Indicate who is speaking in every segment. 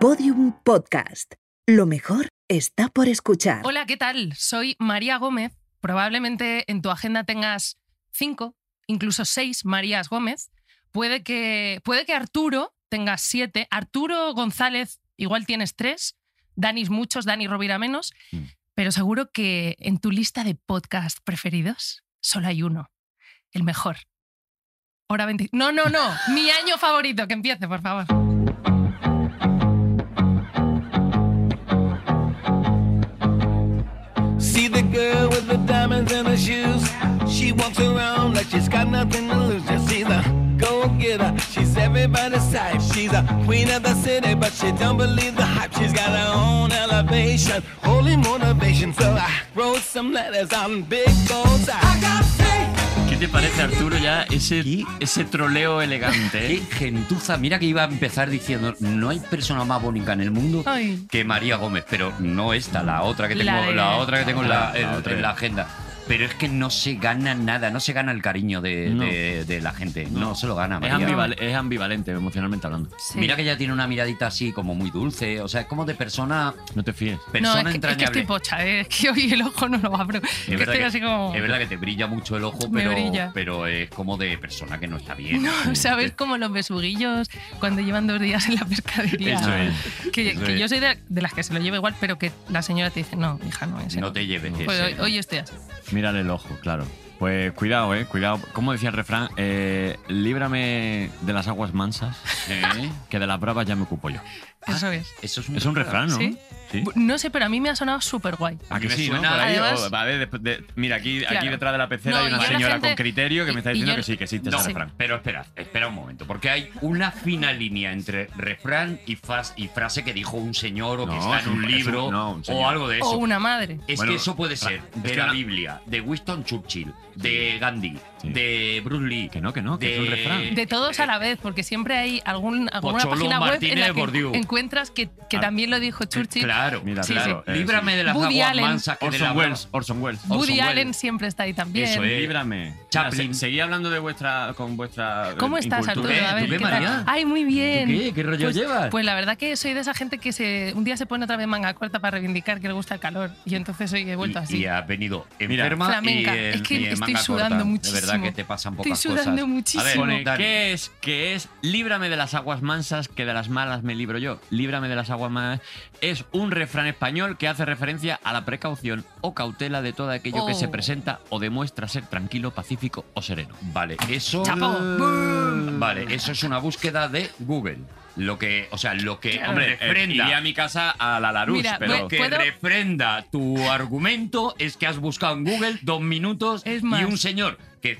Speaker 1: Podium Podcast. Lo mejor está por escuchar.
Speaker 2: Hola, ¿qué tal? Soy María Gómez. Probablemente en tu agenda tengas cinco, incluso seis Marías Gómez. Puede que, puede que Arturo tenga siete. Arturo González, igual tienes tres. Danis muchos, Dani Rovira menos.
Speaker 3: Mm.
Speaker 2: Pero seguro que en tu lista de podcast preferidos solo hay uno, el mejor. Hora 20. No, no, no. Mi año favorito. Que empiece, por favor.
Speaker 4: See the girl with the diamonds and the shoes. She walks around like she's got nothing to lose. Just see the go getter. She's everybody's type. She's a queen of the city, but she don't believe the hype. She's got her own elevation, holy motivation. So I wrote some letters on big goals. I got faith.
Speaker 5: ¿Qué te parece, Arturo, ya ese,
Speaker 3: ¿Qué?
Speaker 5: ese troleo elegante?
Speaker 3: Qué
Speaker 5: ¿eh?
Speaker 3: gentuza. Mira que iba a empezar diciendo, no hay persona más bonita en el mundo
Speaker 2: Ay.
Speaker 3: que María Gómez, pero no esta, la otra que tengo,
Speaker 2: La
Speaker 3: la,
Speaker 2: de-
Speaker 3: otra que tengo en
Speaker 5: La
Speaker 3: la,
Speaker 5: otra, la
Speaker 3: en-
Speaker 5: otra.
Speaker 3: en la agenda. Pero es que no se gana nada, no se gana el cariño de,
Speaker 5: No.
Speaker 3: de- de la gente, no, se lo gana
Speaker 5: Es,
Speaker 3: María.
Speaker 5: ambival- es ambivalente emocionalmente hablando.
Speaker 2: Sí.
Speaker 3: Mira que ella tiene una miradita así como muy dulce, o sea, es como de persona,
Speaker 5: No te fíes.
Speaker 2: no, es
Speaker 3: persona
Speaker 2: que, es que
Speaker 3: entrañable.
Speaker 2: estoy pocha, eh, es que hoy el ojo no lo abro. Es que
Speaker 3: verdad
Speaker 2: estoy
Speaker 3: que-
Speaker 2: así como.
Speaker 3: es verdad que te brilla mucho el ojo,
Speaker 2: Me
Speaker 3: pero,
Speaker 2: brilla.
Speaker 3: pero es como de persona que no está bien.
Speaker 2: No, ¿sabes? Como los besuguillos cuando llevan dos días en la pescadería.
Speaker 3: Eso es.
Speaker 2: que
Speaker 3: eso
Speaker 2: que
Speaker 3: es.
Speaker 2: yo soy de, de las que se lo lleva igual, pero que la señora te dice, no, hija, no es.
Speaker 3: No te lleves
Speaker 2: Pues
Speaker 3: ese.
Speaker 2: hoy, hoy estoy así.
Speaker 5: Mírale el ojo, claro. Pues cuidado, eh, cuidado. Como decía el refrán, eh, líbrame de las aguas mansas,
Speaker 3: ¿Eh?
Speaker 5: que de las bravas ya me ocupo yo.
Speaker 3: Ah,
Speaker 2: Eso es.
Speaker 3: Eso es un,
Speaker 5: Es un refrán, ¿no?
Speaker 2: ¿Sí?
Speaker 5: Sí.
Speaker 2: No sé, pero a mí me ha sonado súper guay.
Speaker 5: ¿A que
Speaker 3: Me
Speaker 5: sí, no?
Speaker 3: suena-
Speaker 5: Por ahí,
Speaker 2: Además-
Speaker 5: o- a ver, desp- de- mira, aquí, aquí
Speaker 2: Claro.
Speaker 5: detrás de la pecera
Speaker 2: No,
Speaker 5: hay
Speaker 2: y
Speaker 5: una
Speaker 2: yo la
Speaker 5: señora
Speaker 2: gente-
Speaker 5: con criterio que me está
Speaker 2: y- y
Speaker 5: diciendo
Speaker 2: yo-
Speaker 5: que sí, que existe
Speaker 3: No,
Speaker 5: ese
Speaker 2: Sí.
Speaker 5: refrán.
Speaker 3: pero espera, espera un momento, porque hay una fina línea entre refrán y, fas- y frase que dijo un señor o que
Speaker 5: No,
Speaker 3: está
Speaker 5: es
Speaker 3: en
Speaker 5: un-
Speaker 3: un
Speaker 5: es un-
Speaker 3: libro
Speaker 5: no, un señor.
Speaker 3: o algo de eso. Eh,
Speaker 2: O una madre.
Speaker 3: Es
Speaker 5: Bueno,
Speaker 3: que eso puede
Speaker 5: fra-
Speaker 3: ser
Speaker 5: es
Speaker 3: de
Speaker 5: que
Speaker 3: la
Speaker 5: ahora-
Speaker 3: Biblia, de Winston Churchill, de Gandhi,
Speaker 5: Sí.
Speaker 3: de Bruce Lee.
Speaker 5: Que no, que no, que es un refrán.
Speaker 2: De todos a la vez, porque siempre hay algún, alguna
Speaker 3: eh, Pocholo,
Speaker 2: página web en
Speaker 3: Martínez,
Speaker 2: la que
Speaker 3: Bordiú.
Speaker 2: encuentras que, que
Speaker 5: Ah,
Speaker 2: también lo dijo Churchill.
Speaker 3: Claro,
Speaker 5: Mira, eh,
Speaker 2: Sí,
Speaker 3: claro.
Speaker 5: sí.
Speaker 3: Líbrame de las
Speaker 2: Woody
Speaker 3: aguas
Speaker 2: Allen.
Speaker 3: mansas que de la
Speaker 5: Orson Welles, Orson Welles.
Speaker 2: Woody
Speaker 3: Orson
Speaker 2: Allen
Speaker 3: Welles.
Speaker 2: siempre está ahí también.
Speaker 3: Eso es. Eh,
Speaker 5: Líbrame.
Speaker 3: Chaplin.
Speaker 5: Mira, se- seguí hablando de vuestra. con vuestra.
Speaker 2: ¿Cómo
Speaker 5: eh,
Speaker 2: estás, Arturo?
Speaker 5: incultura.
Speaker 3: ¿Tú qué?
Speaker 2: A ver,
Speaker 3: ¿Tú qué,
Speaker 2: ¿qué tal?
Speaker 3: María?
Speaker 2: Ay, muy bien.
Speaker 3: ¿Tú qué? ¿Qué rollo
Speaker 2: Pues-
Speaker 3: llevas?
Speaker 2: Pues la verdad que soy de esa gente que se, un día se pone otra vez manga corta para reivindicar que le gusta el calor. Y entonces hoy he vuelto
Speaker 3: Y-
Speaker 2: así.
Speaker 3: Y, ha venido
Speaker 5: Mira.
Speaker 3: enferma
Speaker 2: Flamenca.
Speaker 3: y en,
Speaker 2: Es que
Speaker 3: y en
Speaker 2: estoy
Speaker 3: manga
Speaker 2: sudando
Speaker 3: corta.
Speaker 2: muchísimo.
Speaker 3: De verdad que te pasan
Speaker 2: Estoy
Speaker 3: pocas cosas.
Speaker 2: sudando
Speaker 3: A ver,
Speaker 2: muchísimo.
Speaker 5: Pone,
Speaker 3: Dani.
Speaker 5: ¿qué es? ¿Qué es? Líbrame de las aguas mansas, que de las malas me libro yo. Líbrame de las aguas mansas. Es un refrán español que hace referencia a la precaución o cautela de todo aquello que
Speaker 2: Oh.
Speaker 5: se presenta o demuestra ser tranquilo, pacífico o sereno.
Speaker 3: Vale, eso.
Speaker 2: Chapo.
Speaker 5: Mm.
Speaker 2: Boom.
Speaker 3: Vale, eso es una búsqueda de Google. Lo que, o sea, lo que
Speaker 2: Claro.
Speaker 3: hombre,
Speaker 5: eh, iría a
Speaker 3: refrenda,
Speaker 5: mi casa a la Larus,
Speaker 2: Mira, pues,
Speaker 5: pero.
Speaker 3: lo que
Speaker 2: ¿Puedo?
Speaker 3: refrenda tu argumento es que has buscado en Google dos minutos
Speaker 2: Es más.
Speaker 3: y un señor que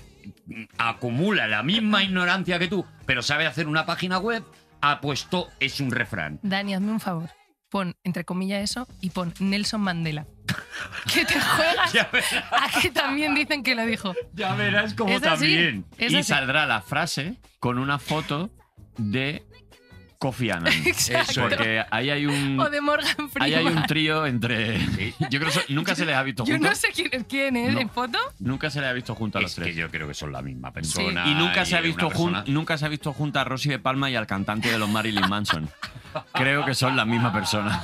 Speaker 3: acumula la misma ignorancia que tú, pero sabe hacer una página web, ha puesto es un refrán.
Speaker 2: Dani, hazme un favor. Pon, entre comillas, eso y pon Nelson Mandela. que te juegas
Speaker 3: Ya verás,
Speaker 2: a que también dicen que lo dijo.
Speaker 3: ya verás cómo
Speaker 2: Es así,
Speaker 3: también.
Speaker 2: es
Speaker 5: y
Speaker 2: así.
Speaker 5: saldrá la frase con una foto de Kofi Annan.
Speaker 2: Exacto.
Speaker 5: Porque ahí hay un.
Speaker 2: O de Morgan Freeman.
Speaker 5: Mm. Ahí hay un trío entre.
Speaker 3: Sí.
Speaker 5: Yo creo que nunca se les ha visto
Speaker 2: Yo
Speaker 5: juntos.
Speaker 2: no sé quién es quién, ¿eh?
Speaker 5: No.
Speaker 2: ¿En foto?
Speaker 5: Nunca se les ha visto juntos a los
Speaker 3: Es que
Speaker 5: tres.
Speaker 3: yo creo que son la misma persona.
Speaker 5: Y nunca se ha
Speaker 3: una
Speaker 5: visto jun-
Speaker 3: persona.
Speaker 5: nunca se ha visto junta a Rosy de Palma y al cantante de los Marilyn Manson. Creo que son la misma persona.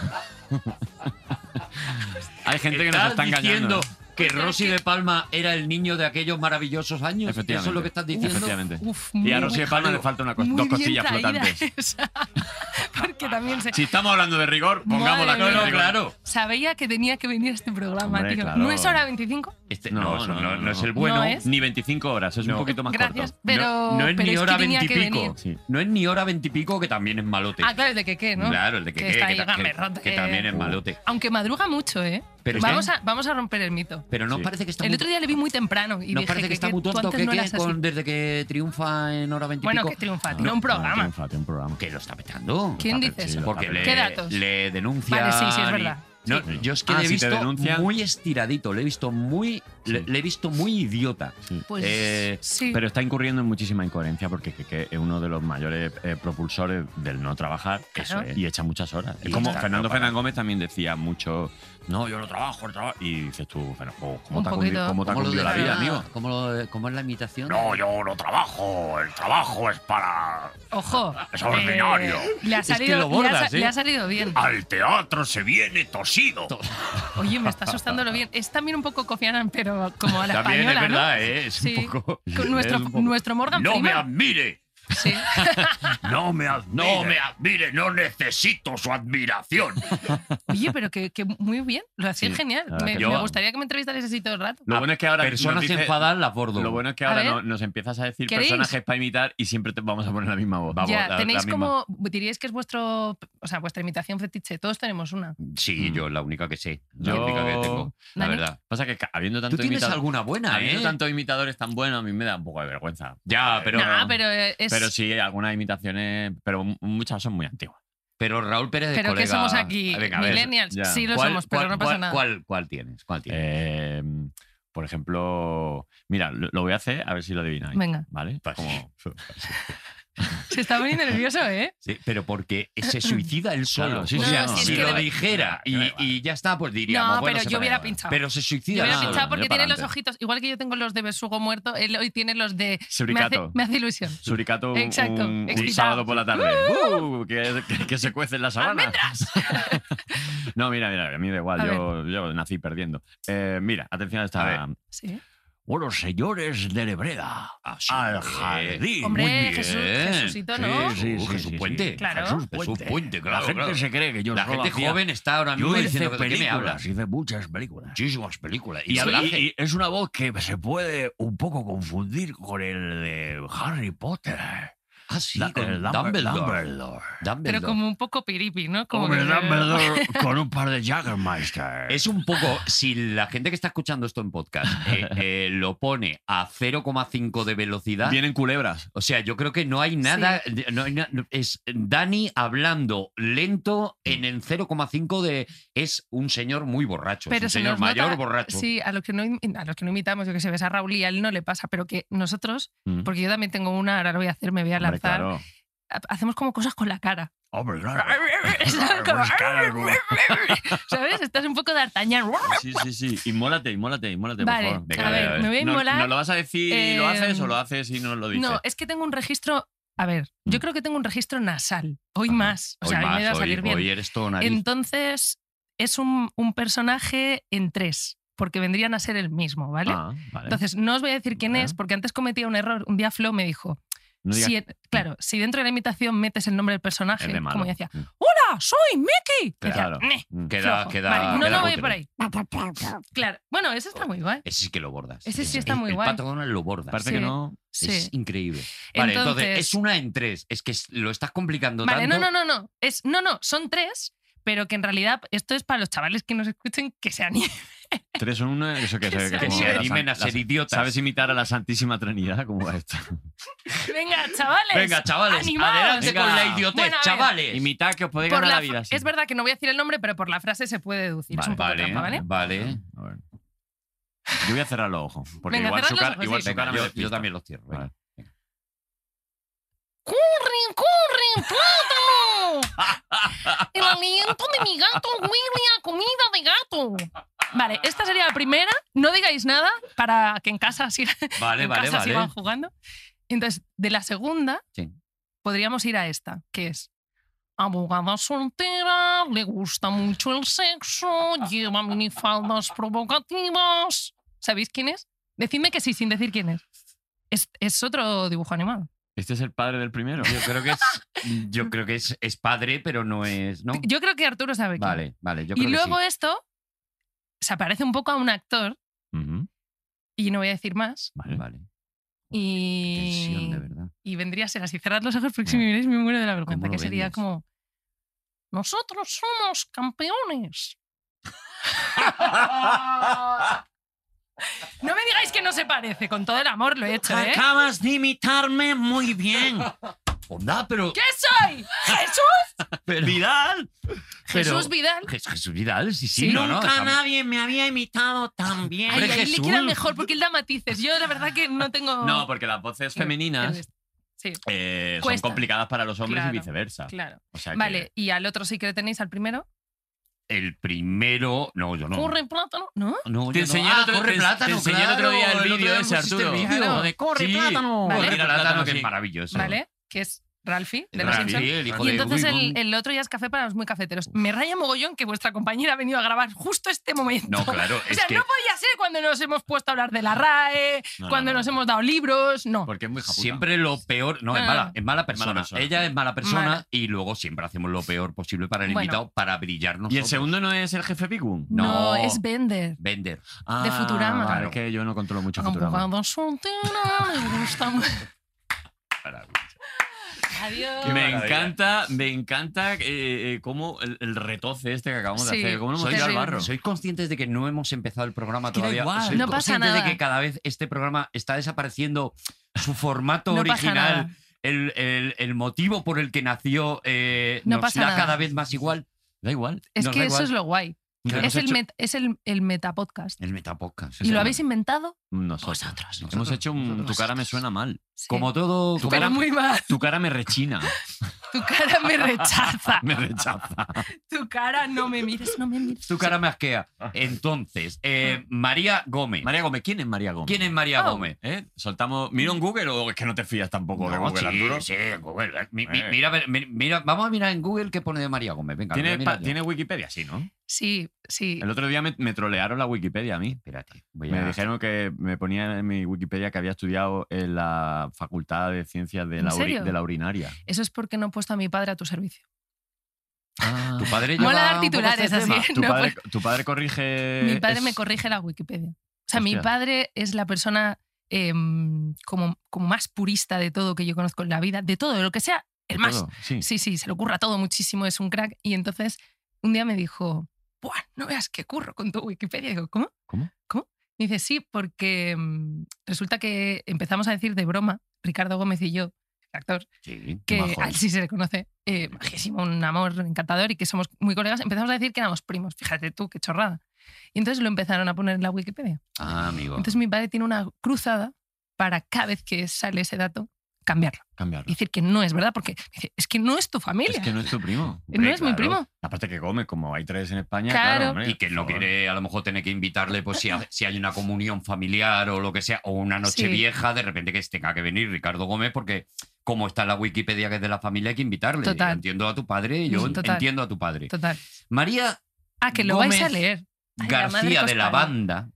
Speaker 5: hay gente que nos
Speaker 3: Estás
Speaker 5: está engañando.
Speaker 3: diciendo que
Speaker 2: Pues es
Speaker 3: Rosy
Speaker 2: que-
Speaker 3: de Palma era el niño de aquellos maravillosos años. Eso
Speaker 5: Efectivamente.
Speaker 3: es lo que estás diciendo.
Speaker 5: Efectivamente.
Speaker 2: Uf,
Speaker 5: Y
Speaker 2: muy
Speaker 5: a Rosy de Palma le falta una cos-
Speaker 2: Muy
Speaker 5: dos
Speaker 2: bien
Speaker 5: costillas
Speaker 2: traída
Speaker 5: flotantes.
Speaker 2: esa. Porque también se.
Speaker 5: Si estamos hablando de rigor,
Speaker 2: Madre
Speaker 5: pongámosla
Speaker 2: mía.
Speaker 5: con rigor.
Speaker 3: Claro.
Speaker 2: Sabía que tenía que venir este programa,
Speaker 5: Hombre,
Speaker 2: tío.
Speaker 5: claro.
Speaker 2: ¿No es hora 25?
Speaker 3: Este-
Speaker 5: No,
Speaker 3: no, eso
Speaker 5: no,
Speaker 3: no,
Speaker 5: no,
Speaker 3: no
Speaker 5: no.
Speaker 3: es el bueno.
Speaker 2: No es.
Speaker 5: Ni 25 horas, es un poquito más
Speaker 2: Gracias,
Speaker 5: corto.
Speaker 2: pero.
Speaker 3: no, no es
Speaker 2: pero
Speaker 3: ni
Speaker 2: que
Speaker 3: hora
Speaker 2: tenía que
Speaker 3: veintipico.
Speaker 2: venir.
Speaker 5: Sí.
Speaker 3: No es ni hora veintipico, que también es malote.
Speaker 2: Ah, claro, el de que qué, ¿no?
Speaker 3: Claro, el de que,
Speaker 2: Que
Speaker 3: que,
Speaker 2: está ahí
Speaker 3: que ta- que-
Speaker 2: gamberrote.
Speaker 3: que también es malote.
Speaker 2: Aunque madruga mucho, ¿eh?
Speaker 3: Pero es
Speaker 2: vamos,
Speaker 3: que-
Speaker 2: a, vamos a romper el mito.
Speaker 3: Pero no os
Speaker 5: Sí.
Speaker 3: parece que está
Speaker 2: El
Speaker 3: muy,
Speaker 2: otro día le vi muy temprano y
Speaker 3: ¿no os
Speaker 2: dije
Speaker 3: parece que
Speaker 2: que,
Speaker 3: está
Speaker 2: que
Speaker 3: muy
Speaker 2: tú
Speaker 3: tonto
Speaker 2: antes
Speaker 3: que,
Speaker 2: no
Speaker 3: que
Speaker 2: eras así.
Speaker 3: con- desde que triunfa en hora veintipico.
Speaker 2: Bueno, que triunfa, tiene un
Speaker 5: Ah, No,
Speaker 2: programa.
Speaker 5: triunfa, tiene un programa.
Speaker 3: que lo está petando.
Speaker 2: ¿Quién
Speaker 5: Está
Speaker 2: dice
Speaker 5: perdido,
Speaker 2: eso?
Speaker 5: está
Speaker 3: Porque
Speaker 5: perdido.
Speaker 2: ¿Qué
Speaker 3: le,
Speaker 2: datos?
Speaker 3: le denuncia.
Speaker 2: Vale, sí, sí, es verdad.
Speaker 3: No, Yo es que
Speaker 5: Ah,
Speaker 3: le he
Speaker 5: si te
Speaker 3: visto
Speaker 5: denuncian.
Speaker 3: muy estiradito, le he visto muy, le,
Speaker 5: Sí.
Speaker 3: le he visto muy idiota.
Speaker 2: Pues
Speaker 5: Eh,
Speaker 2: sí.
Speaker 5: Pero está incurriendo en muchísima incoherencia porque que- que es uno de los mayores eh, propulsores del no trabajar
Speaker 2: Claro.
Speaker 5: y echa muchas horas.
Speaker 3: Y
Speaker 5: Es como
Speaker 3: está,
Speaker 5: Fernando
Speaker 3: no para.
Speaker 5: Fernández Gómez también decía mucho, no, yo no trabajo, no trabajo. Y dices tú, pero oh, ¿cómo,
Speaker 2: Un
Speaker 5: te ha
Speaker 2: poquito.
Speaker 5: cundido, cómo te ha
Speaker 3: ¿Cómo lo
Speaker 5: cundido la
Speaker 3: de-
Speaker 5: vida,
Speaker 3: ah,
Speaker 5: amigo?
Speaker 3: ¿Cómo, lo- cómo es la imitación?
Speaker 5: No, yo no trabajo, el trabajo es para...
Speaker 2: Ojo. eh,
Speaker 5: Es ordinario.
Speaker 2: le, ha
Speaker 5: Es que
Speaker 2: salido,
Speaker 5: lo bordas,
Speaker 2: le ha sa-
Speaker 5: ¿eh?
Speaker 2: le ha salido bien.
Speaker 5: Al teatro se viene tosido.
Speaker 2: Oye, me está asustando lo bien. Es también un poco Kofi Annan, pero como a la
Speaker 5: También
Speaker 2: española,
Speaker 5: es
Speaker 2: ¿no?
Speaker 5: verdad, ¿eh? es
Speaker 2: Sí.
Speaker 5: un poco...
Speaker 2: Con nuestro,
Speaker 5: es un poco-
Speaker 2: nuestro Morgan
Speaker 5: no me
Speaker 2: Freeman.
Speaker 5: admire,
Speaker 2: Sí.
Speaker 5: no me admire, no me admire, no necesito su admiración.
Speaker 2: Oye, pero que, que muy bien. Lo hacías
Speaker 5: Sí,
Speaker 2: genial.
Speaker 5: la verdad
Speaker 2: Me,
Speaker 5: que
Speaker 2: me
Speaker 5: yo-
Speaker 2: gustarais que me entrevistarais así todo el rato.
Speaker 5: Lo bueno es que ahora
Speaker 3: Personas
Speaker 5: nos dice-
Speaker 3: enfadadas las bordo.
Speaker 5: Lo bueno es que
Speaker 2: A
Speaker 5: ahora
Speaker 2: ver.
Speaker 5: no- nos empiezas a decir
Speaker 2: ¿Queréis?
Speaker 5: personajes para imitar y siempre te vamos a poner la misma voz. Vamos,
Speaker 2: ya,
Speaker 5: la- la
Speaker 2: tenéis
Speaker 5: misma.
Speaker 2: como. Diríais que es vuestro. O sea, vuestra imitación fetiche. Todos tenemos una.
Speaker 3: Sí,
Speaker 5: Mm.
Speaker 3: yo la única que sé. La
Speaker 5: Yo-
Speaker 3: única que tengo.
Speaker 5: La
Speaker 2: Dani.
Speaker 5: verdad. Pasa que ca- habiendo
Speaker 3: Tú
Speaker 5: tanto
Speaker 3: tienes
Speaker 5: imitado-
Speaker 3: alguna buena, ¿eh?
Speaker 5: habiendo tantos imitadores tan buenos, a mí me da un poco de vergüenza.
Speaker 3: Ya, pero,
Speaker 2: Nah, pero eh, es.
Speaker 5: Pero sí, algunas imitaciones, pero m- muchas son muy antiguas.
Speaker 3: pero Raúl Pérez de
Speaker 2: pero que
Speaker 3: colega-
Speaker 2: somos
Speaker 5: ah,
Speaker 2: aquí.
Speaker 3: Venga, a ver,
Speaker 2: millennials.
Speaker 5: ya.
Speaker 2: Sí, lo
Speaker 3: ¿cuál-
Speaker 2: somos, pero
Speaker 3: cuál-
Speaker 2: no pasa
Speaker 3: cuál-
Speaker 2: nada.
Speaker 3: ¿Cuál, cuál tienes? ¿Cuál tienes?
Speaker 5: Eh, por ejemplo, mira, lo, lo voy a hacer a ver si lo adivináis.
Speaker 2: Venga. Pues,
Speaker 5: ¿Vale? Como-
Speaker 2: Se está poniendo nervioso, ¿eh?
Speaker 3: Sí, pero porque se suicida él solo.
Speaker 5: Claro, sí,
Speaker 3: O
Speaker 5: sí,
Speaker 3: sea,
Speaker 5: no,
Speaker 3: si
Speaker 5: sí,
Speaker 3: lo
Speaker 5: da-
Speaker 3: dijera y,
Speaker 5: da igual.
Speaker 3: y ya está, pues diríamos.
Speaker 2: No,
Speaker 3: bueno,
Speaker 2: pero
Speaker 3: se
Speaker 2: yo hubiera
Speaker 3: para.
Speaker 2: pinchado.
Speaker 3: Pero se
Speaker 2: Yo
Speaker 3: suicida él
Speaker 2: hubiera
Speaker 5: no,
Speaker 3: solo.
Speaker 2: pinchado
Speaker 5: no,
Speaker 2: porque
Speaker 5: yo
Speaker 2: tiene
Speaker 5: para
Speaker 2: los
Speaker 5: adelante.
Speaker 2: ojitos. Igual que yo tengo los de besugo muerto, él hoy tiene los de. Me hace,
Speaker 5: Suricato.
Speaker 2: me hace ilusión.
Speaker 5: Suricato un,
Speaker 2: Exacto,
Speaker 5: un- un
Speaker 2: excitado.
Speaker 5: sábado por la tarde. Uh, que, que- que se cuece en la sabana.
Speaker 2: ¡Almendras!
Speaker 5: No, mira, mira, a mí da
Speaker 2: A
Speaker 5: igual, yo, yo nací perdiendo. Eh, mira, atención a esta.
Speaker 3: A
Speaker 2: Sí. ¿eh?
Speaker 5: Bueno, señores de Lebreda,
Speaker 3: Ah,
Speaker 5: al jardín.
Speaker 2: Hombre,
Speaker 5: Muy bien.
Speaker 2: Jesús- Jesucito, ¿no?
Speaker 5: Sí, sí,
Speaker 3: Uh,
Speaker 5: sí,
Speaker 3: Jesús
Speaker 5: sí,
Speaker 3: Puente.
Speaker 5: sí.
Speaker 2: Claro.
Speaker 5: Jesús
Speaker 3: Jesús
Speaker 5: Puente.
Speaker 3: Puente, claro,
Speaker 5: La gente
Speaker 3: claro.
Speaker 5: se cree que yo
Speaker 3: La
Speaker 5: solo
Speaker 3: gente
Speaker 5: hacía-
Speaker 3: joven está ahora mismo
Speaker 5: Yo hice
Speaker 3: diciendo que ¿de qué me
Speaker 5: películas,
Speaker 3: hablas.
Speaker 5: hice muchas películas.
Speaker 3: Muchísimas películas.
Speaker 5: Y,
Speaker 3: Y,
Speaker 5: habla-
Speaker 3: doblaje.
Speaker 5: y es una voz que se puede un poco confundir con el de Harry Potter.
Speaker 3: Ah, sí,
Speaker 5: Da-
Speaker 3: con
Speaker 5: el Dumb-
Speaker 3: Dumbledore.
Speaker 5: Dumbledore.
Speaker 3: Dumbledore.
Speaker 2: Pero como un poco piripi, ¿no? Como
Speaker 5: Hombre,
Speaker 2: que-
Speaker 5: Dumbledore con un par de Jaggermeister.
Speaker 3: Es un poco, si la gente que está escuchando esto en podcast eh, eh, lo pone a 0,5 de velocidad,
Speaker 5: Vienen culebras.
Speaker 3: o sea, yo creo que no hay nada, no hay na- es Dani hablando lento en el 0,5 de, es un señor muy borracho, es
Speaker 2: Pero
Speaker 3: un
Speaker 2: se
Speaker 3: señor
Speaker 2: nos
Speaker 3: mayor
Speaker 2: nota-
Speaker 3: borracho.
Speaker 2: Sí, a los, que no, im- a los que no imitamos, yo que se ves a Raúl y a él no le pasa, pero que nosotros, porque yo también tengo una, ahora lo voy a hacer, me voy a
Speaker 5: Hombre,
Speaker 2: lanzar,
Speaker 5: claro.
Speaker 2: ha- hacemos como cosas con la cara.
Speaker 3: Oh,
Speaker 5: Hombre, claro.
Speaker 2: ¿Sabes? Como-
Speaker 5: Pues claro.
Speaker 2: ¿Sabes? Estás un poco de artañán.
Speaker 5: Sí, sí, sí. Inmólate, inmólate, inmólate,
Speaker 2: Vale,
Speaker 5: por favor.
Speaker 2: a ver, me voy a
Speaker 5: No-
Speaker 2: inmolar.
Speaker 5: ¿No lo vas a decir y lo
Speaker 2: Eh,
Speaker 5: haces o lo haces y no lo dices?
Speaker 2: No, es que tengo un registro, a ver, yo
Speaker 5: Mm.
Speaker 2: creo que tengo un registro nasal, hoy
Speaker 5: Ajá,
Speaker 2: más, o sea,
Speaker 3: hoy
Speaker 2: a mí me
Speaker 3: más,
Speaker 2: va a
Speaker 3: hoy-
Speaker 2: salir bien.
Speaker 3: hoy eres todo nariz.
Speaker 2: Entonces, es un, un personaje en tres, porque vendrían a ser el mismo, ¿vale?
Speaker 5: Ah, vale.
Speaker 2: Entonces, no os voy a decir quién
Speaker 5: Vale.
Speaker 2: es, porque antes cometía un error. Un día Flo me dijo,
Speaker 5: No digas
Speaker 2: si en- claro, si dentro de la imitación metes el nombre del personaje,
Speaker 5: es de malo.
Speaker 2: como yo decía,
Speaker 5: Mm,
Speaker 2: ¡Hola, soy Mickey! Decía,
Speaker 5: Claro.
Speaker 2: "Neh,
Speaker 5: Mm.
Speaker 3: queda,
Speaker 2: flojo".
Speaker 3: queda,
Speaker 2: Vale, no,
Speaker 3: queda Oh.
Speaker 2: no voy
Speaker 3: cutre.
Speaker 2: por ahí. Claro, bueno, ese está muy guay.
Speaker 3: Ese sí que lo bordas.
Speaker 2: Ese sí
Speaker 3: El-
Speaker 2: está muy
Speaker 3: el
Speaker 2: guay.
Speaker 3: Pato Donald lo bordas.
Speaker 5: Parece
Speaker 2: Sí.
Speaker 5: que no.
Speaker 3: Es
Speaker 2: Sí.
Speaker 3: increíble. Vale, entonces,
Speaker 2: Entonces-
Speaker 3: es una en tres. Es que es- lo estás complicando
Speaker 2: Vale,
Speaker 3: tanto.
Speaker 2: no, no, no, no. Es, no, no, son tres, pero que en realidad esto es para los chavales que nos escuchen que se animen.
Speaker 5: Tres son una. Eso que,
Speaker 2: Que
Speaker 5: se,
Speaker 2: se
Speaker 5: como
Speaker 3: se
Speaker 5: la san-
Speaker 3: animen a
Speaker 5: la-
Speaker 3: ser idiotas.
Speaker 5: ¿Sabes imitar a la Santísima Trinidad? ¿Cómo va esto?
Speaker 2: Venga, chavales.
Speaker 3: Venga, chavales,
Speaker 2: animaos.
Speaker 3: adelante
Speaker 5: Venga.
Speaker 3: con la idiotez,
Speaker 2: Bueno, a ver.
Speaker 3: chavales.
Speaker 5: Imitar que os podéis
Speaker 2: Por
Speaker 5: ganar
Speaker 2: la
Speaker 5: la vida.
Speaker 2: fra-
Speaker 5: sí.
Speaker 2: Es verdad que no voy a decir el nombre, pero por la frase se puede deducir. es un poco
Speaker 3: vale,
Speaker 2: trampa, ¿vale? Pues
Speaker 3: vale. Ah,
Speaker 5: A ver. Yo voy a cerrar los ojos. Porque
Speaker 2: Venga,
Speaker 5: igual
Speaker 2: cerrad
Speaker 5: su
Speaker 2: los
Speaker 5: cara,
Speaker 2: ojos,
Speaker 5: igual
Speaker 2: pues sí.
Speaker 5: su cara
Speaker 3: Venga,
Speaker 5: me
Speaker 3: yo,
Speaker 5: despista.
Speaker 3: yo también los cierro. venga.
Speaker 5: Vale.
Speaker 2: ¡Corre, corre, plátano! El aliento de mi gato huele a comida de gato. Vale, esta sería la primera. No digáis nada para que en casa, siga-
Speaker 3: Vale,
Speaker 2: en
Speaker 3: vale,
Speaker 2: casa
Speaker 3: vale.
Speaker 2: sigan jugando. Entonces, de la segunda,
Speaker 3: Sí.
Speaker 2: podríamos ir a esta, que es... Abogada soltera, le gusta mucho el sexo,
Speaker 3: Ah.
Speaker 2: lleva minifaldas provocativas. ¿Sabéis quién es? Decidme que sí, sin decir quién es. Es, es otro dibujo animado.
Speaker 5: Este es el padre del primero.
Speaker 3: Yo creo que es, yo creo que es, es padre, pero no es. ¿no?
Speaker 2: Yo creo que Arturo sabe quién.
Speaker 3: Mm. Vale, vale. Yo creo
Speaker 2: Y luego
Speaker 3: que
Speaker 2: esto se parece un poco a un actor,
Speaker 5: Ujú,
Speaker 2: y no voy a decir más.
Speaker 3: sí.
Speaker 5: Vale.
Speaker 3: Vale. Qué Tensión, de
Speaker 2: Y,
Speaker 3: verdad.
Speaker 2: y vendría a ser así. Cerrad los ojos porque si
Speaker 3: Ya.
Speaker 2: me miráis me muero de la vergüenza,
Speaker 3: ¿Cómo
Speaker 2: que
Speaker 3: lo
Speaker 2: sería
Speaker 3: vendes?
Speaker 2: como... Nosotros somos campeones. No me digáis que no se parece, con todo el amor lo he hecho,
Speaker 3: Ah,
Speaker 2: ¿eh?
Speaker 5: Acabas de imitarme muy bien.
Speaker 3: Onda, pero.
Speaker 2: ¿Qué soy? ¿Jesús?
Speaker 5: Vidal,
Speaker 3: Pero-
Speaker 2: Jesús Vidal.
Speaker 3: Je- Jesús Vidal, sí, sí.
Speaker 2: Sí.
Speaker 3: no, no,
Speaker 5: Nunca
Speaker 3: está-
Speaker 5: nadie me había imitado tan bien.
Speaker 2: Ay,
Speaker 3: Hombre,
Speaker 2: ahí le
Speaker 3: Jesús.
Speaker 2: queda mejor porque él da matices. Yo la verdad que no tengo.
Speaker 5: No, porque las voces femeninas
Speaker 2: Sí,
Speaker 5: eh, son
Speaker 2: Cuestan.
Speaker 5: complicadas para los hombres
Speaker 2: Claro.
Speaker 5: y
Speaker 3: Ah,
Speaker 5: viceversa.
Speaker 2: claro.
Speaker 5: O sea que
Speaker 2: Vale, y al otro sí que le tenéis, al primero.
Speaker 3: El primero. No, yo no.
Speaker 2: Corre plátano, ¿no?
Speaker 3: No, yo
Speaker 5: Te
Speaker 3: no.
Speaker 5: enseñé,
Speaker 3: Ah,
Speaker 5: el otro,
Speaker 3: corre
Speaker 5: te-
Speaker 3: plátano,
Speaker 5: te enseñé el otro día
Speaker 3: claro,
Speaker 5: el
Speaker 3: otro
Speaker 5: vídeo
Speaker 3: día
Speaker 5: ese,
Speaker 3: me pusiste
Speaker 5: Arturo.
Speaker 3: el vídeo.
Speaker 2: Claro.
Speaker 5: de corre
Speaker 3: Sí.
Speaker 5: plátano.
Speaker 2: Vale.
Speaker 3: Corre
Speaker 5: Corre
Speaker 3: plátano, que
Speaker 5: sí.
Speaker 3: es maravilloso.
Speaker 2: Vale, que es Ralphie de los
Speaker 3: Rafi,
Speaker 2: Simpsons.
Speaker 3: el hijo
Speaker 2: Y
Speaker 3: de
Speaker 2: entonces el,
Speaker 3: Wilbur.
Speaker 2: el otro ya es café para los muy cafeteros. Me raya mogollón que vuestra compañera ha venido a grabar justo este momento.
Speaker 3: No, claro,
Speaker 2: o
Speaker 3: es
Speaker 2: sea,
Speaker 3: que.
Speaker 2: no podía ser cuando nos hemos puesto a hablar de la RAE,
Speaker 5: No, no,
Speaker 2: cuando
Speaker 5: no.
Speaker 2: nos hemos dado libros. No.
Speaker 5: Porque es muy japuta.
Speaker 3: Siempre lo peor. No, es
Speaker 2: No,
Speaker 3: mala,
Speaker 2: no.
Speaker 3: es mala persona.
Speaker 5: Ah, Mala persona.
Speaker 3: Ella es mala persona
Speaker 2: Ah. Mala.
Speaker 3: y luego siempre hacemos lo peor posible para el
Speaker 2: Bueno.
Speaker 3: invitado para brillarnos.
Speaker 5: ¿Y el segundo no es el jefe Pigun?
Speaker 3: No.
Speaker 2: es Bender.
Speaker 3: Vender.
Speaker 5: Ah,
Speaker 2: De Futurama.
Speaker 5: Claro, Ah, pues
Speaker 3: Claro.
Speaker 5: es que yo no controlo mucho Futurama.
Speaker 2: Abogado soltera, me gusta mu- Adiós.
Speaker 5: Me
Speaker 3: maravilla.
Speaker 5: encanta, me encanta eh, eh, cómo el, el retoce este que acabamos de
Speaker 2: Sí,
Speaker 5: hacer. ¿Cómo no hemos
Speaker 2: soy
Speaker 5: ido al
Speaker 2: terrible.
Speaker 5: barro?
Speaker 3: ¿Sois conscientes de que no hemos empezado el programa
Speaker 5: Es que da
Speaker 3: todavía?
Speaker 5: igual.
Speaker 3: ¿Sois
Speaker 2: No pasa
Speaker 3: conscientes
Speaker 2: nada.
Speaker 3: de que cada vez este programa está desapareciendo su formato
Speaker 2: No pasa nada.
Speaker 3: original? El, el- el motivo por el que nació eh,
Speaker 2: No
Speaker 3: nos
Speaker 2: pasa
Speaker 3: da
Speaker 2: nada.
Speaker 3: cada vez más igual. Da igual.
Speaker 2: Es
Speaker 3: nos
Speaker 2: que
Speaker 3: da
Speaker 2: eso
Speaker 3: igual.
Speaker 2: es lo guay.
Speaker 3: Ya
Speaker 2: Es
Speaker 3: hemos
Speaker 2: el,
Speaker 3: hecho-
Speaker 2: met- es el, el metapodcast.
Speaker 3: El metapodcast.
Speaker 2: Y
Speaker 3: es
Speaker 2: lo
Speaker 3: el-
Speaker 2: habéis inventado
Speaker 5: Nosotros.
Speaker 2: vosotros.
Speaker 5: Hemos hecho un...
Speaker 2: Nosotros.
Speaker 5: Tu cara me suena mal.
Speaker 2: Sí.
Speaker 3: Como todo.
Speaker 5: Tu
Speaker 2: Pero
Speaker 5: cara-
Speaker 2: muy mal.
Speaker 5: Tu cara me rechina.
Speaker 2: Tu cara me rechaza.
Speaker 5: me rechaza.
Speaker 2: Tu cara no me mires, no me mires.
Speaker 3: Tu cara me asquea. Entonces, eh, María Gómez.
Speaker 5: María Gómez. ¿Quién es María Gómez?
Speaker 3: ¿Quién es María
Speaker 2: Oh.
Speaker 3: Gómez?
Speaker 5: ¿Eh? ¿Soltamos... ¿Mira un Google o es que no te fías tampoco de
Speaker 3: No,
Speaker 5: Google,
Speaker 3: sí,
Speaker 5: Arturo?
Speaker 3: sí, Google. Mi- mi-
Speaker 5: Eh.
Speaker 3: mira, a ver, mi- mira, vamos a mirar en Google qué pone de María Gómez. Venga, voy
Speaker 5: ¿Tiene,
Speaker 3: a mirar
Speaker 5: pa-
Speaker 3: yo.
Speaker 5: tiene Wikipedia? Sí, ¿no?
Speaker 2: Sí, sí.
Speaker 5: El otro día me, me trolearon la Wikipedia a mí.
Speaker 3: Espérate, voy
Speaker 5: Me
Speaker 3: a...
Speaker 5: dijeron que me ponían en mi Wikipedia que había estudiado en la Facultad de Ciencias de,
Speaker 2: ¿En
Speaker 5: la, uri-
Speaker 2: serio?
Speaker 5: de la Urinaria.
Speaker 2: Eso es porque no he puesto a mi padre a tu servicio.
Speaker 3: Tu padre lleva
Speaker 2: Ah. Mola dar
Speaker 3: un poco
Speaker 2: titulares
Speaker 3: este
Speaker 2: así.
Speaker 3: tema.
Speaker 5: ¿Tu,
Speaker 2: No, Pues
Speaker 5: padre, tu padre corrige...?
Speaker 2: mi padre
Speaker 5: Eh, es-
Speaker 2: me corrige la Wikipedia. O sea, mi
Speaker 5: Hostia.
Speaker 2: padre es la persona em, como, como más purista de todo que yo conozco en la vida, de todo, de lo que sea, el más.
Speaker 5: Todo, Sí.
Speaker 2: Sí, sí, se le ocurra todo muchísimo, es un crack. Y entonces un día me dijo, Buah, no veas qué curro con tu Wikipedia. Y digo, ¿cómo?
Speaker 5: ¿Cómo?
Speaker 2: ¿Cómo? Y dice, sí, porque mm, resulta que empezamos a decir de broma, Ricardo Gómez y yo, el actor,
Speaker 3: Sí,
Speaker 2: que
Speaker 3: majo.
Speaker 2: a él sí se le conoce, eh, majísimo, un amor encantador y que somos muy colegas, empezamos a decir que éramos primos. Fíjate tú, qué chorrada. Y entonces lo empezaron a poner en la Wikipedia.
Speaker 3: Ah, amigo.
Speaker 2: Entonces mi padre tiene una cruzada para cada vez que sale ese dato cambiarlo.
Speaker 3: Ah.
Speaker 5: Cambiarlo.
Speaker 2: Y decir que no es verdad, porque dice, es que no es tu familia.
Speaker 5: Es que no es tu primo.
Speaker 2: No es mi
Speaker 3: claro.
Speaker 2: primo.
Speaker 5: Aparte que come, como hay tres en España,
Speaker 2: Claro.
Speaker 5: claro, hombre,
Speaker 3: y que
Speaker 5: por
Speaker 3: no
Speaker 5: favor.
Speaker 3: quiere a lo mejor tener que invitarle pues si, ha- si hay una comunión familiar o lo que sea o una noche
Speaker 2: Sí.
Speaker 3: vieja de repente que tenga que venir Ricardo Gómez porque como está en la Wikipedia que es de la familia hay que invitarle Yo
Speaker 2: Total.
Speaker 3: entiendo a tu padre yo
Speaker 2: Sí. Total.
Speaker 3: entiendo a tu padre
Speaker 2: Total.
Speaker 3: María
Speaker 2: Ah, que lo
Speaker 3: Gómez
Speaker 2: vais a leer. Ay, la madre que
Speaker 3: García
Speaker 2: os
Speaker 3: de la
Speaker 2: parió.
Speaker 3: banda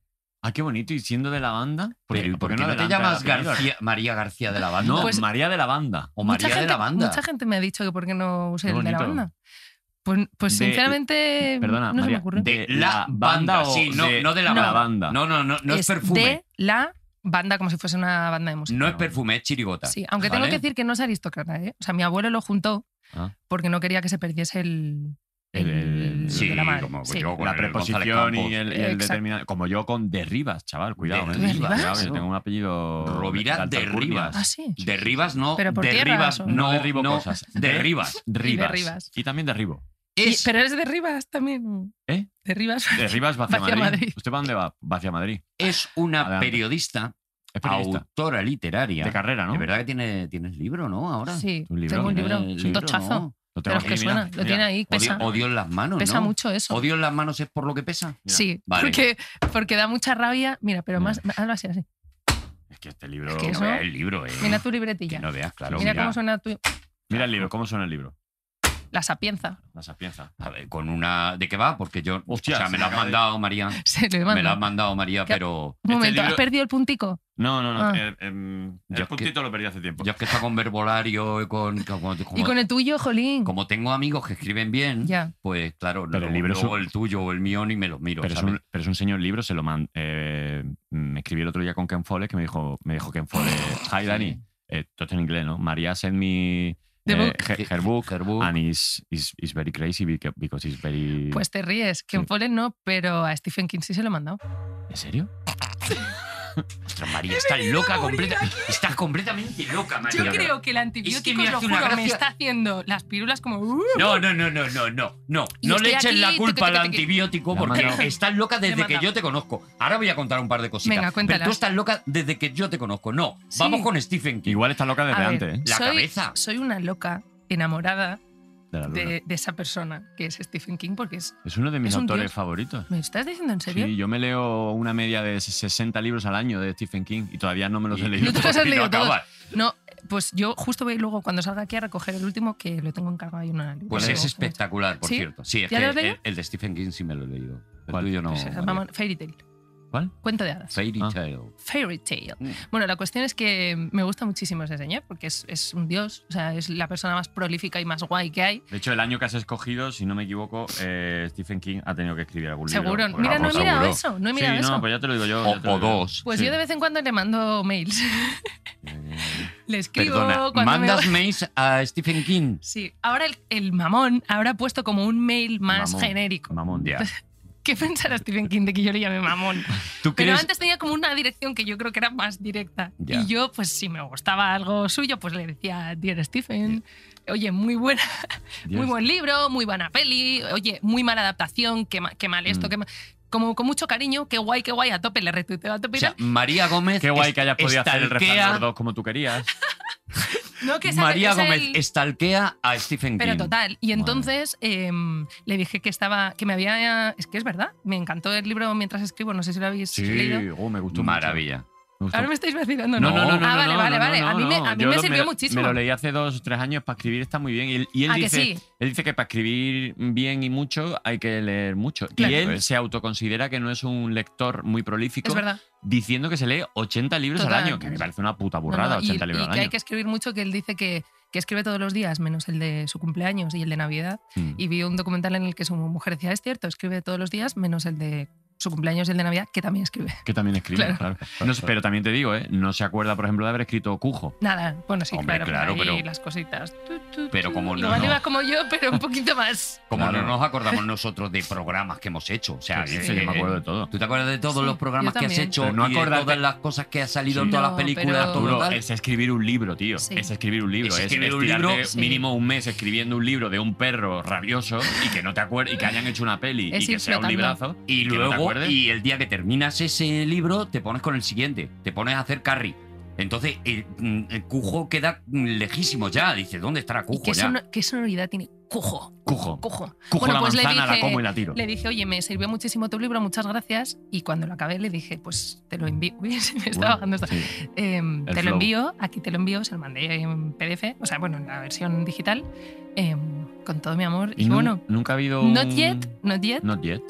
Speaker 5: Ah, qué bonito. Y siendo de la banda... ¿por
Speaker 3: pero ¿y
Speaker 5: qué-
Speaker 3: por qué
Speaker 5: por
Speaker 3: no,
Speaker 5: qué
Speaker 3: te
Speaker 5: adelanta
Speaker 3: llamas
Speaker 5: el apellido?
Speaker 3: García María García de la banda
Speaker 5: No,
Speaker 2: Pues-
Speaker 5: María de la banda.
Speaker 3: o María
Speaker 2: mucha
Speaker 3: de
Speaker 2: gente,
Speaker 3: la banda
Speaker 2: Mucha gente me ha dicho que por qué no usé
Speaker 5: Qué
Speaker 2: el de la
Speaker 5: bonito.
Speaker 2: banda. Pues, pues
Speaker 5: De-
Speaker 2: sinceramente,
Speaker 5: Perdona,
Speaker 2: no se me
Speaker 5: María,
Speaker 2: ocurre.
Speaker 3: De la banda, sí, no- no de la
Speaker 5: banda.
Speaker 3: no no no no es,
Speaker 2: Es
Speaker 3: perfume
Speaker 2: De la banda, como si fuese una banda de música.
Speaker 3: no es perfume es chirigota
Speaker 2: Sí, aunque tengo
Speaker 3: ¿vale?
Speaker 2: que decir que no es aristócrata, ¿eh? O sea, mi abuelo lo juntó
Speaker 5: Ah.
Speaker 2: porque no quería que se perdiese el.
Speaker 5: El- el-
Speaker 2: el
Speaker 3: Mm, sí,
Speaker 2: de la madre.
Speaker 3: como
Speaker 2: Sí.
Speaker 3: yo con
Speaker 5: la
Speaker 3: el González
Speaker 5: preposición
Speaker 3: Campos.
Speaker 5: y el, y el
Speaker 2: Exacto.
Speaker 5: determinante. Como yo con Derribas, chaval, cuidado. eh.
Speaker 2: Derribas.
Speaker 5: Cuidado, que yo tengo un apellido.
Speaker 3: Rovira
Speaker 5: de alta
Speaker 3: Derribas.
Speaker 5: alcurnia.
Speaker 2: Ah, sí.
Speaker 3: Derribas no,
Speaker 2: Pero por
Speaker 3: derribas
Speaker 2: tierras, ¿o?
Speaker 3: no,
Speaker 5: No derribo
Speaker 3: no,
Speaker 5: cosas.
Speaker 3: Derribas.
Speaker 5: Rivas.
Speaker 2: Rivas.
Speaker 5: Y también derribo.
Speaker 2: Y-
Speaker 3: Es,
Speaker 2: pero es de Rivas también.
Speaker 5: ¿Eh?
Speaker 2: De Rivas.
Speaker 5: Derribas va hacia,
Speaker 2: Hacia
Speaker 5: Madrid.
Speaker 2: Madrid.
Speaker 5: ¿Usted para dónde va? Va hacia Madrid.
Speaker 3: es una
Speaker 5: Adelante.
Speaker 3: periodista,
Speaker 5: Es periodista.
Speaker 3: autora literaria.
Speaker 5: De carrera, ¿no?
Speaker 3: De verdad que tiene, tienes libro, ¿no? Ahora.
Speaker 2: Sí,
Speaker 5: Un libro,
Speaker 2: tengo un
Speaker 5: mira,
Speaker 2: libro,
Speaker 5: el
Speaker 2: un
Speaker 5: libro,
Speaker 2: tochazo.
Speaker 3: ¿no?
Speaker 5: Lo
Speaker 2: De
Speaker 5: tengo
Speaker 2: los
Speaker 5: aquí,
Speaker 2: que
Speaker 5: mira,
Speaker 2: suena, lo
Speaker 5: mira.
Speaker 2: tiene ahí, pesa,
Speaker 3: Odio, odio en las manos,
Speaker 2: pesa
Speaker 3: ¿no?
Speaker 2: mucho eso.
Speaker 3: Odio en las manos es por lo que pesa.
Speaker 5: Mira.
Speaker 2: Sí,
Speaker 3: Vale.
Speaker 2: porque, porque da mucha rabia. Mira, pero más, hazlo así, así.
Speaker 5: Es que este libro.
Speaker 2: Es que
Speaker 3: Que no
Speaker 2: eso-
Speaker 3: veas el libro, ¿eh?
Speaker 2: Mira tu
Speaker 3: que
Speaker 2: libretilla.
Speaker 3: no veas, claro.
Speaker 2: mira,
Speaker 3: Mira,
Speaker 2: cómo suena tu,
Speaker 5: Mira el libro, ¿cómo suena el libro?
Speaker 2: la sapienza.
Speaker 5: La sapienza.
Speaker 3: A ver, con una. ¿De qué va? Porque yo.
Speaker 5: Hostia,
Speaker 3: o sea,
Speaker 5: se
Speaker 3: me
Speaker 5: me
Speaker 3: la has
Speaker 5: acaba de-
Speaker 3: mandado, María.
Speaker 2: Se le
Speaker 3: Me la has
Speaker 2: manda.
Speaker 3: mandado, María,
Speaker 2: ¿Qué-
Speaker 3: pero.
Speaker 2: Un
Speaker 5: este
Speaker 2: momento,
Speaker 5: libro-
Speaker 2: ¿has perdido el puntico?
Speaker 5: No, no, no.
Speaker 2: Ah.
Speaker 5: eh, em,
Speaker 3: Yo
Speaker 5: el
Speaker 3: es que-
Speaker 5: puntito lo perdí hace tiempo.
Speaker 3: Yo es que está con verbolario y con. como-
Speaker 2: Y
Speaker 3: como-
Speaker 2: con el tuyo, Jolín.
Speaker 3: como tengo amigos que escriben bien,
Speaker 2: Ya.
Speaker 3: pues claro,
Speaker 5: Pero el
Speaker 3: luego-
Speaker 5: libro es un-
Speaker 3: luego el tuyo o el mío ni me los miro.
Speaker 5: Pero es,
Speaker 3: ¿sabes?
Speaker 5: un, pero es un señor libro, se lo man. eh, me escribí el otro día con Ken Follett que me dijo, me dijo Ken Follett, hi Dani, eh, todo está en inglés, ¿no? María sent me
Speaker 2: The
Speaker 5: eh,
Speaker 2: book.
Speaker 5: her, her book
Speaker 3: Herbu.
Speaker 5: and is, is, is very crazy beca- because it's very...
Speaker 2: Pues te ríes. Ken
Speaker 5: Sí.
Speaker 2: Follett no, pero a Stephen King sí se lo he mandado.
Speaker 5: ¿En serio?
Speaker 3: Ostras, María, estás loca completa. Estás completamente loca, María.
Speaker 2: Yo creo que el antibiótico,
Speaker 3: me
Speaker 2: os lo
Speaker 3: hace una
Speaker 2: juro, me
Speaker 3: gracia-
Speaker 2: está haciendo las pirulas como... "Uh".
Speaker 3: No, no, no, no, no, no, no.
Speaker 2: Y
Speaker 3: No
Speaker 2: estoy
Speaker 3: le eches
Speaker 2: aquí,
Speaker 3: la culpa al
Speaker 2: tiqui, tiqui, tiqui.
Speaker 3: antibiótico
Speaker 5: La
Speaker 3: porque
Speaker 5: mano.
Speaker 3: estás loca desde
Speaker 2: Demanda.
Speaker 3: que yo te conozco. Ahora voy a contar un par de cositas.
Speaker 2: Venga,
Speaker 3: Pero
Speaker 2: cuéntalas.
Speaker 3: tú estás loca desde que yo te conozco. No,
Speaker 2: Sí.
Speaker 3: vamos con Stephen King.
Speaker 5: Igual está loca desde
Speaker 2: A ver,
Speaker 5: antes, ¿eh?
Speaker 3: La cabeza.
Speaker 2: Soy una loca enamorada
Speaker 5: De la luna.
Speaker 2: de, de esa persona que es Stephen King porque es...
Speaker 5: Es uno de mis
Speaker 2: Es un
Speaker 5: autores
Speaker 2: dios.
Speaker 5: favoritos.
Speaker 2: ¿Me estás diciendo en serio?
Speaker 5: Sí, yo me leo una media de 60 libros al año de Stephen King y todavía no me los
Speaker 3: Y-
Speaker 5: he
Speaker 3: y
Speaker 5: leído.
Speaker 2: no te los has
Speaker 5: todos.
Speaker 2: leído todos.
Speaker 5: acabas.
Speaker 2: No, pues yo justo voy luego cuando salga aquí a recoger el último que lo tengo encargado y una librería.
Speaker 3: Pues
Speaker 5: Sí.
Speaker 3: es espectacular, por
Speaker 2: ¿Sí?
Speaker 3: cierto. Sí, es
Speaker 2: ¿Ya
Speaker 3: que
Speaker 2: lo has leído?
Speaker 3: el, el de Stephen King sí me lo he leído. El
Speaker 5: ¿Cuál?
Speaker 3: tuyo no.
Speaker 2: Pues es-
Speaker 3: María.
Speaker 2: vamos, fairy Tail.
Speaker 5: ¿Cuál?
Speaker 2: Cuento de hadas.
Speaker 3: Fairy
Speaker 5: Ah.
Speaker 3: Tale.
Speaker 2: Fairy Tale.
Speaker 3: Mm.
Speaker 2: Bueno, la cuestión es que me gusta muchísimo ese señor porque es, es un dios, o sea, es la persona más prolífica y más guay que hay.
Speaker 5: De hecho, el año que has escogido, si no me equivoco, eh, Stephen King ha tenido que escribir algún
Speaker 2: Seguro.
Speaker 5: libro. porque
Speaker 2: Mira, no he
Speaker 5: vamos,
Speaker 2: mirado
Speaker 5: seguro.
Speaker 2: eso, no he mirado
Speaker 5: sí,
Speaker 2: eso.
Speaker 5: no, pues ya te lo digo yo.
Speaker 3: O,
Speaker 5: ya te lo
Speaker 3: o
Speaker 5: digo.
Speaker 3: dos.
Speaker 2: Pues
Speaker 5: sí.
Speaker 2: yo de vez en cuando le mando mails. le Pues escribo
Speaker 3: Perdona,
Speaker 2: cuando me
Speaker 3: ¿mandas mails a Stephen King?
Speaker 2: Sí, ahora el, el mamón habrá puesto como un mail más
Speaker 5: Mamón.
Speaker 2: genérico.
Speaker 5: Mamón, ya.
Speaker 2: ¿Qué pensará Stephen King de que yo le llame mamón?
Speaker 5: ¿Tú
Speaker 2: Pero
Speaker 5: crees?
Speaker 2: antes tenía como una dirección que yo creo que era más directa.
Speaker 3: Ya.
Speaker 2: Y yo, pues si me gustaba algo suyo, pues le decía, Dear Stephen, oye, muy buena,
Speaker 5: Dios.
Speaker 2: muy buen libro, muy buena peli, oye, muy mala adaptación, qué, ma- qué mal esto,
Speaker 5: Mm.
Speaker 2: qué mal... Como con mucho cariño, qué guay, qué guay, a tope, le retuiteo a tope.
Speaker 3: O
Speaker 2: y
Speaker 3: sea,
Speaker 2: tal.
Speaker 3: María Gómez.
Speaker 5: Qué guay que hayas
Speaker 3: est-
Speaker 5: podido hacer el
Speaker 3: estalquea-
Speaker 5: Resplandor 2 como tú querías.
Speaker 2: no, que esa-
Speaker 3: María
Speaker 2: esa
Speaker 3: Gómez
Speaker 2: el-
Speaker 3: estalquea a Stephen
Speaker 2: Pero
Speaker 3: King.
Speaker 2: total, y entonces em, le dije que estaba, que me había, es que es verdad, me encantó el libro mientras escribo, no sé si lo habéis leído.
Speaker 5: oh, me gustó. mucho.
Speaker 3: Maravilla.
Speaker 5: Me gustó
Speaker 2: Ahora me estáis vacilando,
Speaker 5: No, no, no, no.
Speaker 2: Ah,
Speaker 5: no,
Speaker 2: vale,
Speaker 5: no,
Speaker 2: vale,
Speaker 5: no,
Speaker 2: vale.
Speaker 5: no,
Speaker 2: a mí me,
Speaker 5: no.
Speaker 2: a mí
Speaker 5: Yo
Speaker 2: me
Speaker 5: lo-
Speaker 2: sirvió
Speaker 5: me lo-
Speaker 2: muchísimo.
Speaker 5: Me lo leí hace dos o tres años para escribir, está muy bien. Y él, y él
Speaker 2: ¿A que
Speaker 5: dice,
Speaker 2: sí?
Speaker 5: él dice que para escribir bien y mucho hay que leer mucho.
Speaker 2: Claro. Pues.
Speaker 5: Y él se autoconsidera que no es un lector muy prolífico,
Speaker 2: es verdad.
Speaker 5: diciendo que se lee 80 libros
Speaker 2: Total.
Speaker 5: al año, que me parece una puta
Speaker 2: No,
Speaker 5: burrada,
Speaker 2: no, y-
Speaker 5: 80
Speaker 2: y,
Speaker 5: libros
Speaker 2: que
Speaker 5: al
Speaker 2: hay
Speaker 5: año.
Speaker 2: que escribir mucho, que él dice que, que escribe todos los días, menos el de su cumpleaños y el de Navidad.
Speaker 5: Mm.
Speaker 2: Y vi un documental en el que su mujer decía, es cierto, escribe todos los días, menos el de su cumpleaños y el de Navidad, que también escribe.
Speaker 5: Que también escribe,
Speaker 2: Claro.
Speaker 5: claro. No sé, pero también te digo, ¿eh? no se acuerda, por ejemplo, de haber escrito Cujo.
Speaker 2: Nada, bueno, sí,
Speaker 3: Hombre,
Speaker 2: claro,
Speaker 3: claro,
Speaker 2: por ahí
Speaker 3: pero-
Speaker 2: las cositas. Tu, tu,
Speaker 3: pero
Speaker 2: tu.
Speaker 3: como no,
Speaker 2: Igual
Speaker 3: no.
Speaker 2: iba como yo, pero un poquito más.
Speaker 3: Como
Speaker 5: Claro.
Speaker 3: no nos acordamos nosotros de programas que hemos hecho. O sea,
Speaker 5: Sí,
Speaker 3: eh,
Speaker 5: Pues sí, yo me acuerdo de todo.
Speaker 3: ¿Tú te acuerdas de todos
Speaker 2: Sí,
Speaker 3: los programas
Speaker 2: yo
Speaker 3: que has
Speaker 2: también.
Speaker 3: hecho
Speaker 5: Pero no
Speaker 3: y de
Speaker 5: acordarte-
Speaker 3: todas las cosas que ha salido en
Speaker 2: Sí.
Speaker 3: todas
Speaker 2: No,
Speaker 3: las películas,
Speaker 2: pero-
Speaker 3: todo
Speaker 5: Arturo,
Speaker 3: tal?
Speaker 5: es escribir un libro, tío.
Speaker 2: Sí.
Speaker 5: Es escribir un libro.
Speaker 3: Es
Speaker 5: Es,
Speaker 3: escribir un
Speaker 5: estirarte
Speaker 3: libro,
Speaker 2: sí.
Speaker 5: mínimo un mes escribiendo un libro de un perro rabioso y que no te acuerdes y que hayan hecho una peli
Speaker 2: Es
Speaker 5: y que
Speaker 2: ir
Speaker 5: sea un
Speaker 2: flotando.
Speaker 5: librazo.
Speaker 3: Y
Speaker 5: que no te
Speaker 3: luego,
Speaker 5: acuerdes.
Speaker 3: y el día que terminas ese libro, te pones con el siguiente, te pones a hacer carry. Entonces, el, mm, el cujo queda mm, lejísimo ya. Dice, ¿dónde estará
Speaker 2: ¿Y
Speaker 3: cujo
Speaker 5: Pues
Speaker 2: qué,
Speaker 3: ya?
Speaker 2: sono- qué sonoridad tiene? Cujo,
Speaker 5: Cujo.
Speaker 2: cujo.
Speaker 5: Cujo
Speaker 2: Bueno,
Speaker 5: la
Speaker 2: pues le
Speaker 5: manzana, la
Speaker 2: dije-
Speaker 5: como y la tiro.
Speaker 2: Le dije, oye, me sirvió muchísimo tu libro, muchas gracias. Y cuando lo acabé, le dije, pues te lo envío. Uy, se me está
Speaker 5: Bueno,
Speaker 2: bajando esto.
Speaker 5: sí.
Speaker 2: Em, te
Speaker 5: El
Speaker 2: lo
Speaker 5: flow.
Speaker 2: envío, aquí te lo envío, se lo mandé en PDF, o sea, bueno, en la versión digital, em, con todo mi amor. Y,
Speaker 5: nu-
Speaker 2: bueno,
Speaker 5: nunca ha habido.
Speaker 2: not
Speaker 5: un-
Speaker 2: yet, not yet,
Speaker 5: Not yet.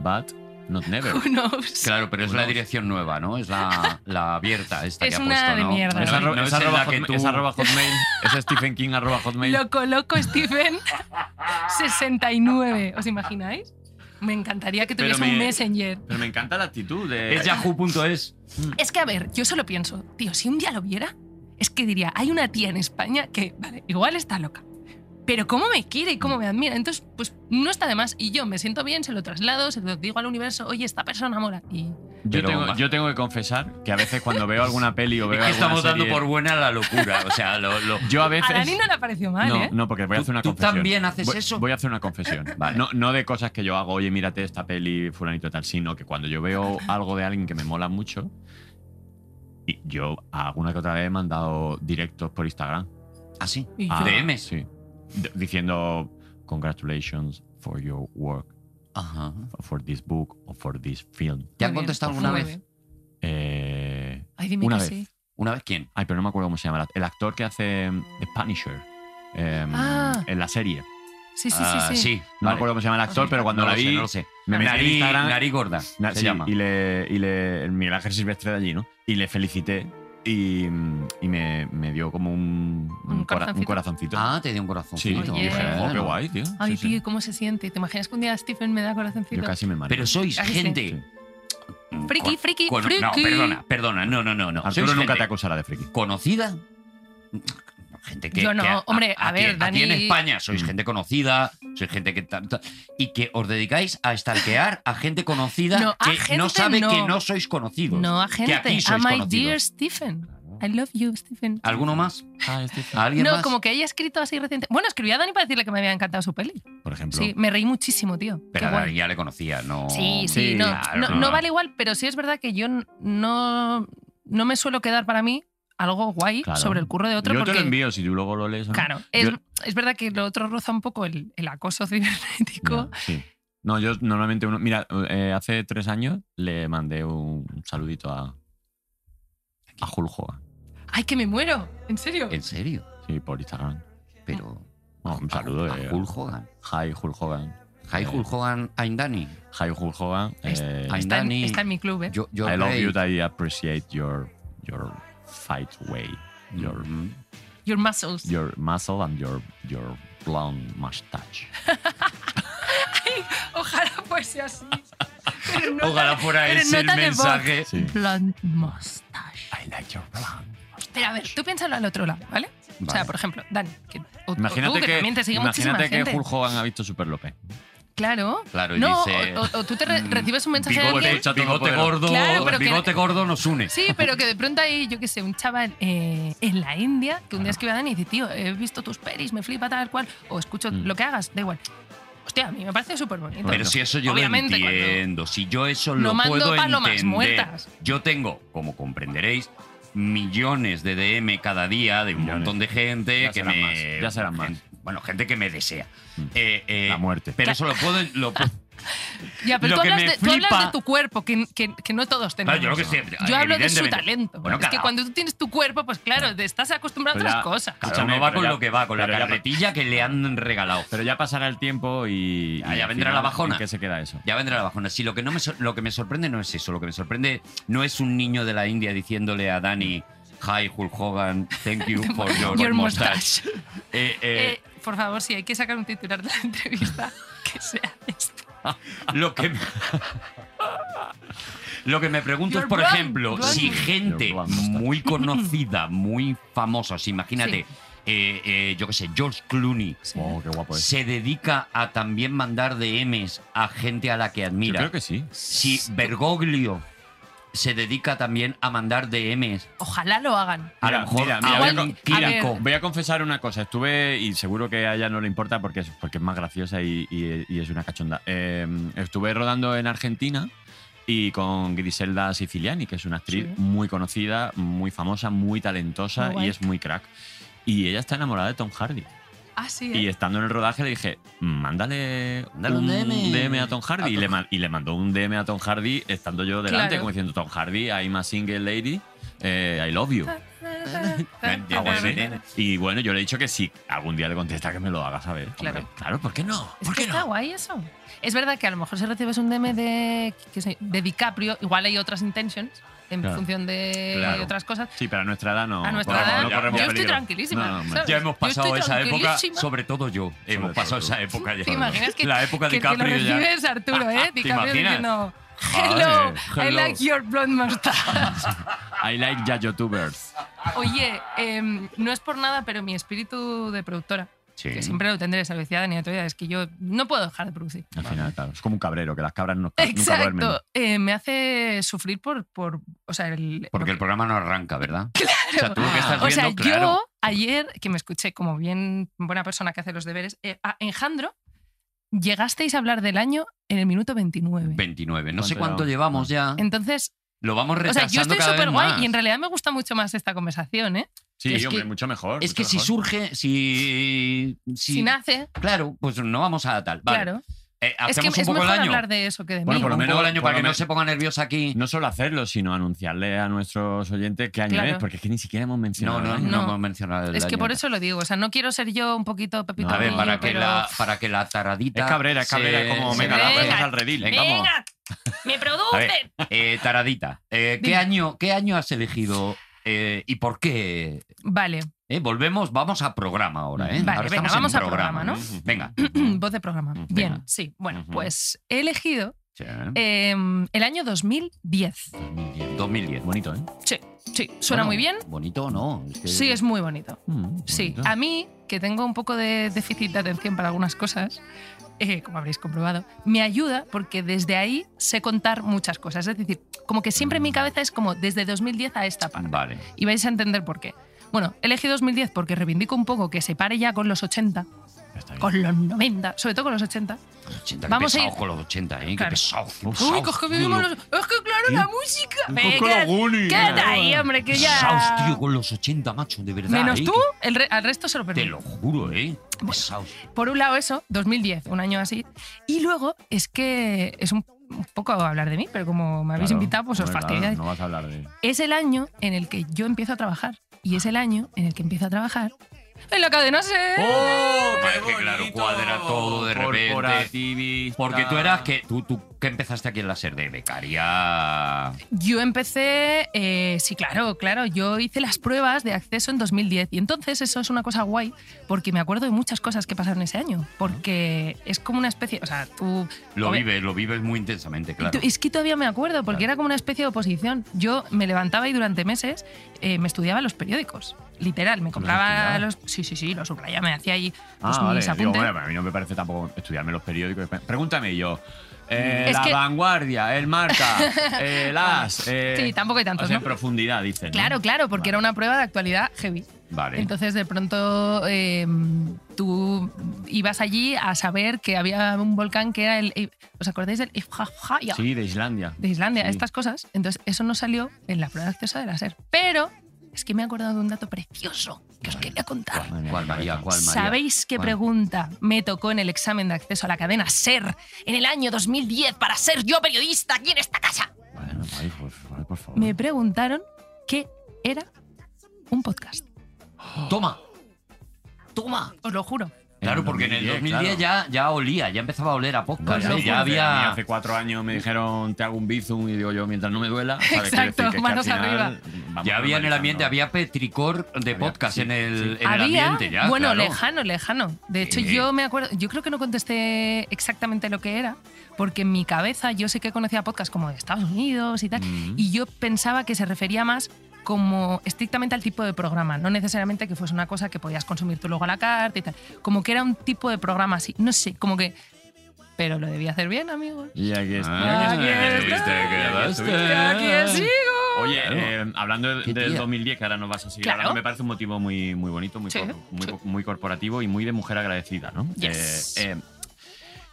Speaker 5: But not never.
Speaker 2: who knows.
Speaker 3: Claro, pero es
Speaker 5: Pues
Speaker 3: la dirección nueva, ¿no? Es la, la abierta esta
Speaker 2: Es
Speaker 3: que ha
Speaker 2: una
Speaker 3: puesto,
Speaker 2: de
Speaker 3: ¿no?
Speaker 2: mierda.
Speaker 3: No es-
Speaker 5: Es, arro-
Speaker 3: no
Speaker 5: es
Speaker 3: es en
Speaker 5: arroba
Speaker 3: la que
Speaker 5: hotma-
Speaker 3: tú-
Speaker 5: es arroba hotmail. Es Stephen King arroba hotmail.
Speaker 2: Lo coloco, Stephen, 69, ¿os imagináis? Me encantaría que
Speaker 5: Pero
Speaker 2: tuviese un
Speaker 5: me-
Speaker 2: messenger.
Speaker 5: Pero me encanta la actitud de.
Speaker 3: Es yahoo.es.
Speaker 2: Es que, a ver, yo solo pienso, tío, si un día lo viera, es que diría, hay una tía en España que, vale, igual está loca, pero cómo me quiere y cómo me admira. Entonces, pues no está de más. Y yo me siento bien, se lo traslado, se lo digo al universo, oye, esta persona mola. Y
Speaker 5: Yo
Speaker 3: Pero
Speaker 5: tengo,
Speaker 3: más-
Speaker 5: yo tengo que confesar que a veces cuando veo alguna peli o veo.
Speaker 3: Es que
Speaker 5: alguna
Speaker 3: estamos dando
Speaker 5: serie-
Speaker 3: por buena la locura. O sea, lo. lo-
Speaker 5: Yo a
Speaker 2: a
Speaker 5: veces.
Speaker 2: Dani no le ha parecido mal,
Speaker 5: no,
Speaker 2: ¿eh?
Speaker 5: no, porque voy a
Speaker 3: ¿Tú-
Speaker 5: hacer una
Speaker 3: tú
Speaker 5: confesión.
Speaker 3: también haces
Speaker 5: Voy-
Speaker 3: eso?
Speaker 5: Voy a hacer una confesión.
Speaker 3: Vale.
Speaker 5: No, no de cosas que yo hago, oye, mírate esta peli, fulanito tal, sino que cuando yo veo algo de alguien que me mola mucho, y yo alguna que otra vez he mandado directos por Instagram.
Speaker 3: Así.
Speaker 2: Y yo-
Speaker 5: a-
Speaker 3: DMs.
Speaker 5: Ah, Sí. D- Diciendo, congratulations for your work,
Speaker 3: Ajá.
Speaker 5: for this book, or for this film.
Speaker 3: ¿Te han
Speaker 2: Muy bien,
Speaker 3: contestado
Speaker 2: muy
Speaker 3: alguna
Speaker 2: bien.
Speaker 3: vez?
Speaker 5: Eh,
Speaker 2: Ay, dime
Speaker 5: Una
Speaker 2: que
Speaker 5: vez.
Speaker 2: sí.
Speaker 3: ¿Una vez quién?
Speaker 5: ay, pero no me acuerdo cómo se llama. El actor que hace mm, The Punisher. em,
Speaker 2: Ah.
Speaker 5: En la serie.
Speaker 2: Sí, sí,
Speaker 3: Ah,
Speaker 2: sí. sí.
Speaker 5: No me acuerdo cómo se llama el actor,
Speaker 2: Sí.
Speaker 5: pero cuando
Speaker 3: no
Speaker 5: la
Speaker 3: lo sé,
Speaker 5: vi,
Speaker 3: no lo sé.
Speaker 5: me metí en
Speaker 3: Nariz,
Speaker 5: Instagram-
Speaker 3: nariz gorda.
Speaker 5: Na-
Speaker 3: se
Speaker 5: sí,
Speaker 3: llama.
Speaker 5: Y le, y le. el Miguel Ángel Silvestre de allí, ¿no? Y le felicité y, mm, y me, me dio como un,
Speaker 2: Un
Speaker 5: cora-
Speaker 2: corazoncito.
Speaker 5: un corazoncito.
Speaker 3: Ah, te dio un corazón.
Speaker 5: sí,
Speaker 2: Oye.
Speaker 5: dije, oh, qué guay, tío.
Speaker 2: Ay,
Speaker 5: Sí, sí.
Speaker 2: tío, ¿cómo se siente? ¿Te imaginas que un día Stephen me da corazoncito?
Speaker 5: Yo casi me mato.
Speaker 3: Pero sois
Speaker 2: Ay, sí.
Speaker 3: gente.
Speaker 2: Friki,
Speaker 3: con-
Speaker 2: friki,
Speaker 3: con-
Speaker 2: friki.
Speaker 3: No, perdona, perdona. No, no, no. no.
Speaker 5: Arturo
Speaker 3: Sois
Speaker 5: nunca
Speaker 3: gente
Speaker 5: te acusará de friki.
Speaker 3: ¿Conocida? gente que.
Speaker 2: Yo no,
Speaker 3: que
Speaker 2: hombre, a ver,
Speaker 3: aquí- aquí en
Speaker 2: Dani-
Speaker 3: España sois
Speaker 5: Mm.
Speaker 3: gente conocida, sois gente que. ta- ta- y que os dedicáis a estalquear a gente conocida
Speaker 2: No, a
Speaker 3: que no
Speaker 2: gente
Speaker 3: sabe que
Speaker 2: no.
Speaker 3: no sois conocidos.
Speaker 2: No a gente.
Speaker 3: aquí sois
Speaker 2: a my
Speaker 3: conocidos.
Speaker 2: dear Stephen. I love you, Stephen.
Speaker 3: ¿Alguno más?
Speaker 5: Ah, este está-
Speaker 3: ¿A ¿Alguien
Speaker 2: No,
Speaker 3: más?
Speaker 2: como que haya escrito así reciente. Bueno, escribí a Dani para decirle que me había encantado su peli.
Speaker 3: Por ejemplo.
Speaker 2: Sí, me reí muchísimo, tío. Qué
Speaker 3: Pero a
Speaker 2: guay.
Speaker 3: Dani ya le conocía, ¿no?
Speaker 2: Sí, sí,
Speaker 5: sí,
Speaker 2: no,
Speaker 3: claro,
Speaker 2: no,
Speaker 3: no,
Speaker 2: no
Speaker 3: no.
Speaker 2: vale igual, pero sí es verdad que yo n- no, no me suelo quedar para mí algo guay
Speaker 5: Claro.
Speaker 2: sobre el curro de otro
Speaker 5: Yo
Speaker 2: porque
Speaker 5: te lo envío si tú luego lo lees. ¿no?
Speaker 2: claro, es,
Speaker 5: Yo-
Speaker 2: es verdad que lo otro roza un poco el, el acoso cibernético.
Speaker 5: Ya, sí. No, yo normalmente uno. Mira, eh, hace tres años le mandé un saludito a. A Juljo.
Speaker 2: Ay, que me muero, en serio.
Speaker 3: ¿En serio?
Speaker 5: Sí, por Instagram.
Speaker 3: Pero.
Speaker 5: Bueno, un saludo.
Speaker 3: A
Speaker 5: eh,
Speaker 3: Hulk Hogan.
Speaker 5: Hi, Hulk Hogan.
Speaker 3: Hi,
Speaker 5: Eh,
Speaker 3: Hulk Hogan, I'm Dani.
Speaker 5: Hi, Hulk Hogan.
Speaker 2: Es-
Speaker 5: eh,
Speaker 3: Ay,
Speaker 2: está, en,
Speaker 3: Dani,
Speaker 2: está en mi club, ¿eh?
Speaker 3: Yo, yo
Speaker 5: I love
Speaker 3: rey.
Speaker 5: you, that I appreciate your, your fight way, your,
Speaker 3: Mm.
Speaker 2: Your muscles.
Speaker 5: your muscle and your, your blonde mustache.
Speaker 2: Ojalá fuese así. Pero no
Speaker 3: Ojalá
Speaker 2: tan-
Speaker 3: fuera
Speaker 2: pero
Speaker 3: ese
Speaker 2: no
Speaker 3: el
Speaker 2: tan de voz.
Speaker 3: mensaje.
Speaker 5: Sí.
Speaker 2: Blonde mustache.
Speaker 5: I like your blonde.
Speaker 2: Pero a ver, tú piénsalo al otro lado, ¿vale? O sea,
Speaker 3: Vale.
Speaker 2: por ejemplo, Dani, que, o- o tú,
Speaker 5: Imagínate
Speaker 2: que,
Speaker 5: que,
Speaker 2: también te sigue muchísima
Speaker 5: imagínate que
Speaker 2: gente.
Speaker 5: Hulk Hogan ha visto Super López.
Speaker 2: Claro.
Speaker 3: Claro, y
Speaker 2: No,
Speaker 3: dice. "Mm,
Speaker 2: o, o- o tú te re- recibes un mensaje de
Speaker 3: Bigote,
Speaker 2: alguien.
Speaker 5: Chato
Speaker 3: bigote
Speaker 5: Poderoso.
Speaker 3: gordo,
Speaker 2: Claro, pero que-
Speaker 3: bigote gordo nos une.
Speaker 2: Sí, pero que de pronto hay, yo qué sé, un chaval eh, en la India que un día escribe a Dani y dice, tío, he visto tus pelis, me flipa tal cual, o escucho
Speaker 5: Mm.
Speaker 2: lo que hagas, da igual. Hostia, a mí me parece súper bonito.
Speaker 3: Pero si eso yo
Speaker 2: Obviamente,
Speaker 3: lo
Speaker 2: cuando-
Speaker 3: entiendo, si yo eso
Speaker 2: No
Speaker 3: lo
Speaker 2: mando
Speaker 3: puedo
Speaker 2: palomas
Speaker 3: entender.
Speaker 2: muertas.
Speaker 3: Yo tengo, como comprenderéis, millones de DM cada día de un
Speaker 5: Millones.
Speaker 3: montón de gente
Speaker 5: Ya
Speaker 3: que
Speaker 5: serán
Speaker 3: me
Speaker 5: más, ya serán más.
Speaker 3: gen- bueno, gente que me desea.
Speaker 5: Mm.
Speaker 3: Eh, eh,
Speaker 5: La muerte.
Speaker 3: Pero eso lo puedo, lo puedo-
Speaker 2: ya, pero
Speaker 3: lo
Speaker 2: tú,
Speaker 3: que
Speaker 2: hablas
Speaker 3: me
Speaker 2: de, tú hablas
Speaker 3: flipa-
Speaker 2: de tu cuerpo, que, que- que no todos tenemos.
Speaker 3: Claro, yo lo que sé,
Speaker 2: Yo hablo de su
Speaker 3: evidentemente.
Speaker 2: talento.
Speaker 3: Bueno,
Speaker 2: es que
Speaker 3: cada-
Speaker 2: cuando tú tienes tu cuerpo, pues claro, te estás acostumbrado a
Speaker 5: Pero
Speaker 2: otras
Speaker 5: ya-
Speaker 2: cosas.
Speaker 3: Cada
Speaker 5: Escúchame,
Speaker 3: uno va
Speaker 5: pero
Speaker 3: con
Speaker 5: ya-
Speaker 3: lo que va, con la
Speaker 5: pero ya-
Speaker 3: carretilla que le han regalado.
Speaker 5: Pero ya pasará el tiempo y.
Speaker 3: Ya,
Speaker 5: y
Speaker 3: ya
Speaker 5: al
Speaker 3: vendrá la
Speaker 5: final,
Speaker 3: bajona.
Speaker 5: ¿en qué se queda eso?
Speaker 3: Ya vendrá la bajona. Sí, lo que, no me, sor- lo que me sorprende no es eso. Lo que me sorprende no es un niño de la India diciéndole a Dani, Hi, Hulk Hogan, thank you for your,
Speaker 2: Your
Speaker 3: mustache.
Speaker 2: mustache.
Speaker 3: Eh, eh,
Speaker 2: Eh, por favor, si hay que sacar un titular de la entrevista, que sea este. esto.
Speaker 3: lo, que me, lo que me pregunto
Speaker 2: Your
Speaker 3: es, por
Speaker 2: blonde,
Speaker 3: ejemplo,
Speaker 2: blonde.
Speaker 3: si
Speaker 5: Your
Speaker 3: gente
Speaker 5: blonde mustache.
Speaker 3: muy conocida, muy famosa, si imagínate, eh, eh, yo qué sé, George Clooney,
Speaker 2: Sí.
Speaker 5: Oh, qué
Speaker 2: Pues
Speaker 5: guapo es.
Speaker 3: se dedica a también mandar DMs a gente a la que
Speaker 5: Yo
Speaker 3: admira.
Speaker 5: creo que sí.
Speaker 3: si Bergoglio se dedica también a mandar DMs.
Speaker 2: Ojalá lo hagan.
Speaker 3: A
Speaker 5: Mira,
Speaker 3: lo mejor
Speaker 5: mira,
Speaker 3: a
Speaker 5: mira,
Speaker 3: un
Speaker 2: voy a- a
Speaker 3: químico.
Speaker 2: ver.
Speaker 5: Voy a confesar una cosa. Estuve, y seguro que a ella no le importa porque es, porque es más graciosa y, y- y es una cachonda. Eh, estuve rodando en Argentina y con Griselda Siciliani, que es una actriz
Speaker 2: Sí.
Speaker 5: muy conocida, muy famosa, muy talentosa
Speaker 2: Muy guay.
Speaker 5: y es muy crack. Y ella está enamorada de Tom Hardy.
Speaker 2: Ah, sí. ¿eh?
Speaker 5: Y estando en el rodaje le dije, mándale,
Speaker 3: Mándale un DM.
Speaker 5: a Tom Hardy.
Speaker 3: A
Speaker 5: y,
Speaker 3: Tom
Speaker 5: le, ma- y le mandó un DM a Tom Hardy estando yo delante,
Speaker 2: Claro.
Speaker 5: como diciendo, Tom Hardy, I'm a single lady, eh, I love you.
Speaker 3: Algo así.
Speaker 5: Ah, Y bueno, yo le he dicho que sí. Algún día le contesta que me lo haga saber.
Speaker 2: Claro.
Speaker 5: Hombre, claro, ¿por qué no?
Speaker 2: Es
Speaker 5: ¿Por
Speaker 2: que
Speaker 5: qué
Speaker 2: está
Speaker 5: no?
Speaker 2: guay eso. Es verdad que a lo mejor si recibes un DM de, qué sé, de DiCaprio, igual hay otras intentions en
Speaker 5: Claro.
Speaker 2: función de
Speaker 3: Claro.
Speaker 2: otras cosas.
Speaker 5: Sí, pero a nuestra edad no.
Speaker 2: a nuestra
Speaker 5: corremos-
Speaker 2: edad,
Speaker 5: no corremos
Speaker 2: yo estoy
Speaker 5: peligro.
Speaker 2: tranquilísima.
Speaker 5: No, no,
Speaker 2: ¿sabes?
Speaker 3: Ya hemos
Speaker 2: Yo estoy
Speaker 3: pasado esa época,
Speaker 2: tranquilísima.
Speaker 3: sobre todo yo. Hemos
Speaker 5: todo
Speaker 3: pasado
Speaker 5: tú.
Speaker 3: esa época ya.
Speaker 2: ¿Te imaginas que,
Speaker 3: La época
Speaker 2: que-
Speaker 3: de
Speaker 2: que lo
Speaker 3: Caprio ya. Ah,
Speaker 2: recibes, Arturo, eh?
Speaker 3: ¿Te
Speaker 2: DiCaprio
Speaker 3: imaginas?
Speaker 2: diciendo,
Speaker 5: Joder,
Speaker 2: hello, I
Speaker 5: hello.
Speaker 2: like your blonde mustache.
Speaker 5: I like ya youtubers.
Speaker 2: Oye, em, no es por nada, pero mi espíritu de productora,
Speaker 3: Sí.
Speaker 2: que siempre lo tendré, se lo decía Dani otro día, es que yo no puedo dejar de producir.
Speaker 5: Al final, claro, es como un cabrero, que las cabras no, nunca duermen.
Speaker 2: Exacto. Eh, me hace sufrir por, por o sea, el,
Speaker 3: Porque el programa no arranca, ¿verdad? Claro. O sea, tú lo que estás
Speaker 2: o sea,
Speaker 3: viendo, claro.
Speaker 2: yo ayer que me escuché como bien buena persona que hace los deberes, eh, a Enjandro, llegasteis a hablar del año en el minuto 29.
Speaker 3: 29. No sé
Speaker 5: ¿Cuánto
Speaker 3: cuánto
Speaker 5: llevamos?
Speaker 3: llevamos ya.
Speaker 2: Entonces,
Speaker 3: Lo vamos
Speaker 2: o sea,
Speaker 3: retrasando
Speaker 2: yo estoy
Speaker 3: cada vez
Speaker 2: súper guay
Speaker 3: más.
Speaker 2: y en realidad me gusta mucho más esta conversación, ¿eh?
Speaker 5: Sí,
Speaker 3: Es
Speaker 5: hombre,
Speaker 3: que-
Speaker 5: mucho mejor.
Speaker 3: Es que
Speaker 5: mucho
Speaker 3: si
Speaker 5: mejor.
Speaker 3: surge, si, si.
Speaker 2: Si nace,
Speaker 3: Claro, pues no vamos a tal. Vale.
Speaker 2: claro.
Speaker 3: Eh,
Speaker 2: Es que
Speaker 3: hacemos
Speaker 2: es
Speaker 3: un poco
Speaker 2: mejor
Speaker 3: el año.
Speaker 2: hablar de eso que de
Speaker 5: Bueno,
Speaker 2: mí.
Speaker 5: por lo
Speaker 3: Un
Speaker 5: menos-
Speaker 3: poco el año
Speaker 5: por
Speaker 3: para
Speaker 5: lo
Speaker 3: que no
Speaker 5: menos-
Speaker 3: se ponga nerviosa aquí.
Speaker 5: No solo hacerlo, sino anunciarle a nuestros oyentes qué año
Speaker 2: Claro.
Speaker 5: es, porque es que ni siquiera hemos mencionado.
Speaker 3: No, no,
Speaker 5: el
Speaker 3: no,
Speaker 5: año.
Speaker 2: No.
Speaker 3: hemos mencionado el
Speaker 2: es que
Speaker 3: año.
Speaker 2: por eso lo digo, o sea, no quiero ser yo un poquito Pepito.
Speaker 5: No,
Speaker 3: A ver,
Speaker 5: Ay,
Speaker 3: para
Speaker 2: Grillo,
Speaker 3: que,
Speaker 2: pero-
Speaker 3: la, para que la taradita.
Speaker 5: Es cabrera, es cabrera,
Speaker 3: se-
Speaker 5: es como,
Speaker 3: se
Speaker 5: venga,
Speaker 2: venga.
Speaker 5: la ponemos al redil.
Speaker 3: Venga, vamos.
Speaker 2: ¡Venga! ¡Me
Speaker 3: A ver,
Speaker 2: producen!
Speaker 3: eh, taradita, eh, ¿qué,
Speaker 2: Dime.
Speaker 3: año, ¿qué año has elegido eh, y por qué?
Speaker 2: Vale,
Speaker 3: Eh, volvemos, vamos a programa ahora, ¿eh?
Speaker 2: Vale,
Speaker 3: Ahora
Speaker 2: venga,
Speaker 3: estamos en ¿eh?
Speaker 2: vamos a programa, ¿no?
Speaker 3: Mm. Venga.
Speaker 2: voz de programa.
Speaker 5: Ujú.
Speaker 2: Bien, sí. Bueno,
Speaker 5: Ujú.
Speaker 2: pues he elegido
Speaker 5: Sí.
Speaker 2: Eh, el año 2010.
Speaker 5: 2010. 2010, bonito, ¿eh?
Speaker 2: Sí, sí, suena
Speaker 5: Bueno,
Speaker 2: muy bien.
Speaker 5: Bonito, ¿no? que-
Speaker 2: Sí, es muy bonito.
Speaker 5: Mm,
Speaker 2: Sí, Ah,
Speaker 5: bonito.
Speaker 2: a mí, que tengo un poco de déficit de atención para algunas cosas, eh, como habréis comprobado, me ayuda porque desde ahí sé contar muchas cosas. Es decir, como que siempre en
Speaker 3: Mm.
Speaker 2: mi cabeza es como desde 2010 a esta parte.
Speaker 5: Vale.
Speaker 2: Y vais a entender por qué. Bueno, elegí 2010 porque reivindico un poco que se pare ya con los 80,
Speaker 5: Está bien.
Speaker 2: con los 90, sobre todo con los 80.
Speaker 3: 80,
Speaker 2: Vamos a
Speaker 3: qué
Speaker 2: ir-
Speaker 3: pesado con los 80, ¿eh? Qué
Speaker 2: Claro.
Speaker 3: pesado. qué
Speaker 2: Uy,
Speaker 3: pesado.
Speaker 2: que es que vivimos los... Es que claro, la música...
Speaker 5: Pues
Speaker 2: Eh,
Speaker 5: con la
Speaker 2: queda-
Speaker 5: Guni.
Speaker 2: Quédate ahí, hombre, que
Speaker 3: Pesaos, tío,
Speaker 2: ya...
Speaker 3: con los 80, macho, de verdad.
Speaker 2: Menos
Speaker 3: ¿eh?
Speaker 2: tú, el re- al resto se lo
Speaker 3: Que- Te
Speaker 2: permito.
Speaker 3: lo juro, ¿eh?
Speaker 5: ¡Oh,
Speaker 3: Pesaos.
Speaker 2: Por un lado eso, 2010, un año así. Y luego es que es un, un poco hablar de mí, pero como me habéis
Speaker 5: Claro.
Speaker 2: invitado, pues os
Speaker 5: Hombre, claro,
Speaker 2: fastidiáis.
Speaker 5: No vas a hablar de.
Speaker 2: Es el año en el que yo empiezo a trabajar. Y es el año en el que empiezo a trabajar en la cadena SER.
Speaker 3: ¡Oh! Pero es que, claro, cuadra todo de repente.
Speaker 5: Corporativista.
Speaker 3: Porque tú eras que. Tú, tú que empezaste aquí en la SER de becaria.
Speaker 2: Yo empecé, eh, sí, claro, claro, yo hice las pruebas de acceso en 2010 y entonces eso es una cosa guay porque me acuerdo de muchas cosas que pasaron ese año, porque es como una especie, o sea, tú...
Speaker 3: Lo
Speaker 2: Hombre,
Speaker 3: vives, lo vives muy intensamente, claro.
Speaker 2: Es que todavía me acuerdo, porque
Speaker 3: Claro.
Speaker 2: era como una especie de oposición. Yo me levantaba y durante meses eh, me estudiaba los periódicos. Literal, me compraba
Speaker 5: estudiabas?
Speaker 2: los. Sí, sí, sí, los subrayaba, me hacía ahí pues,
Speaker 5: Ah,
Speaker 2: mis
Speaker 5: vale. Digo,
Speaker 2: apuntes.
Speaker 5: bueno, a mí no me parece tampoco estudiarme los periódicos. Pregúntame yo. Eh,
Speaker 3: Mm.
Speaker 2: Es
Speaker 5: la
Speaker 2: que-
Speaker 5: vanguardia, el marca, el as. eh,
Speaker 2: Sí, tampoco hay tantos,
Speaker 5: o sea, en
Speaker 2: ¿no?
Speaker 5: profundidad, dicen. ¿no?
Speaker 2: Claro, claro, porque era una prueba de actualidad heavy.
Speaker 5: Vale.
Speaker 2: Entonces, de pronto, eh, tú ibas allí a saber que había un volcán que era el. eh, ¿Os acordáis del Ifjajaya?
Speaker 5: Sí, de Islandia.
Speaker 2: de Islandia,
Speaker 5: Sí.
Speaker 2: estas cosas. Entonces, eso no salió en la prueba de acceso de la SER. Pero es que me he acordado de un dato precioso que os quería contar.
Speaker 5: Madre mía,
Speaker 3: ¿Cuál,
Speaker 5: qué cabeza.
Speaker 3: María? ¿Cuál, María?
Speaker 2: ¿Sabéis qué
Speaker 3: ¿Cuál?
Speaker 2: pregunta me tocó en el examen de acceso a la cadena SER en el año 2010 para ser yo periodista aquí en esta casa?
Speaker 5: Bueno, ay, por, ay, por favor.
Speaker 2: Me preguntaron qué era un podcast.
Speaker 3: Toma. Toma.
Speaker 2: Os lo juro.
Speaker 3: Claro, porque en el 2010 ya, ya olía, ya empezaba a oler a podcast.
Speaker 5: Vale,
Speaker 3: ¿eh?
Speaker 5: sí,
Speaker 3: ya
Speaker 5: a mí
Speaker 3: había.
Speaker 5: Hace cuatro años me dijeron, te hago un bizum, y digo yo, mientras no me duela. ¿sabes? Quiero
Speaker 2: Exacto,
Speaker 5: decir que es que al
Speaker 2: manos
Speaker 5: final,
Speaker 2: arriba.
Speaker 5: vamos
Speaker 3: Ya había en el ambiente,
Speaker 5: normalizando.
Speaker 3: había petricor de
Speaker 5: Había,
Speaker 3: podcast
Speaker 5: sí,
Speaker 3: en, el,
Speaker 5: sí.
Speaker 3: en el
Speaker 2: Había,
Speaker 3: ambiente ya.
Speaker 2: bueno,
Speaker 3: claro.
Speaker 2: lejano, lejano. De hecho,
Speaker 3: Sí.
Speaker 2: yo me acuerdo, yo creo que no contesté exactamente lo que era, porque en mi cabeza yo sé que conocía podcasts como de Estados Unidos y tal,
Speaker 5: Mm.
Speaker 2: y yo pensaba que se refería más como estrictamente al tipo de programa, no necesariamente que fuese una cosa que podías consumir tú luego a la carta y tal, como que era un tipo de programa así, no sé, como que... Pero lo debía hacer bien, amigos.
Speaker 5: Y aquí está.
Speaker 3: Ah,
Speaker 2: aquí
Speaker 5: estuviste,
Speaker 2: está.
Speaker 5: que ya
Speaker 3: Aquí
Speaker 5: estuviste.
Speaker 2: Aquí sigo.
Speaker 5: Oye,
Speaker 3: Claro.
Speaker 5: eh, hablando de-
Speaker 3: Qué
Speaker 5: del
Speaker 3: tía.
Speaker 5: 2010, que ahora nos vas a seguir
Speaker 2: Claro.
Speaker 5: hablando, me parece un motivo muy, muy bonito, muy,
Speaker 2: Sí,
Speaker 5: cor- muy,
Speaker 2: sí.
Speaker 5: muy corporativo y muy de mujer agradecida, ¿no?
Speaker 2: Yes.
Speaker 5: Eh, eh,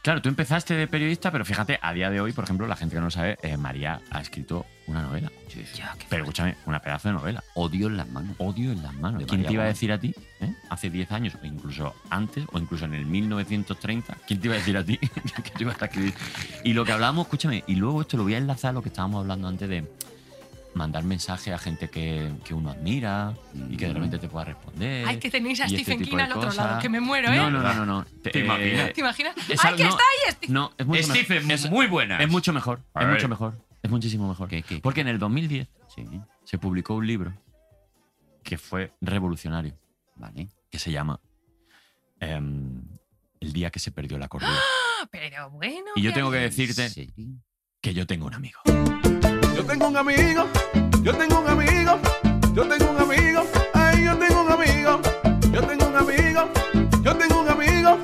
Speaker 5: claro, tú empezaste de periodista, pero fíjate, a día de hoy, por ejemplo, la gente que no lo sabe, eh, María ha escrito una novela.
Speaker 2: Ya, qué
Speaker 5: Pero escúchame, una pedazo de novela.
Speaker 3: Odio en las manos.
Speaker 5: Odio en las manos.
Speaker 3: De
Speaker 5: ¿Quién
Speaker 3: María
Speaker 5: te iba a
Speaker 3: Gómez.
Speaker 5: decir a ti, eh, hace 10 años, o incluso antes, o incluso en el 1930, quién te iba a decir a ti que yo iba a escribir? Y lo que hablábamos, escúchame, y luego esto lo voy a enlazar a lo que estábamos hablando antes de mandar mensajes a gente que, que uno admira y que de
Speaker 3: Mm.
Speaker 5: repente te pueda responder.
Speaker 2: Ay, que tenéis a
Speaker 5: y este
Speaker 2: Stephen
Speaker 5: tipo
Speaker 2: King
Speaker 5: de
Speaker 2: al otro
Speaker 5: cosas.
Speaker 2: lado, que me muero, ¿eh?
Speaker 5: No, no, no, no. no.
Speaker 3: ¿Te imaginas?
Speaker 2: ¿Te imaginas?
Speaker 5: Esa-
Speaker 2: ¡Ay, que
Speaker 5: Eh, no.
Speaker 2: está ahí este Stephen!
Speaker 5: No, es mucho mejor.
Speaker 3: Stephen,
Speaker 5: Es-
Speaker 3: muy buena.
Speaker 5: es mucho mejor.
Speaker 3: A
Speaker 5: Es
Speaker 3: ver.
Speaker 5: mucho mejor. Es muchísimo mejor.
Speaker 3: ¿Qué, qué, qué?
Speaker 5: Porque en el 2010
Speaker 3: Sí,
Speaker 5: se publicó un libro que fue revolucionario,
Speaker 3: vale.
Speaker 5: que se llama em, El día que se perdió la cordura.
Speaker 2: Pero bueno.
Speaker 5: Y yo
Speaker 2: ¿qué
Speaker 5: tengo que
Speaker 2: haces?
Speaker 5: decirte
Speaker 3: ¿En serio?
Speaker 5: que yo tengo un amigo.
Speaker 4: Yo tengo un amigo, yo tengo un amigo, yo tengo un amigo, ay, yo tengo un amigo, yo tengo un amigo, yo tengo un amigo,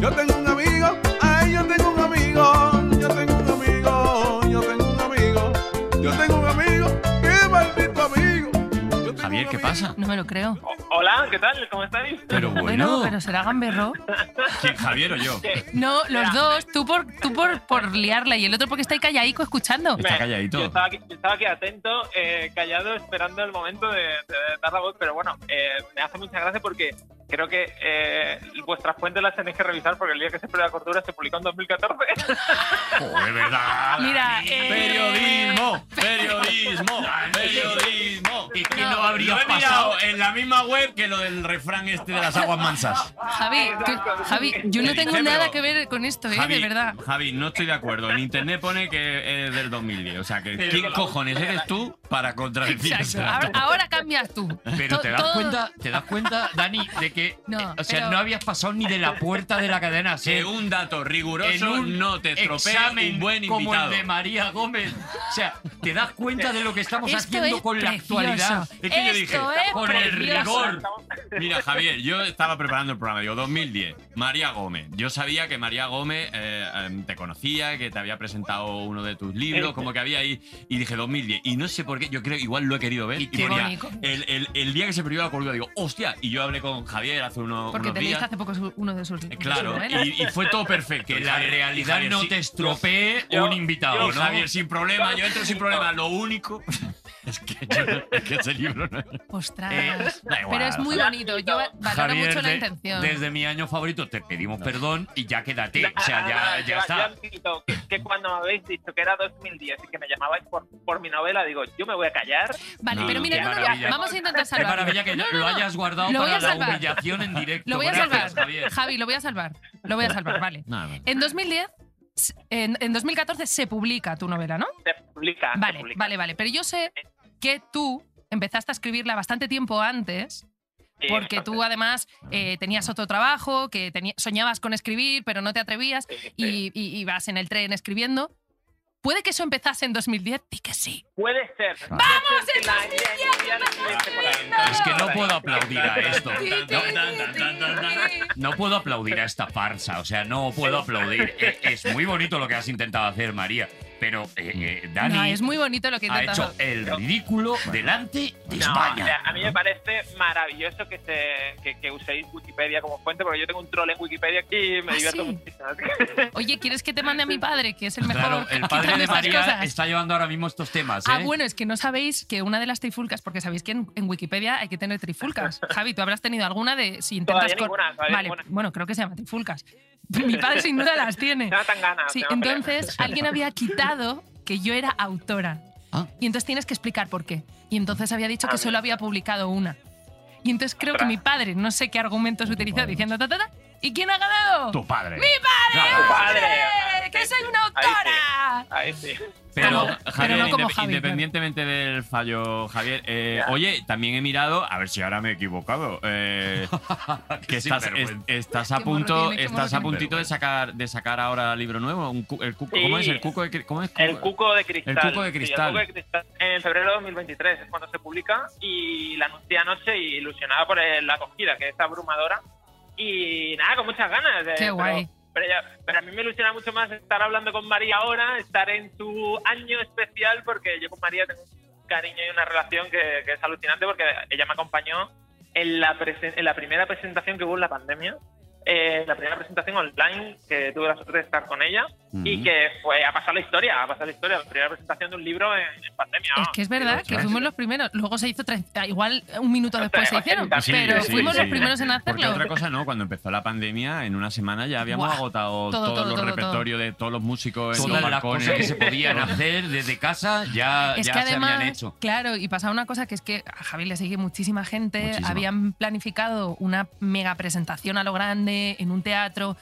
Speaker 4: yo tengo un amigo, ay, yo tengo un amigo, yo tengo un amigo, yo tengo un amigo, yo tengo un amigo, qué maldito amigo. Yo tengo
Speaker 5: Javier,
Speaker 4: un
Speaker 5: ¿qué
Speaker 4: amigo.
Speaker 5: pasa?
Speaker 2: No me lo creo.
Speaker 6: Hola, ¿qué tal? ¿Cómo estáis?
Speaker 5: Pero
Speaker 2: Bueno,
Speaker 5: bueno,
Speaker 2: pero será gamberro.
Speaker 5: ¿quién, Javier o yo?
Speaker 2: No, los dos, tú por, tú por, por liarla y el otro porque está ahí callaico escuchando.
Speaker 5: Está calladito.
Speaker 6: Yo estaba aquí, yo estaba aquí atento, eh, callado, esperando el momento de, de dar la voz, pero bueno, eh, me hace mucha gracia porque creo que eh, vuestras fuentes las tenéis que revisar porque el día que se perdió la cordura se publicó en 2014.
Speaker 3: Oh, de verdad.
Speaker 2: Mira, eh,
Speaker 5: Periodismo, periodismo, periodismo.
Speaker 3: ¿Y qué
Speaker 2: No,
Speaker 3: no, habría
Speaker 5: Lo he
Speaker 3: pasado?
Speaker 5: mirado en la misma web que lo del refrán este de las aguas mansas.
Speaker 2: Javi, tú- Javi, yo no
Speaker 5: Sí,
Speaker 2: tengo
Speaker 5: pero-
Speaker 2: nada que ver con esto, ¿eh? de verdad.
Speaker 5: Javi, no estoy de acuerdo. En internet pone que es del 2010. O sea, que ¿quién cojones eres tú
Speaker 3: para contradecir.
Speaker 2: Exacto. Ahora, ahora cambias tú.
Speaker 3: Pero
Speaker 2: To-
Speaker 3: te das
Speaker 2: todo-
Speaker 3: cuenta, te das cuenta, Dani, de que
Speaker 2: No,
Speaker 3: eh, o sea,
Speaker 2: pero-
Speaker 3: no habías pasado ni de la puerta de la cadena.
Speaker 5: Que
Speaker 3: ser
Speaker 5: un dato riguroso
Speaker 3: En un
Speaker 5: no te estropea
Speaker 3: examen
Speaker 5: un buen
Speaker 3: como el
Speaker 5: invitado.
Speaker 3: de María Gómez. O sea, te das cuenta de lo que estamos
Speaker 2: Esto
Speaker 3: haciendo
Speaker 2: es
Speaker 3: con la
Speaker 2: precioso.
Speaker 3: actualidad.
Speaker 5: Es que yo dije,
Speaker 2: Esto es
Speaker 5: con el
Speaker 2: precioso.
Speaker 5: rigor. Mira, Javier, yo estaba preparando el programa, digo, 2010, María Gómez. Yo sabía que María Gómez eh, em, te conocía, que te había presentado uno de tus libros, como que había ahí, y dije 2010. Y no sé por qué, yo creo, igual lo he querido ver.
Speaker 3: Y
Speaker 5: Y
Speaker 3: qué
Speaker 5: ponía, eh,
Speaker 2: bonito.
Speaker 5: el, el- el día que se perdió la cordura, digo, hostia, y yo hablé con Javier hace uno-
Speaker 2: Porque
Speaker 5: unos
Speaker 2: te leíste
Speaker 5: días.
Speaker 2: hace poco su- uno de sus de
Speaker 5: Eh, Claro,
Speaker 2: sus novelas.
Speaker 5: y, y fue todo perfecto.
Speaker 3: Que
Speaker 5: Y
Speaker 3: la
Speaker 5: Javier- y
Speaker 3: realidad
Speaker 5: Javier,
Speaker 3: no
Speaker 5: sí,
Speaker 3: te estropee
Speaker 6: yo-
Speaker 3: un invitado,
Speaker 6: yo-
Speaker 3: ¿no?
Speaker 5: Javier, sin problema, yo entro sin problema. Lo único es que, yo- es que ese libro no
Speaker 2: Ostras.
Speaker 5: da igual,
Speaker 2: Pero es muy
Speaker 6: Javier.
Speaker 2: bonito. Yo va- valoro
Speaker 3: Eh, Javier,
Speaker 2: mucho la
Speaker 3: de-
Speaker 2: intención.
Speaker 3: desde mi año favorito te pedimos perdón y ya quédate. O sea,
Speaker 6: Nada,
Speaker 5: Ah,
Speaker 3: ya, ya está.
Speaker 6: admito que, que cuando me habéis dicho que era 2010 y que me llamabais por, por mi novela, digo, yo me voy a callar.
Speaker 2: Vale,
Speaker 5: No,
Speaker 2: pero mira,
Speaker 3: qué
Speaker 2: no, no, no,
Speaker 3: maravilla.
Speaker 2: vamos a intentar
Speaker 3: Qué
Speaker 2: salvarlo.
Speaker 3: maravilla que
Speaker 2: No, no,
Speaker 3: lo
Speaker 2: no.
Speaker 3: hayas guardado
Speaker 2: Lo voy
Speaker 3: para
Speaker 2: a
Speaker 3: la
Speaker 2: salvar.
Speaker 3: humillación en directo.
Speaker 2: Lo voy a
Speaker 3: Gracias,
Speaker 2: salvar.
Speaker 3: Javier.
Speaker 2: Javi, lo voy a salvar. Lo voy a salvar, vale.
Speaker 5: Nada,
Speaker 2: En
Speaker 6: Ah.
Speaker 2: 2010, s- en, en 2014 se publica tu novela, ¿no?
Speaker 6: Se publica. Ah, se
Speaker 2: Vale,
Speaker 6: publica.
Speaker 2: vale, vale. Pero yo sé que tú empezaste a escribirla bastante tiempo antes,
Speaker 6: Sí,
Speaker 2: porque tú
Speaker 6: entonces,
Speaker 2: además eh, tenías otro trabajo, que tenía- soñabas con escribir, pero no te atrevías
Speaker 6: sí, sí.
Speaker 2: y, y- y vas en el tren escribiendo. ¿Puede que eso empezase en 2010? Di que sí.
Speaker 6: Puede ser.
Speaker 2: ¡Vamos,
Speaker 6: Puede ser que
Speaker 2: el
Speaker 6: la
Speaker 2: 2010,
Speaker 6: idea inicial estuviese por ahí.
Speaker 3: Es que no puedo aplaudir a esto.
Speaker 2: Sí,
Speaker 3: No,
Speaker 2: sí, sí, sí.
Speaker 3: No puedo aplaudir a esta farsa, o sea, no puedo aplaudir. Eh, Es muy bonito lo que has intentado hacer, María, pero eh, eh, Dani
Speaker 2: No, es muy bonito lo que
Speaker 3: ha
Speaker 2: intentas.
Speaker 3: hecho el ridículo delante de
Speaker 6: No, o sea,
Speaker 3: España.
Speaker 6: a mí me parece maravilloso que, se, que, que uséis Wikipedia como fuente, porque yo tengo un troll en Wikipedia y me
Speaker 2: Ah,
Speaker 6: divierto
Speaker 2: sí.
Speaker 6: muchísimo. Así que-
Speaker 2: Oye, ¿quieres que te mande a mi padre, que es el mejor
Speaker 3: Claro, el padre
Speaker 2: quitando
Speaker 3: de
Speaker 2: estas
Speaker 3: María
Speaker 2: cosas?
Speaker 3: está llevando ahora mismo estos temas, ¿eh?
Speaker 2: Ah, bueno, es que no sabéis que una de las trifulcas, porque sabéis que en, en Wikipedia hay que tener trifulcas. Javi, tú habrás tenido alguna de si intentas
Speaker 6: Todavía
Speaker 2: cor-
Speaker 6: ninguna, todavía
Speaker 2: Vale,
Speaker 6: ninguna.
Speaker 2: bueno, creo que se llama trifulcas. Mi padre sin duda las tiene.
Speaker 6: No tan ganas.
Speaker 2: Sí, entonces alguien había quitado que yo era autora.
Speaker 5: Ah.
Speaker 2: Y entonces tienes que explicar por qué. Y entonces había dicho
Speaker 6: Ah,
Speaker 2: que
Speaker 6: bien.
Speaker 2: solo había publicado una. Y entonces creo que mi padre, no sé qué argumentos utilizó, diciendo ta, ta, ta. ¿Y quién ha ganado?
Speaker 5: Tu padre.
Speaker 2: ¡Mi padre!
Speaker 5: Claro.
Speaker 6: Tu padre.
Speaker 2: ¡Eh, ¡Que soy una
Speaker 6: Ahí sí.
Speaker 2: autora!
Speaker 6: Ahí sí.
Speaker 5: Pero,
Speaker 2: Como-
Speaker 5: Javier,
Speaker 2: pero no como
Speaker 5: indep-
Speaker 2: Javi,
Speaker 5: independientemente del fallo, Javier, eh,
Speaker 6: Ya.
Speaker 5: oye, también he mirado, a ver si ahora me he equivocado, eh, que estás, es-
Speaker 3: Sinvergüenza.
Speaker 5: estás a
Speaker 2: Qué morro
Speaker 5: punto,
Speaker 2: tiene, qué
Speaker 5: estás
Speaker 2: morro
Speaker 5: a puntito de
Speaker 3: tiene.
Speaker 5: sacar, de sacar ahora libro nuevo, un cu- el cuco,
Speaker 6: Sí.
Speaker 5: ¿cómo es el cuco? de cri- ¿Cómo es?
Speaker 6: El cuco de cristal.
Speaker 5: El cuco de
Speaker 6: Sí,
Speaker 5: cristal.
Speaker 6: el cuco de cristal. En febrero de 2023 es cuando se publica y la anuncié anoche y ilusionada por el- la acogida, que es abrumadora. Y nada, con muchas ganas. eh,
Speaker 2: Qué
Speaker 6: pero-
Speaker 2: guay.
Speaker 6: Pero, ya- pero a mí me ilusiona mucho más estar hablando con María ahora, estar en su año especial, porque yo con María tengo un cariño y una relación que, que es alucinante, porque ella me acompañó en la, presen- en la primera presentación que hubo en la pandemia, eh, la primera presentación online que tuve la suerte de estar con ella y que fue ha pasado la historia, ha pasado la historia, la primera presentación de un libro en, en pandemia.
Speaker 2: Es que es verdad que
Speaker 5: ¿sabes?
Speaker 2: fuimos los primeros. Luego se hizo tres- ah, igual un minuto después se hicieron,
Speaker 5: Ah,
Speaker 6: Sí,
Speaker 2: pero
Speaker 6: sí,
Speaker 2: fuimos
Speaker 6: sí.
Speaker 2: los primeros en
Speaker 5: Porque
Speaker 2: hacerlo.
Speaker 5: otra cosa no, cuando empezó la pandemia, en una semana ya habíamos
Speaker 2: Buah, todo,
Speaker 5: agotado todos
Speaker 2: todo,
Speaker 5: los
Speaker 2: todo,
Speaker 5: repertorios de todos los músicos en
Speaker 3: Todas
Speaker 5: los
Speaker 3: las
Speaker 5: balcones.
Speaker 3: cosas que se podían hacer desde casa ya,
Speaker 2: Es
Speaker 3: ya
Speaker 2: que
Speaker 3: se
Speaker 2: además,
Speaker 3: habían hecho.
Speaker 2: claro, y pasaba una cosa que es que a Javi le sigue muchísima gente,
Speaker 5: Muchísima.
Speaker 2: habían planificado una mega presentación a lo grande en un teatro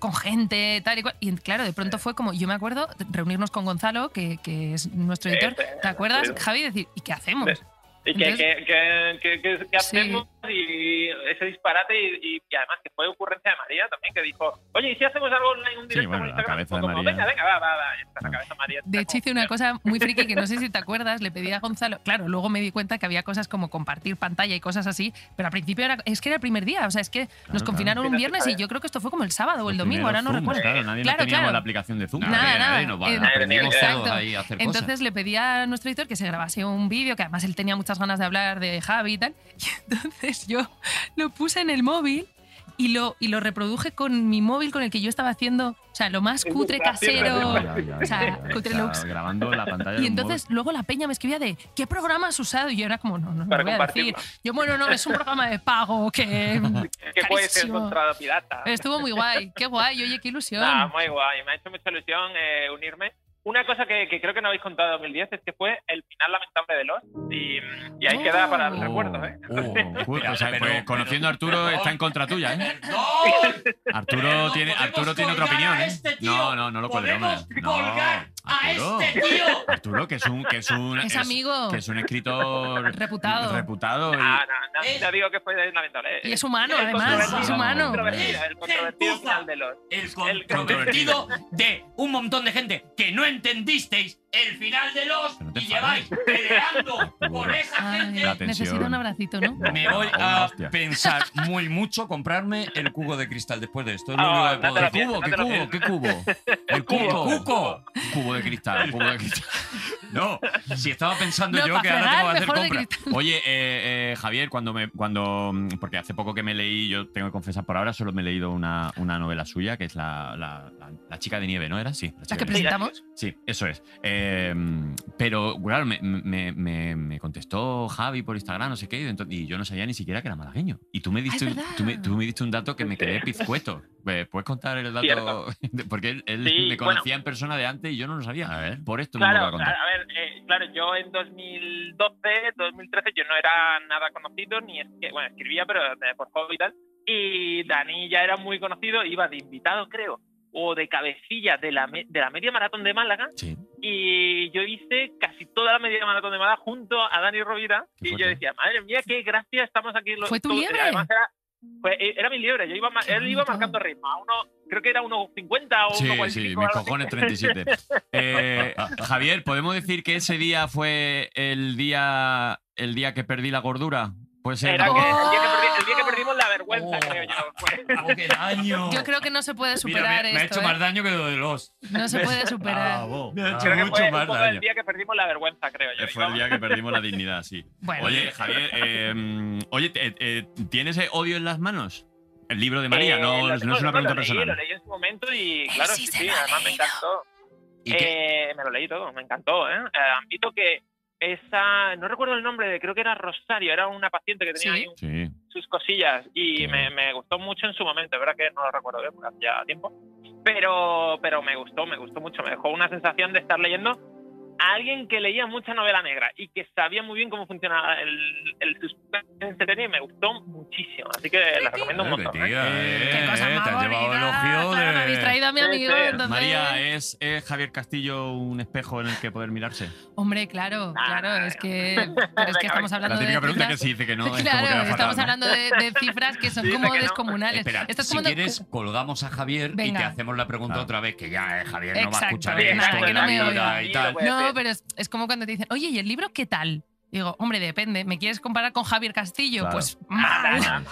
Speaker 2: con gente, tal y cual. Y claro, de pronto fue como, yo me acuerdo, reunirnos con Gonzalo, que, que es nuestro
Speaker 6: Sí,
Speaker 2: editor,
Speaker 6: sí,
Speaker 2: ¿te acuerdas,
Speaker 6: sí.
Speaker 2: Javi? Decir, ¿y qué hacemos?
Speaker 6: Sí. Y que,
Speaker 2: Entonces-
Speaker 6: que, que, que- que- que
Speaker 2: Sí.
Speaker 6: hacemos y ese disparate y, y- y además que fue ocurrencia de María también, que dijo, oye, ¿y si hacemos algo online, un
Speaker 5: Sí,
Speaker 6: directo
Speaker 5: bueno, la
Speaker 6: en Instagram?"
Speaker 5: cabeza
Speaker 6: Fue
Speaker 5: de
Speaker 6: como,
Speaker 5: María.
Speaker 6: Venga, venga, va, va, va, ya está, la cabeza de María.
Speaker 2: De hecho, hice una cosa muy friki que no sé si te acuerdas, le pedí a Gonzalo. Claro, luego me di cuenta que había cosas como compartir pantalla y cosas así, pero al principio era, es que era el primer día, o sea, es que nos
Speaker 5: claro.
Speaker 2: confinaron un
Speaker 6: Sí,
Speaker 2: viernes y
Speaker 6: sabía.
Speaker 2: yo creo que esto fue como el sábado o el
Speaker 5: Los
Speaker 2: domingo, ahora no
Speaker 5: primeros Zooms,
Speaker 2: recuerdo.
Speaker 5: Claro, nadie
Speaker 2: Claro,
Speaker 5: teníamos
Speaker 2: claro.
Speaker 5: la aplicación de Zoom.
Speaker 2: Nada,
Speaker 5: Nadie,
Speaker 2: nada.
Speaker 5: nadie nos va a-
Speaker 2: Eh,
Speaker 3: Aprendimos todos
Speaker 2: Exacto.
Speaker 3: ahí a hacer cosas.
Speaker 2: Entonces le pedí a nuestro editor que se grabase un vídeo, que además él tenía muchas ganas de hablar de Javi y tal. Y entonces yo lo puse en el móvil y lo, y lo reproduje con mi móvil con el que yo estaba haciendo, o sea, lo más
Speaker 6: Es
Speaker 2: cutre
Speaker 6: verdad, sí, es
Speaker 2: casero.
Speaker 6: verdad.
Speaker 5: Ya, ya, ya,
Speaker 2: O sea,
Speaker 5: ya,
Speaker 2: cutre
Speaker 5: o sea,
Speaker 2: looks.
Speaker 5: grabando la pantalla
Speaker 2: Y
Speaker 5: de un
Speaker 2: entonces luego la peña me escribía de ¿qué programa has usado? Y yo era como, no, no, no
Speaker 6: Para
Speaker 2: lo voy a decir.
Speaker 6: compartirlo.
Speaker 2: Yo, bueno, no, es un programa de pago que
Speaker 6: que puede ser
Speaker 2: Carísimo.
Speaker 6: encontrado pirata.
Speaker 2: estuvo muy guay. Qué guay, oye, qué ilusión.
Speaker 6: Nada, muy guay, me ha hecho mucha ilusión eh, unirme. Una cosa que, que creo que no habéis contado en 2010 es que fue el final lamentable de Lost y, y ahí
Speaker 2: Oh.
Speaker 6: queda para el
Speaker 5: móvil.
Speaker 6: recuerdo, ¿eh?
Speaker 5: Oh, justo, o sea,
Speaker 3: Pero-
Speaker 5: pues,
Speaker 3: pero-
Speaker 5: conociendo a Arturo, está en contra tuya, ¿eh?
Speaker 3: ¡No!
Speaker 5: Arturo tiene, Arturo tiene otra opinión, ¿eh? no, no, no lo
Speaker 3: este podemos
Speaker 5: colgamos. No,
Speaker 3: colgar
Speaker 2: ¡A
Speaker 5: Arturo,
Speaker 2: este tío!
Speaker 5: Arturo, que es un, que es un,
Speaker 2: Es amigo.
Speaker 5: que es un escritor
Speaker 2: Reputado.
Speaker 5: reputado y-
Speaker 6: No, no, no, Ah, ya digo que fue lamentable.
Speaker 2: Y es humano,
Speaker 6: El
Speaker 2: además.
Speaker 6: eh, controvertido,
Speaker 2: Es
Speaker 5: no,
Speaker 6: El
Speaker 2: humano.
Speaker 5: no,
Speaker 6: controvertido, el controvertido
Speaker 3: Gentuza.
Speaker 6: final de los.
Speaker 3: El
Speaker 5: controvertido
Speaker 3: controvertido de un montón de gente que no entendisteis el final de los
Speaker 5: Pero no te
Speaker 3: y lleváis peleando por esa
Speaker 2: Ay,
Speaker 3: gente.
Speaker 5: La tensión.
Speaker 2: necesito un abracito, ¿no?
Speaker 3: Me voy
Speaker 5: Una
Speaker 3: a
Speaker 5: hostia.
Speaker 3: pensar muy mucho comprarme el cubo de cristal después de esto. Es lo
Speaker 6: Ah,
Speaker 3: único que puedo
Speaker 6: no te
Speaker 3: decir.
Speaker 6: lo
Speaker 5: cubo,
Speaker 6: no
Speaker 5: ¿qué
Speaker 6: te lo
Speaker 5: cubo? ¿Qué cubo? El
Speaker 3: Cubo,
Speaker 5: cubo.
Speaker 3: cuco.
Speaker 5: Cubo de cristal, cubo de cristal. No,
Speaker 3: Si estaba pensando
Speaker 2: No,
Speaker 3: yo
Speaker 2: pa'
Speaker 3: que ahora
Speaker 2: fregar,
Speaker 3: tengo que hacer
Speaker 2: mejor de
Speaker 3: compras.
Speaker 5: Oye, eh, eh, Javier, cuando me. cuando mm, Porque hace poco que me leí, yo tengo que confesar por ahora, solo me he leído una, una novela suya, que es la, la- la- La chica de nieve, ¿no era? Sí, la
Speaker 2: La
Speaker 5: chica
Speaker 2: que
Speaker 5: de nieve.
Speaker 2: presentamos.
Speaker 5: Sí, eso es. Eh, pero, claro, me, me- me- me contestó Javi por Instagram, no sé qué, y, ento- y yo no sabía ni siquiera que era malagueño. Y tú me diste,
Speaker 2: Ah, es verdad.
Speaker 5: tú me, tú me diste un dato que me quedé pizcueto. Eh, ¿Puedes contar el dato?
Speaker 6: Cierto.
Speaker 5: Porque él, él
Speaker 6: Sí,
Speaker 5: me
Speaker 6: bueno.
Speaker 5: conocía en persona de antes y yo no lo sabía.
Speaker 3: A ver.
Speaker 5: Por esto mismo lo
Speaker 6: Claro,
Speaker 5: voy a contar.
Speaker 6: a ver, eh, claro, yo en 2012, 2013 yo no era nada conocido, ni es que, bueno, escribía, pero eh, por hobby y tal. Y Dani ya era muy conocido, iba de invitado, creo, o de cabecilla de la, me- de la media maratón de Málaga.
Speaker 5: Sí.
Speaker 6: Y yo hice casi toda la media maratón de Málaga junto a Dani Rovira.
Speaker 5: Qué
Speaker 6: Y
Speaker 5: fuerte.
Speaker 6: yo decía, madre mía, qué gracia, estamos aquí. los-
Speaker 2: ¿Fue tu
Speaker 6: todos".
Speaker 2: liebre?
Speaker 6: Además era, fue- eh, era mi liebre, yo iba, ma-
Speaker 2: Qué
Speaker 6: él iba
Speaker 2: bonito.
Speaker 6: marcando ritmo. A uno, creo que era 1,50 o
Speaker 5: Sí,
Speaker 6: 1,45.
Speaker 5: sí,
Speaker 6: algo
Speaker 5: mis
Speaker 6: así.
Speaker 5: cojones 37. Eh, Javier, ¿podemos decir que ese día fue el día el día que perdí la gordura? Pues
Speaker 6: Era que el, día que perdi- el día que perdimos la vergüenza,
Speaker 3: Oh.
Speaker 6: creo yo.
Speaker 5: Ah,
Speaker 6: fue.
Speaker 3: Oh, ¡Qué daño!
Speaker 2: Yo creo que no se puede
Speaker 3: Mira,
Speaker 2: superar
Speaker 3: me, me ha
Speaker 2: esto.
Speaker 3: hecho más
Speaker 2: ¿eh?
Speaker 3: daño que lo de los.
Speaker 2: No se puede superar.
Speaker 3: Bravo,
Speaker 5: Oh, Me ha hecho
Speaker 6: Creo que
Speaker 3: bravo.
Speaker 5: mucho
Speaker 6: fue un
Speaker 5: más
Speaker 6: poco
Speaker 5: daño.
Speaker 6: el día que perdimos la vergüenza, creo yo.
Speaker 5: Eh, Fue el día que perdimos la dignidad, sí.
Speaker 2: Bueno,
Speaker 5: Oye, Javier, eh, mm, oye, te- eh, ¿tienes eh, odio en las manos? El libro de María,
Speaker 6: Eh,
Speaker 5: no,
Speaker 6: lo
Speaker 5: es- no
Speaker 6: tengo-
Speaker 5: es una
Speaker 6: lo
Speaker 5: pregunta
Speaker 6: leí, Lo
Speaker 5: personal.
Speaker 6: leí en su momento y,
Speaker 1: Él
Speaker 6: claro,
Speaker 1: sí
Speaker 6: sí,
Speaker 1: se
Speaker 6: sí,
Speaker 1: lo ha
Speaker 6: además me
Speaker 1: leído.
Speaker 6: encantó.
Speaker 3: ¿Y qué?
Speaker 6: Eh, me lo leí todo, me encantó. ¿eh? Eh, Admito que esa, no recuerdo el nombre, creo que era Rosario, era una paciente que tenía
Speaker 2: Sí.
Speaker 6: ahí un-
Speaker 5: Sí.
Speaker 6: sus cosillas y
Speaker 5: Sí.
Speaker 6: me, me gustó mucho en su momento, es verdad que no lo recuerdo bien, porque hace ya tiempo, pero, pero me gustó, me gustó mucho, me dejó una sensación de estar leyendo a alguien que leía mucha novela negra y que sabía muy bien cómo funcionaba el, el suspense que tenía y me gustó muchísimo, así que la recomiendo un
Speaker 3: Joder,
Speaker 6: montón. ¿eh?
Speaker 3: tía,
Speaker 2: qué
Speaker 3: eh,
Speaker 2: cosa
Speaker 3: te
Speaker 2: más
Speaker 3: has llevado el
Speaker 2: bonita.
Speaker 3: ojio
Speaker 2: Claro, me
Speaker 3: de.
Speaker 2: habéis traído a mi
Speaker 6: Sí,
Speaker 2: amigo.
Speaker 6: sí.
Speaker 2: entonces-
Speaker 5: María, eh. ¿es, ¿es Javier Castillo un espejo en el que poder mirarse?
Speaker 2: Hombre, claro,
Speaker 6: Ah.
Speaker 2: claro. Es que, pero es que estamos hablando
Speaker 5: La
Speaker 2: de.
Speaker 5: típica pregunta que
Speaker 2: cifras-
Speaker 5: si dice que no. es como
Speaker 2: claro,
Speaker 5: que va fatal,
Speaker 2: estamos
Speaker 5: ¿no?
Speaker 2: hablando de, de cifras que son
Speaker 6: Dice
Speaker 2: como
Speaker 6: que no.
Speaker 2: descomunales.
Speaker 3: Espera,
Speaker 2: Esto es
Speaker 3: si
Speaker 2: como de-
Speaker 3: quieres, colgamos a Javier y
Speaker 2: Venga.
Speaker 3: te hacemos la pregunta
Speaker 5: Claro.
Speaker 3: otra vez, que ya eh, Javier no va a
Speaker 2: Exacto.
Speaker 3: escuchar
Speaker 2: Sí,
Speaker 3: esto,
Speaker 2: nada, que no me
Speaker 3: mira,
Speaker 2: oiga.
Speaker 3: y tal.
Speaker 6: Puede
Speaker 2: No,
Speaker 6: ser.
Speaker 2: pero es, es como cuando te dicen, oye, ¿y el libro qué tal? Digo, hombre, depende. ¿Me quieres comparar con Javier Castillo?
Speaker 5: Claro.
Speaker 2: Pues mal.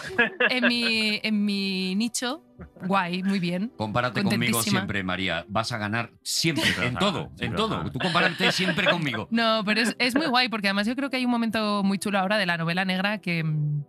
Speaker 2: en, mi, en mi nicho, guay, muy bien.
Speaker 3: Compárate conmigo
Speaker 2: Contentísima.
Speaker 3: siempre, María. Vas a ganar siempre,
Speaker 5: Sí, pero
Speaker 3: en
Speaker 5: ajá,
Speaker 3: todo,
Speaker 5: sí,
Speaker 3: en
Speaker 5: pero
Speaker 3: todo.
Speaker 5: ajá.
Speaker 3: Tú compárate siempre conmigo.
Speaker 2: No, pero es, es muy guay porque además yo creo que hay un momento muy chulo ahora de la novela negra que mm,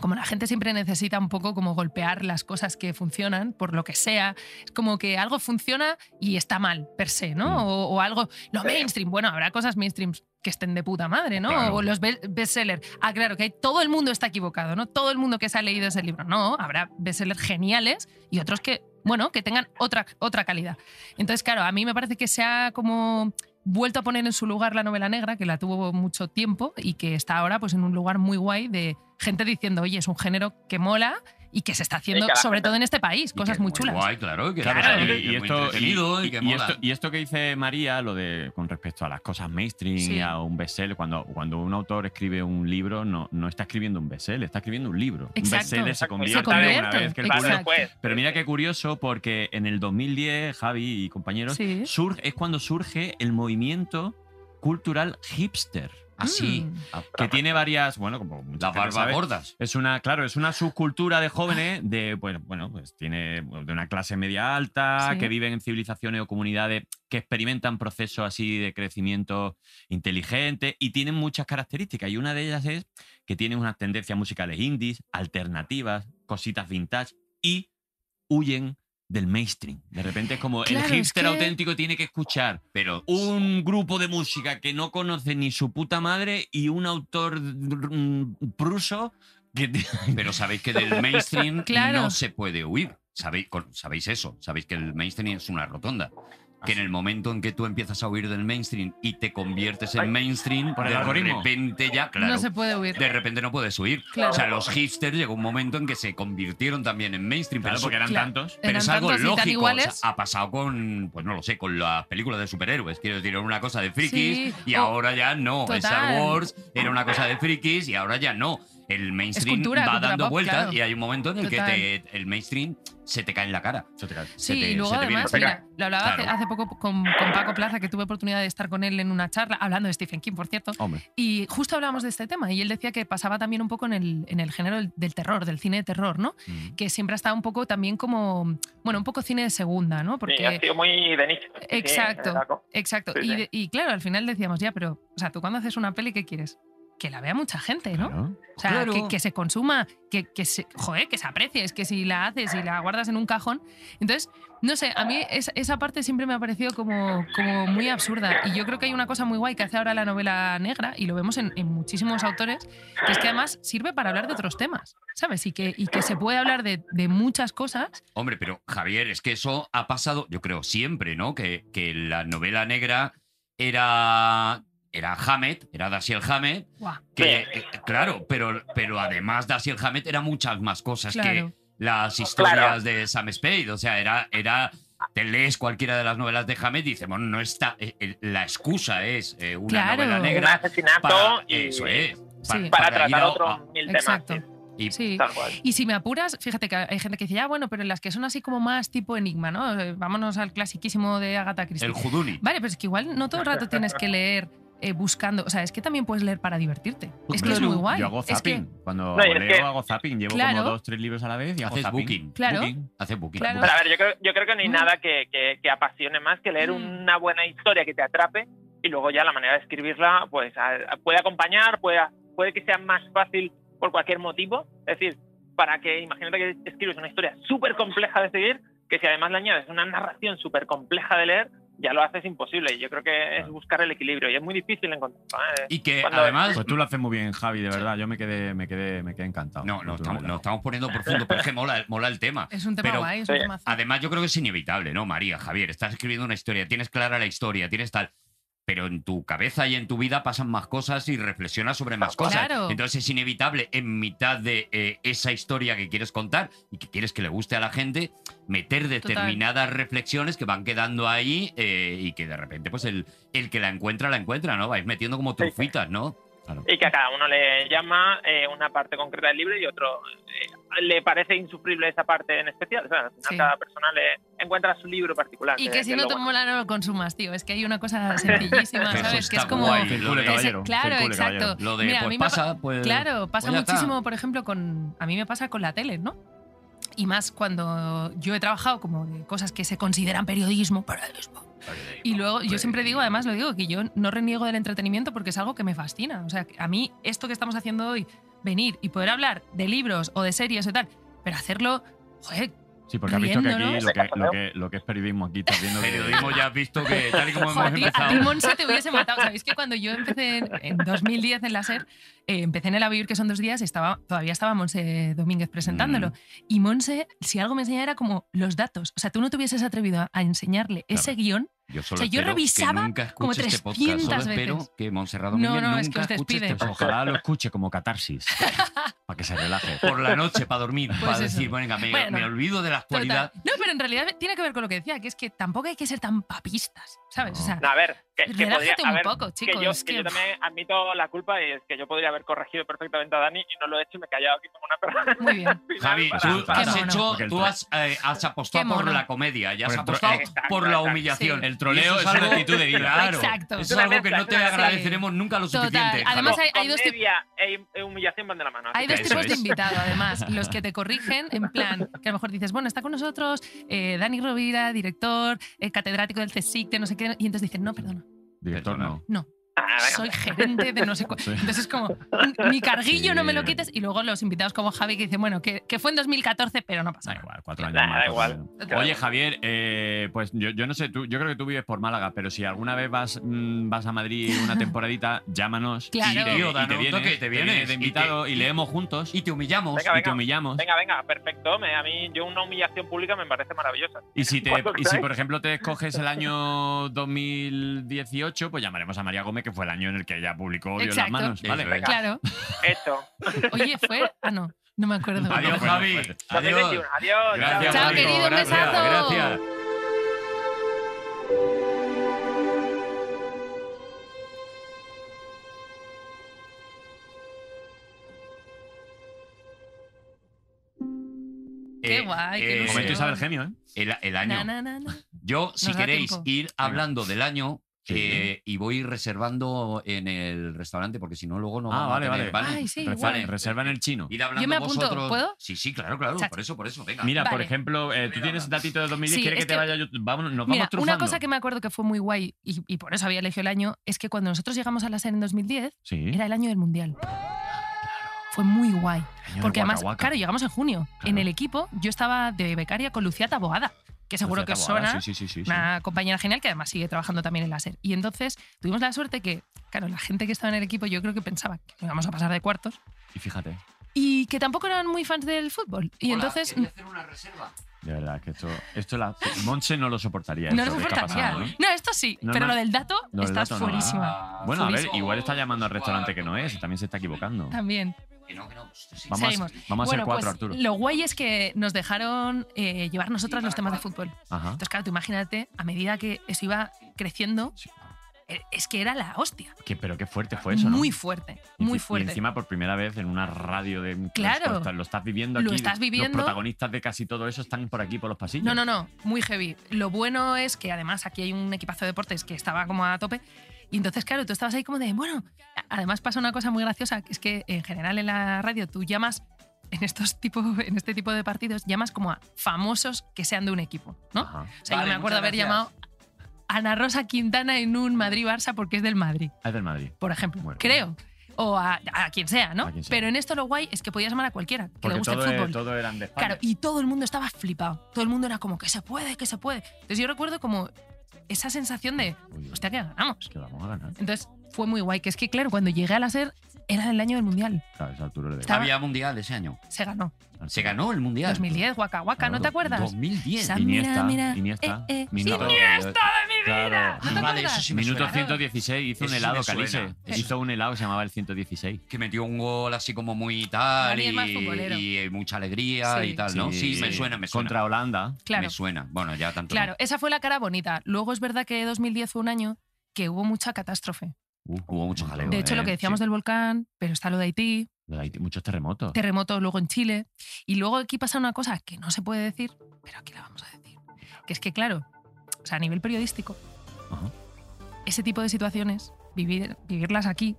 Speaker 2: como la gente siempre necesita un poco como golpear las cosas que funcionan por lo que sea, es como que algo funciona y está mal per se, ¿no?
Speaker 5: Mm.
Speaker 2: O, o algo, lo mainstream, bueno, habrá cosas mainstream que estén de puta madre, ¿no?
Speaker 5: Claro.
Speaker 2: O los be- bestsellers. Ah, claro, que hay- todo el mundo está equivocado, ¿no? Todo el mundo que se ha leído ese libro, no, habrá bestsellers geniales y otros que, bueno, que tengan otra, otra calidad. Entonces, claro, a mí me parece que sea como vuelto a poner en su lugar la novela negra, que la tuvo mucho tiempo y que está ahora pues, en un lugar muy guay de gente diciendo, oye, es un género que mola y que se está haciendo,
Speaker 6: que la
Speaker 2: sobre
Speaker 6: gente-
Speaker 2: todo en este país,
Speaker 3: Y que
Speaker 2: cosas
Speaker 3: es
Speaker 2: muy chulas.
Speaker 3: Guay, claro, que
Speaker 5: Claro,
Speaker 3: claro,
Speaker 5: y,
Speaker 3: que
Speaker 5: y
Speaker 3: es muy
Speaker 5: esto, y,
Speaker 3: entretenido y que
Speaker 5: y
Speaker 3: mola.
Speaker 5: esto, y esto que dice María, lo de con respecto a las cosas mainstream
Speaker 2: Sí.
Speaker 5: y a un bestseller, cuando, cuando un autor escribe un libro, no, no está escribiendo un bestseller, está escribiendo un libro.
Speaker 2: Exacto.
Speaker 5: Un bestseller se
Speaker 6: Se
Speaker 5: convierte, una
Speaker 2: convierte,
Speaker 5: vez que el
Speaker 2: exacto.
Speaker 5: público-
Speaker 6: Claro, pues,
Speaker 5: Pero mira qué curioso, porque en el 2010, Javi y compañeros,
Speaker 2: Sí.
Speaker 5: surge, es cuando surge el movimiento cultural hipster,
Speaker 3: Así.
Speaker 2: Mm.
Speaker 3: Ah,
Speaker 5: que tiene varias, bueno, como mucha
Speaker 3: Las
Speaker 5: gente
Speaker 3: barbas
Speaker 5: sabe,
Speaker 3: gordas.
Speaker 5: es una, claro, es una subcultura de jóvenes de, bueno, bueno, pues tiene de una clase media alta,
Speaker 2: Sí.
Speaker 5: que viven en civilizaciones o comunidades que experimentan procesos así de crecimiento inteligente y tienen muchas características. Y una de ellas es que tienen unas tendencias musicales indies, alternativas, cositas vintage y huyen del mainstream. De repente es como
Speaker 2: Claro,
Speaker 5: el
Speaker 2: es
Speaker 5: hipster
Speaker 2: que-
Speaker 5: auténtico tiene que escuchar
Speaker 3: Pero
Speaker 5: un grupo de música que no conoce ni su puta madre y un autor mm, pruso que te-
Speaker 3: Pero sabéis que del mainstream
Speaker 2: Claro.
Speaker 3: no se puede huir. Sabéis, con- sabéis eso. Sabéis que el mainstream es una rotonda.
Speaker 5: Ah,
Speaker 3: que en el momento en que tú empiezas a huir del mainstream y te conviertes en mainstream,
Speaker 5: Por el
Speaker 3: de
Speaker 5: algoritmo.
Speaker 3: repente ya, claro,
Speaker 2: No se puede huir.
Speaker 3: de repente no puedes huir.
Speaker 2: Claro.
Speaker 3: O sea, los hipsters llegó un momento en que se convirtieron también en mainstream, pero,
Speaker 5: Claro,
Speaker 3: eso-
Speaker 5: porque eran
Speaker 2: claro.
Speaker 5: tantos.
Speaker 3: pero
Speaker 2: Eran
Speaker 3: es algo
Speaker 2: tantos y tan
Speaker 3: lógico. o sea, ah,
Speaker 2: iguales.
Speaker 3: ha pasado con, pues no lo sé, con las películas de superhéroes. Quiero decir, era una cosa de frikis
Speaker 2: Sí,
Speaker 3: y
Speaker 2: o-
Speaker 3: ahora ya no.
Speaker 2: Total.
Speaker 3: Star Wars era una cosa de frikis y ahora ya no. El mainstream
Speaker 2: cultura,
Speaker 3: va
Speaker 2: cultura
Speaker 3: dando
Speaker 2: pop,
Speaker 3: vueltas
Speaker 2: claro.
Speaker 3: y hay un momento en el
Speaker 2: Total.
Speaker 3: que te- el mainstream se te cae en la cara.
Speaker 5: Eso te cae.
Speaker 3: Se
Speaker 2: Sí,
Speaker 3: te-
Speaker 2: y luego
Speaker 3: se te viene
Speaker 2: además,
Speaker 3: para
Speaker 2: mira, lo hablaba hace,
Speaker 3: Claro.
Speaker 2: hace poco con, con Paco Plaza, que tuve oportunidad de estar con él en una charla, hablando de Stephen King, por cierto,
Speaker 5: Hombre.
Speaker 2: y justo hablábamos de este tema, y él decía que pasaba también un poco en el, en el género del, del terror, del cine de terror, ¿no? Que siempre ha estado un poco también como, bueno, un poco cine de segunda, ¿no?
Speaker 6: Sí, ha sido muy de nicho. Sí,
Speaker 2: Exacto.
Speaker 6: la co-
Speaker 2: Exacto.
Speaker 6: Sí,
Speaker 2: y,
Speaker 6: sí.
Speaker 2: de- y claro, al final decíamos, ya, pero, o sea, tú cuando haces una peli, ¿qué quieres? Que la vea mucha gente, ¿no?
Speaker 5: Claro.
Speaker 2: O sea,
Speaker 3: Claro.
Speaker 2: que, que se consuma, que, que se, joder, que se aprecie, es que si la haces y la guardas en un cajón. Entonces, no sé, a mí es- esa parte siempre me ha parecido como, como muy absurda. Y yo creo que hay una cosa muy guay que hace ahora la novela negra, y lo vemos en, en muchísimos autores, que es que además sirve para hablar de otros temas, ¿sabes? Y que, y que se puede hablar de, de muchas cosas.
Speaker 3: Hombre, pero Javier, es que eso ha pasado, yo creo, siempre, ¿no? Que, que la novela negra era. Era Hammett, era Dashiell Hammett,
Speaker 2: Guau,
Speaker 3: que, eh, claro, pero, pero además Dashiell Hammett era muchas más cosas
Speaker 2: claro.
Speaker 3: que las historias
Speaker 6: Claro.
Speaker 3: de Sam Spade. O sea, era, era. Te lees cualquiera de las novelas de Hammett y dices, bueno, no está. eh, eh, la excusa es eh, una
Speaker 2: Claro.
Speaker 3: novela
Speaker 6: Un
Speaker 3: negra.
Speaker 6: asesinato
Speaker 3: Para,
Speaker 6: y,
Speaker 3: eso es. pa-
Speaker 2: Sí.
Speaker 6: para,
Speaker 3: ir
Speaker 6: tratar
Speaker 3: a-
Speaker 6: otros
Speaker 3: a-
Speaker 6: mil temas.
Speaker 2: Exacto.
Speaker 3: y-
Speaker 2: Sí.
Speaker 6: sí, tal cual.
Speaker 2: Y si me apuras, fíjate que hay gente que dice, ya, bueno, pero en las que son así como más tipo enigma, ¿no? Eh, Vámonos al clasiquísimo de Agatha Christie.
Speaker 3: el Juduni.
Speaker 2: Vale, pero es que igual no todo el rato tienes que leer eh, buscando. O sea, es que también puedes leer para divertirte.
Speaker 3: Pues
Speaker 2: Es que es muy guay.
Speaker 5: Yo hago
Speaker 2: Es que-
Speaker 5: zapping. Cuando
Speaker 6: No, y es
Speaker 5: leo,
Speaker 6: que-
Speaker 5: hago zapping. Llevo
Speaker 2: Claro.
Speaker 5: como dos, tres libros a la vez y hago
Speaker 3: Haces
Speaker 5: zapping.
Speaker 3: booking.
Speaker 2: Claro.
Speaker 5: Booking.
Speaker 3: Haces booking.
Speaker 2: Claro.
Speaker 6: Pero a ver, yo creo, yo creo que no hay
Speaker 2: Mm.
Speaker 6: nada que, que- que apasione más que leer
Speaker 2: Mm.
Speaker 6: una buena historia que te atrape y luego ya la manera de escribirla pues a- a- puede acompañar, puede, puede que sea más fácil por cualquier motivo. Es decir, para que imagínate que escribes una historia súper compleja de seguir, que si además le añades una narración súper compleja de leer, ya lo haces imposible. Y yo creo que es
Speaker 5: Claro.
Speaker 6: buscar el equilibrio y es muy difícil encontrarlo. ¿eh?
Speaker 3: Y que
Speaker 6: Cuando-
Speaker 3: además.
Speaker 5: Pues tú lo haces muy bien, Javi, de verdad. Yo me quedé, me quedé, me quedé encantado.
Speaker 3: No,
Speaker 5: con
Speaker 3: no,
Speaker 5: tu
Speaker 3: estamos,
Speaker 5: novela.
Speaker 3: nos estamos poniendo profundo, pero es que mola, mola el tema.
Speaker 2: Es un tema
Speaker 3: Pero-
Speaker 2: guay, es un
Speaker 6: Sí.
Speaker 2: tema.
Speaker 3: Además, yo creo que es inevitable, ¿no, María? Javier, estás escribiendo una historia, tienes clara la historia, tienes tal. Pero en tu cabeza y en tu vida pasan más cosas y reflexionas sobre más cosas.
Speaker 2: Claro.
Speaker 3: Entonces es inevitable en mitad de eh, esa historia que quieres contar y que quieres que le guste a la gente, meter determinadas reflexiones que van quedando ahí eh, y que de repente pues el, el que la encuentra, la encuentra, ¿no? Vais metiendo como trufitas, ¿no?
Speaker 6: y que a cada uno le llama eh, una parte concreta del libro y otro eh, le parece insufrible esa parte en especial. O sea, al final
Speaker 2: Sí.
Speaker 6: cada persona le encuentra su libro particular.
Speaker 2: Y que si
Speaker 6: es
Speaker 2: no
Speaker 6: lo
Speaker 2: te
Speaker 6: bueno.
Speaker 2: mola no lo consumas, tío. Es que hay una cosa sencillísima,
Speaker 3: Pero eso
Speaker 2: ¿sabes? Que es
Speaker 3: está
Speaker 2: como.
Speaker 3: guay,
Speaker 2: que
Speaker 3: lo
Speaker 5: Circule,
Speaker 3: de-
Speaker 2: se-
Speaker 5: caballero.
Speaker 2: claro,
Speaker 5: circule, caballero.
Speaker 2: exacto.
Speaker 3: Lo de
Speaker 2: Mira, a
Speaker 3: pues
Speaker 2: mí me ha
Speaker 3: pasa, pues.
Speaker 2: Claro, pasa
Speaker 3: pues ya está.
Speaker 2: muchísimo, por ejemplo, con. A mí me pasa con la tele, ¿no? Y más cuando yo he trabajado como de cosas que se consideran periodismo, periodismo. Y luego, yo siempre digo, además lo digo, que yo no reniego del entretenimiento porque es algo que me fascina. O sea, que a mí esto que estamos haciendo hoy, venir y poder hablar de libros o de series o tal, pero hacerlo, joder,
Speaker 5: Sí, porque has visto que aquí
Speaker 2: riéndonos.
Speaker 5: lo que, lo que, lo que es periodismo aquí estás viendo que-
Speaker 3: Periodismo ya has visto que tal y como
Speaker 2: Joder,
Speaker 3: hemos
Speaker 2: a ti- a
Speaker 3: empezado.
Speaker 2: ti Monse te hubiese matado. Sabéis que cuando yo empecé en, en 2010 en la SER, eh, empecé en el Avivir, que son dos días, estaba, todavía estaba Monse Domínguez
Speaker 3: Mm.
Speaker 2: presentándolo. Y Monse, si algo me enseñaba, era como los datos. O sea, tú no te hubieses atrevido a, a enseñarle ese guión.
Speaker 3: Yo solo
Speaker 2: O sea, yo
Speaker 3: espero
Speaker 2: revisaba
Speaker 3: que nunca escuche
Speaker 2: como
Speaker 3: este podcast.
Speaker 2: 300
Speaker 3: Solo espero
Speaker 2: veces.
Speaker 3: que Montserrat
Speaker 2: No,
Speaker 3: Domínguez
Speaker 2: no, es que
Speaker 3: nunca
Speaker 2: os
Speaker 3: escuche este
Speaker 2: despide.
Speaker 3: podcast.
Speaker 5: Ojalá lo escuche como catarsis. para que se relaje.
Speaker 3: Por la noche, para dormir,
Speaker 2: Pues
Speaker 3: para
Speaker 2: eso.
Speaker 3: decir, venga, me,
Speaker 2: Bueno.
Speaker 3: me olvido de la
Speaker 2: Total.
Speaker 3: actualidad.
Speaker 2: No, pero en realidad tiene que ver con lo que decía, que es que tampoco hay que ser tan papistas, ¿sabes? O sea,
Speaker 6: No, a ver, que, que podría,
Speaker 2: relájate
Speaker 6: a
Speaker 2: un
Speaker 6: ver,
Speaker 2: poco,
Speaker 6: que
Speaker 2: chicos.
Speaker 6: yo,
Speaker 2: es
Speaker 6: que
Speaker 2: que-
Speaker 6: yo también admito la culpa y es que yo podría haber corregido perfectamente a Dani y no lo he hecho y me he callado aquí como una perra.
Speaker 2: Muy bien.
Speaker 3: Javi,
Speaker 6: Para-
Speaker 3: tú
Speaker 5: para-
Speaker 3: has,
Speaker 2: Qué mono.
Speaker 3: hecho,
Speaker 5: Porque el
Speaker 3: tú
Speaker 5: tro-
Speaker 3: has, eh, has apostado
Speaker 2: Qué
Speaker 3: por
Speaker 2: mono.
Speaker 3: la comedia y has
Speaker 5: Por el tro-
Speaker 3: apostado
Speaker 6: Exacto,
Speaker 3: por la
Speaker 6: exacto.
Speaker 3: humillación.
Speaker 2: Sí.
Speaker 5: El troleo
Speaker 3: Y eso
Speaker 5: es una actitud de vida.
Speaker 3: Claro.
Speaker 2: Exacto.
Speaker 3: Eso es algo que no te
Speaker 6: Sí.
Speaker 3: agradeceremos nunca lo
Speaker 2: Total.
Speaker 3: suficiente. Javi.
Speaker 2: Además, hay- hay dos tip-
Speaker 6: Comedia e- e humillación van de la mano. así
Speaker 2: Hay
Speaker 6: que-
Speaker 2: dos
Speaker 3: Eso
Speaker 2: tipos de
Speaker 3: es.
Speaker 2: invitado, además. Los que te corrigen, en plan, que a lo mejor dices, bueno, está con nosotros eh, Dani Rovira, director, eh, catedrático del CSIC, de no sé qué, y entonces dicen, no, perdona.
Speaker 5: Director, no.
Speaker 2: No. soy gerente de no sé cuál. Entonces es como, mi carguillo no me lo quites. Y luego los invitados como Javi que dicen, bueno, que, que fue en 2014, pero no pasa
Speaker 5: Da
Speaker 2: nada.
Speaker 5: igual, cuatro años
Speaker 6: Da
Speaker 5: más.
Speaker 6: igual.
Speaker 5: cuatro años.
Speaker 6: Claro.
Speaker 5: Oye, Javier, eh, pues yo, yo no sé, tú, yo creo que tú vives por Málaga, pero si alguna vez vas, mm, vas a Madrid una temporadita, llámanos.
Speaker 2: Claro.
Speaker 5: Y te,
Speaker 3: Tío,
Speaker 5: y
Speaker 3: danos
Speaker 5: te
Speaker 3: un
Speaker 5: vienes,
Speaker 3: toque, te
Speaker 5: te
Speaker 3: vienes
Speaker 5: vienes de
Speaker 3: y te-
Speaker 5: invitado y, leemos juntos y,
Speaker 3: Y te humillamos.
Speaker 6: Venga,
Speaker 5: te humillamos.
Speaker 6: Venga, venga, perfecto. Me- a mí, yo una humillación pública me parece maravillosa.
Speaker 5: Y si, te,
Speaker 6: ¿Cuánto
Speaker 5: y si,
Speaker 6: crees?
Speaker 5: por ejemplo, te escoges el año 2018, pues llamaremos a María Gómez, que fue el año en el que ella publicó Dios en las
Speaker 2: Exacto.
Speaker 5: manos.
Speaker 3: Eso
Speaker 5: Vale,
Speaker 3: es.
Speaker 5: venga.
Speaker 2: Claro.
Speaker 6: Hecho.
Speaker 2: Oye, fue. Ah, no, no me acuerdo.
Speaker 5: Adiós,
Speaker 3: Adiós,
Speaker 5: Bueno,
Speaker 3: Javi.
Speaker 5: pues,
Speaker 3: Adiós.
Speaker 6: 2021. Adiós.
Speaker 5: Gracias,
Speaker 2: Chao,
Speaker 5: Javi.
Speaker 2: querido, un
Speaker 5: Gracias,
Speaker 2: besazo.
Speaker 5: Gracias.
Speaker 2: Qué
Speaker 3: Eh,
Speaker 2: guay, qué
Speaker 3: eh,
Speaker 2: ilusión.
Speaker 5: Momento Isabel Genio, ¿eh?
Speaker 3: El, el año.
Speaker 2: Na, na, na, na.
Speaker 3: Yo, si
Speaker 2: Nos da
Speaker 3: queréis
Speaker 2: tiempo.
Speaker 3: ir hablando del año,
Speaker 5: Sí.
Speaker 3: eh, y voy reservando en el restaurante, porque si no, luego no.
Speaker 5: Ah,
Speaker 3: vamos a
Speaker 5: vale,
Speaker 3: tener,
Speaker 5: vale.
Speaker 2: Ay, sí,
Speaker 5: Reserva-
Speaker 2: igual.
Speaker 3: Vale.
Speaker 5: Reserva en el chino.
Speaker 3: Ir hablando
Speaker 2: Yo me apunto,
Speaker 3: vosotros.
Speaker 2: ¿puedo?
Speaker 3: Sí, sí, claro, claro.
Speaker 2: Chacha.
Speaker 3: Por eso, por eso, venga.
Speaker 5: Mira, por
Speaker 2: Vale.
Speaker 5: ejemplo, eh, tú
Speaker 3: Mira,
Speaker 5: tienes
Speaker 3: nada.
Speaker 5: datito de 2010,
Speaker 2: Sí,
Speaker 5: ¿quieres que
Speaker 2: es
Speaker 5: te
Speaker 2: que-
Speaker 5: vaya yo? Vámonos, nos vamos
Speaker 2: Mira, una
Speaker 5: trufando.
Speaker 2: cosa que me acuerdo que fue muy guay y, y por eso había elegido el año es que cuando nosotros llegamos a la SER en 2010
Speaker 5: Sí.
Speaker 2: era el año del Mundial. Fue muy guay.
Speaker 5: Año de
Speaker 2: Porque
Speaker 5: Waka
Speaker 2: además,
Speaker 5: Waka.
Speaker 2: claro, llegamos en junio.
Speaker 5: Claro.
Speaker 2: En el equipo yo estaba de becaria con Lucía Taboada, que seguro
Speaker 5: Lucía
Speaker 2: que os
Speaker 5: Taboada,
Speaker 2: suena.
Speaker 5: Sí, sí, sí, sí, sí.
Speaker 2: una compañera genial que además sigue trabajando también en la SER. Y entonces tuvimos la suerte que, claro, la gente que estaba en el equipo yo creo que pensaba que no íbamos a pasar de cuartos
Speaker 5: Y fíjate,
Speaker 2: y que tampoco eran muy fans del fútbol. Y entonces
Speaker 3: hacer una reserva.
Speaker 5: de verdad que esto, esto la Monse no lo soportaría.
Speaker 2: no
Speaker 5: esto
Speaker 2: nos
Speaker 5: que está
Speaker 2: soportaría.
Speaker 5: pasando, ¿eh?
Speaker 2: No, esto sí,
Speaker 5: No,
Speaker 2: pero
Speaker 5: no.
Speaker 2: lo del dato
Speaker 5: Lo del
Speaker 2: estás
Speaker 5: dato no.
Speaker 2: fuerísima.
Speaker 5: Bueno, a ver, igual está llamando al restaurante que no es, también se está equivocando.
Speaker 2: También.
Speaker 3: Que no, que no. pues, sí, sí.
Speaker 5: Vamos, a,
Speaker 2: Seguimos.
Speaker 5: vamos a
Speaker 2: bueno,
Speaker 5: ser cuatro,
Speaker 2: pues
Speaker 5: Arturo.
Speaker 2: lo guay es que nos dejaron eh, llevar nosotras los temas de fútbol.
Speaker 5: Ajá.
Speaker 2: Entonces, claro, tú imagínate, a medida que eso iba creciendo,
Speaker 5: Sí.
Speaker 2: eh, es que era la hostia.
Speaker 5: Que- pero qué fuerte fue eso, ¿no?
Speaker 2: muy fuerte,
Speaker 5: Y enci-
Speaker 2: muy fuerte.
Speaker 5: Y encima por primera vez en una radio de... pues,
Speaker 2: Claro.
Speaker 5: Lo, estás- lo estás viviendo aquí.
Speaker 2: Lo estás viviendo.
Speaker 5: Los protagonistas de casi todo eso están por aquí, por los pasillos.
Speaker 2: No, no, no, muy heavy. Lo bueno es que además aquí hay un equipazo de deportes que estaba como a tope. Y entonces, claro, tú estabas ahí como de, bueno, a- además pasa una cosa muy graciosa, que es que en general en la radio tú llamas, en, estos tipo, en este tipo de partidos, llamas como a famosos que sean de un equipo, ¿no?
Speaker 5: Ajá.
Speaker 2: O sea,
Speaker 3: Vale,
Speaker 2: yo me acuerdo
Speaker 3: muchas
Speaker 2: haber
Speaker 3: gracias.
Speaker 2: llamado a Ana Rosa Quintana en un Madrid-Barça porque es del Madrid,
Speaker 5: Ah, Es del Madrid.
Speaker 2: por ejemplo,
Speaker 5: Bueno.
Speaker 2: creo. O a, a quien sea, ¿no?
Speaker 5: A quien sea.
Speaker 2: Pero en esto lo guay es que podías llamar a cualquiera que le
Speaker 5: Porque
Speaker 2: guste el
Speaker 5: todo,
Speaker 2: fútbol.
Speaker 5: todo eran de España.
Speaker 2: Claro, y todo el mundo estaba flipado. Todo el mundo era como, que se puede, que se puede. Entonces yo recuerdo como esa sensación de,
Speaker 5: Uy,
Speaker 2: hostia, que ganamos.
Speaker 5: que vamos a ganar.
Speaker 2: Entonces fue muy guay, que es que claro, cuando llegué a la SER era el año del Mundial.
Speaker 5: Claro, eso a Arturo le da
Speaker 2: Estaba-
Speaker 3: Había mundial ese año.
Speaker 2: Se ganó.
Speaker 5: igual.
Speaker 3: Se ganó el mundial.
Speaker 2: 2010, Waka Waka, ¿no te acuerdas?
Speaker 3: 2010.
Speaker 2: Esa-
Speaker 5: Iniesta,
Speaker 2: Mira, mira.
Speaker 5: Iniesta.
Speaker 2: Eh, eh,
Speaker 5: Minuto-
Speaker 2: sí, ¡Iniesta de mi vida!
Speaker 5: Claro.
Speaker 2: ¿No te
Speaker 3: Vale,
Speaker 2: acuerdas?
Speaker 3: eso sí me
Speaker 5: Minuto
Speaker 3: suena.
Speaker 5: 116 hizo
Speaker 3: Eso
Speaker 5: un helado
Speaker 3: me suena.
Speaker 5: Calice.
Speaker 3: Eso-
Speaker 5: Hizo un helado que se llamaba el 116.
Speaker 3: Que metió un gol así como muy tal
Speaker 2: Nadie es más futbolero.
Speaker 3: y, y mucha alegría
Speaker 2: Sí.
Speaker 3: y tal, ¿no? Sí, me suena, me suena.
Speaker 5: Contra Holanda.
Speaker 2: Claro,
Speaker 3: Me suena. Bueno, ya tanto.
Speaker 2: claro, esa fue la cara bonita. Luego es verdad que 2010 fue un año que hubo mucha catástrofe.
Speaker 5: Uh,
Speaker 3: Hubo mucho jaleo,
Speaker 2: De hecho, lo que decíamos del volcán, pero está lo de Haití,
Speaker 5: Lo de Haití, ¿eh? muchos terremotos.
Speaker 2: terremoto luego en Chile. Y luego aquí pasa una cosa que no se puede decir, pero aquí la vamos a decir. Que es que, claro, o sea, a nivel periodístico,
Speaker 5: Ajá.
Speaker 2: ese tipo de situaciones, vivir, vivirlas aquí,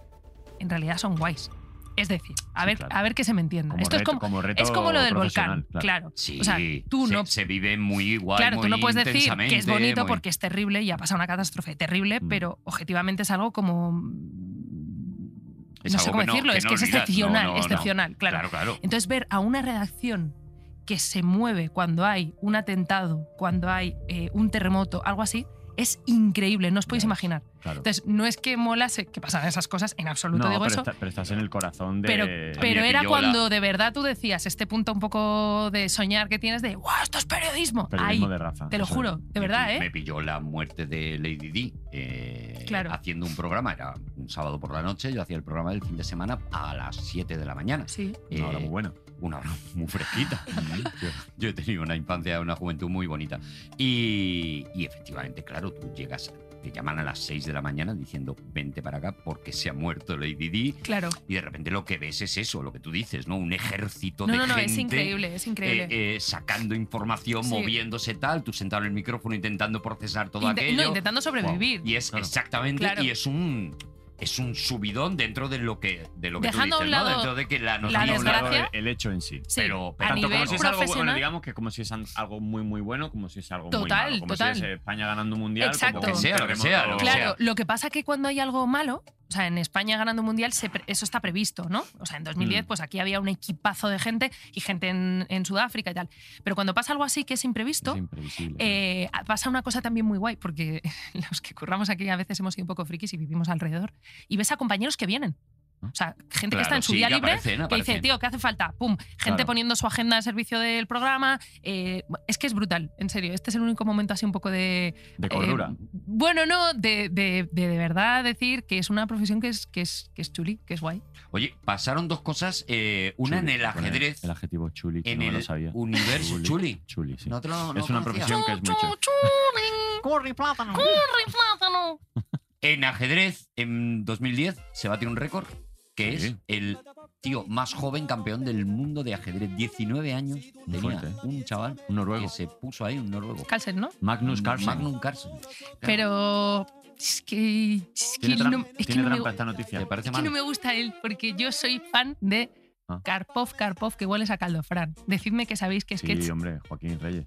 Speaker 2: en realidad son guays. Es decir, a,
Speaker 5: Sí,
Speaker 2: ver,
Speaker 5: claro.
Speaker 2: a ver que se me entienda.
Speaker 5: Como
Speaker 2: Esto es
Speaker 5: reto-
Speaker 2: como,
Speaker 5: reto
Speaker 2: es como lo del volcán,
Speaker 5: profesional,
Speaker 2: claro.
Speaker 3: Sí,
Speaker 2: o sea, tú
Speaker 3: se,
Speaker 2: no.
Speaker 3: se vive muy igual.
Speaker 2: Claro, tú
Speaker 3: muy
Speaker 2: no puedes decir que es
Speaker 3: intensamente,
Speaker 2: bonito
Speaker 3: muy-
Speaker 2: porque es terrible y ha pasado una catástrofe terrible,
Speaker 5: Mm.
Speaker 2: pero objetivamente es algo como.
Speaker 3: Es
Speaker 2: no sé
Speaker 3: algo
Speaker 2: cómo
Speaker 3: que no-
Speaker 2: decirlo,
Speaker 3: que
Speaker 2: es
Speaker 3: no
Speaker 2: que es
Speaker 3: olvidas. No,
Speaker 2: excepcional,
Speaker 3: no, no.
Speaker 2: excepcional, claro.
Speaker 3: Claro, claro.
Speaker 2: Entonces, ver a una redacción que se mueve cuando hay un atentado, cuando hay eh, un terremoto, algo así, es increíble, no os podéis
Speaker 5: Ya ves.
Speaker 2: imaginar.
Speaker 5: Claro.
Speaker 2: Entonces, no es que molase que pasaran esas cosas, en absoluto
Speaker 5: No,
Speaker 2: digo
Speaker 5: pero,
Speaker 2: eso.
Speaker 5: está- pero estás en el corazón de.
Speaker 2: Pero, pero
Speaker 3: me
Speaker 2: era
Speaker 3: pilló
Speaker 2: cuando de verdad tú decías este punto un poco de soñar que tienes de ¡guau, esto es periodismo!
Speaker 5: periodismo
Speaker 2: Ahí,
Speaker 5: de raza.
Speaker 2: te lo
Speaker 5: eso es.
Speaker 2: juro, de
Speaker 3: Me
Speaker 2: verdad,
Speaker 3: pi-
Speaker 2: ¿eh?
Speaker 3: Me pilló la muerte de Lady Di eh,
Speaker 2: Claro.
Speaker 3: haciendo un programa. Era un sábado por la noche, yo hacía el programa del fin de semana a las 7 de la mañana.
Speaker 2: Sí.
Speaker 3: Eh,
Speaker 5: Una hora muy buena.
Speaker 2: pues
Speaker 3: una hora muy fresquita. yo, yo he tenido una infancia, una juventud muy bonita. Y, y efectivamente, claro, tú llegas, te llaman a las 6 de la mañana diciendo vente para acá porque se ha muerto Lady Di.
Speaker 2: Claro.
Speaker 3: Y de repente lo que ves es eso, lo que tú dices, ¿no? Un ejército
Speaker 2: No,
Speaker 3: de
Speaker 2: no, no,
Speaker 3: gente.
Speaker 2: es increíble, es increíble.
Speaker 3: eh, eh, sacando información,
Speaker 2: Sí.
Speaker 3: moviéndose tal, tú sentado en el micrófono intentando procesar todo
Speaker 2: Inte-
Speaker 3: aquello.
Speaker 2: no, intentando sobrevivir.
Speaker 3: Y es
Speaker 5: Claro.
Speaker 3: exactamente,
Speaker 2: Claro.
Speaker 3: y es un es un subidón dentro de lo que de lo que
Speaker 2: Dejando a
Speaker 3: tú
Speaker 2: un
Speaker 3: dices, ¿no?
Speaker 2: lado
Speaker 3: Dentro de que
Speaker 2: la
Speaker 3: la
Speaker 5: Y a un
Speaker 3: noticia
Speaker 5: lado
Speaker 2: desgracia.
Speaker 5: El, el hecho en sí.
Speaker 2: Sí,
Speaker 3: pero-
Speaker 2: a
Speaker 3: tanto
Speaker 5: Tanto
Speaker 2: nivel
Speaker 5: como si es algo bueno,
Speaker 2: profesional.
Speaker 5: digamos que como si es an- algo muy muy bueno, como si es algo muy
Speaker 2: Total,
Speaker 5: malo, como
Speaker 2: total.
Speaker 5: si es España ganando un mundial,
Speaker 2: Exacto.
Speaker 5: como
Speaker 2: Lo que
Speaker 3: sea, lo que sea, lo que
Speaker 2: Claro,
Speaker 3: sea.
Speaker 2: lo que pasa que cuando hay algo malo, o sea, en España ganando un mundial, se pre- eso está previsto, ¿no? O sea, en 2010,
Speaker 5: Mm.
Speaker 2: pues aquí había un equipazo de gente y gente en, en Sudáfrica y tal. Pero cuando pasa algo así que es imprevisto,
Speaker 5: Es imprevisible.
Speaker 2: eh, pasa una cosa también muy guay, porque los que curramos aquí a veces hemos sido un poco frikis y vivimos alrededor, y ves a compañeros que vienen. O sea, gente que
Speaker 3: Claro,
Speaker 2: está en su
Speaker 3: sí,
Speaker 2: día
Speaker 3: que
Speaker 2: libre
Speaker 3: aparecen,
Speaker 2: que dice,
Speaker 3: aparecen.
Speaker 2: tío, ¿qué hace falta? Pum, gente
Speaker 5: Claro.
Speaker 2: poniendo su agenda al servicio del programa. eh, es que es brutal, en serio. Este es el único momento así un poco de...
Speaker 5: de
Speaker 2: eh,
Speaker 5: cordura.
Speaker 2: bueno, no, de de, de de verdad decir que es una profesión que es, que es, que es chuli, que es guay.
Speaker 3: Oye, pasaron dos cosas. eh, una
Speaker 5: Chuli,
Speaker 3: en el
Speaker 5: con
Speaker 3: ajedrez,
Speaker 5: El adjetivo chuli, que
Speaker 3: en
Speaker 5: no me
Speaker 3: el
Speaker 5: lo sabía.
Speaker 3: universo. Chuli.
Speaker 5: Chuli, sí.
Speaker 3: No te lo- no
Speaker 5: Es una
Speaker 3: conocía.
Speaker 5: profesión que es mucho.
Speaker 2: ¡Corre plátano! ¡Corre plátano!
Speaker 3: En ajedrez, en 2010, se bate un récord, que
Speaker 5: Sí.
Speaker 3: es el tío más joven campeón del mundo de ajedrez. 19 años tenía
Speaker 5: fuerte, ¿eh?
Speaker 3: un chaval
Speaker 5: Un noruego.
Speaker 3: que se puso ahí, un noruego.
Speaker 2: Calcet, ¿no?
Speaker 5: Magnus Carlsen.
Speaker 3: Magnus Carlsen.
Speaker 2: Pero es que, es que
Speaker 5: Tiene, tram-
Speaker 2: no, es que
Speaker 5: tiene
Speaker 2: no me,
Speaker 5: trampa esta noticia.
Speaker 3: ¿Te parece
Speaker 2: es que no
Speaker 3: mal?
Speaker 2: me gusta él, porque yo soy fan de
Speaker 5: Ah.
Speaker 2: Karpov, Karpov, que hueles a caldo, Fran. Decidme que sabéis que es
Speaker 5: sí,
Speaker 2: que...
Speaker 5: hombre, Joaquín Reyes.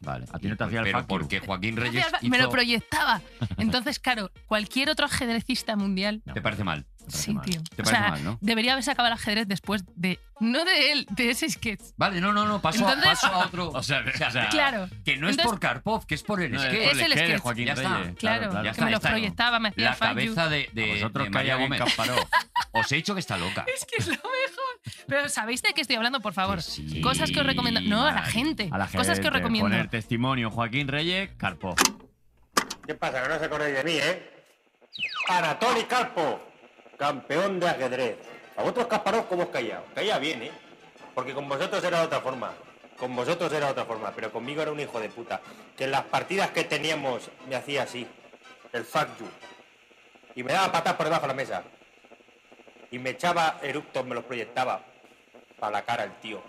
Speaker 3: Vale.
Speaker 5: A ti no te hacía el
Speaker 3: pues, Pero
Speaker 5: fuck you.
Speaker 3: porque Joaquín
Speaker 2: Me
Speaker 3: Reyes
Speaker 2: me lo
Speaker 3: hizo-
Speaker 2: proyectaba. Entonces, claro, cualquier otro ajedrecista mundial...
Speaker 5: No,
Speaker 3: ¿Te parece mal?
Speaker 5: me parece
Speaker 2: Sí,
Speaker 5: mal.
Speaker 2: tío.
Speaker 3: ¿Te
Speaker 2: O
Speaker 3: parece
Speaker 2: sea,
Speaker 3: mal, no?
Speaker 2: debería haberse acabado el ajedrez después de... No de él, de ese sketch.
Speaker 3: Vale, no, no, no, paso,
Speaker 2: Entonces-
Speaker 3: a, paso a otro. O sea,
Speaker 2: Claro.
Speaker 3: que no es
Speaker 2: Entonces-
Speaker 3: por Karpov, que es por el
Speaker 5: No,
Speaker 3: skate.
Speaker 5: por
Speaker 2: Es el
Speaker 5: skate de
Speaker 2: sketch.
Speaker 5: Joaquín
Speaker 3: Ya está.
Speaker 5: Reyes.
Speaker 2: Claro,
Speaker 5: claro.
Speaker 3: ya
Speaker 2: que
Speaker 3: está,
Speaker 2: me lo
Speaker 3: está, ¿no?
Speaker 2: proyectaba, me hacía
Speaker 3: La
Speaker 2: fan you.
Speaker 3: cabeza de, de,
Speaker 5: A vosotros
Speaker 3: de
Speaker 5: que
Speaker 3: María
Speaker 5: hayan
Speaker 3: Gómez. Os he dicho que está loca.
Speaker 2: Es que es lo mejor. Pero ¿sabéis de qué estoy hablando? Por favor.
Speaker 3: Que sí.
Speaker 2: Cosas que os recomiendo. No, a la gente.
Speaker 5: A la
Speaker 2: Cosas que
Speaker 5: gente,
Speaker 2: os recomiendo.
Speaker 5: Poner testimonio Joaquín Reyes, Carpo.
Speaker 7: ¿Qué pasa? Que no os acordáis de mí, ¿eh? Anatoly Carpo, campeón de ajedrez. A vosotros, Kasparov, ¿cómo os callado? Calla bien, ¿eh? Porque con vosotros era de otra forma. Con vosotros era de otra forma, pero conmigo era un hijo de puta. Que en las partidas que teníamos me hacía así. El fuck you. Y me daba patas por debajo de la mesa. Y me echaba eructos, me los proyectaba. Para la cara el tío.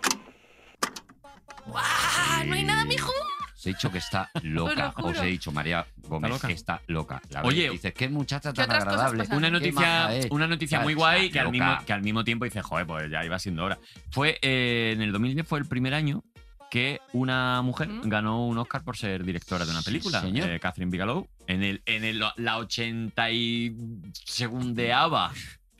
Speaker 2: ¡Ah, no hay nada, mijo!
Speaker 3: Os he dicho que está
Speaker 2: Os lo
Speaker 3: loca.
Speaker 2: juro.
Speaker 3: Os he dicho, María Gómez,
Speaker 5: loca.
Speaker 3: que está loca. La
Speaker 5: Oye,
Speaker 3: ves, dices, qué muchacha
Speaker 2: ¿qué
Speaker 3: tan
Speaker 2: otras cosas
Speaker 3: agradable.
Speaker 2: pasaron?
Speaker 5: Una
Speaker 3: Qué
Speaker 5: noticia,
Speaker 3: maja es.
Speaker 5: una noticia muy
Speaker 3: Está
Speaker 5: guay que al,
Speaker 3: loca.
Speaker 5: mismo, que al mismo tiempo dices, joder, pues ya iba siendo hora. Fue eh, en el 2010 fue el primer año que una mujer
Speaker 2: Ujú.
Speaker 5: ganó un Oscar por ser directora de una
Speaker 3: Sí,
Speaker 5: película,
Speaker 3: señor.
Speaker 5: eh, Catherine Bigelow, en el en el, la 80 y segundeava,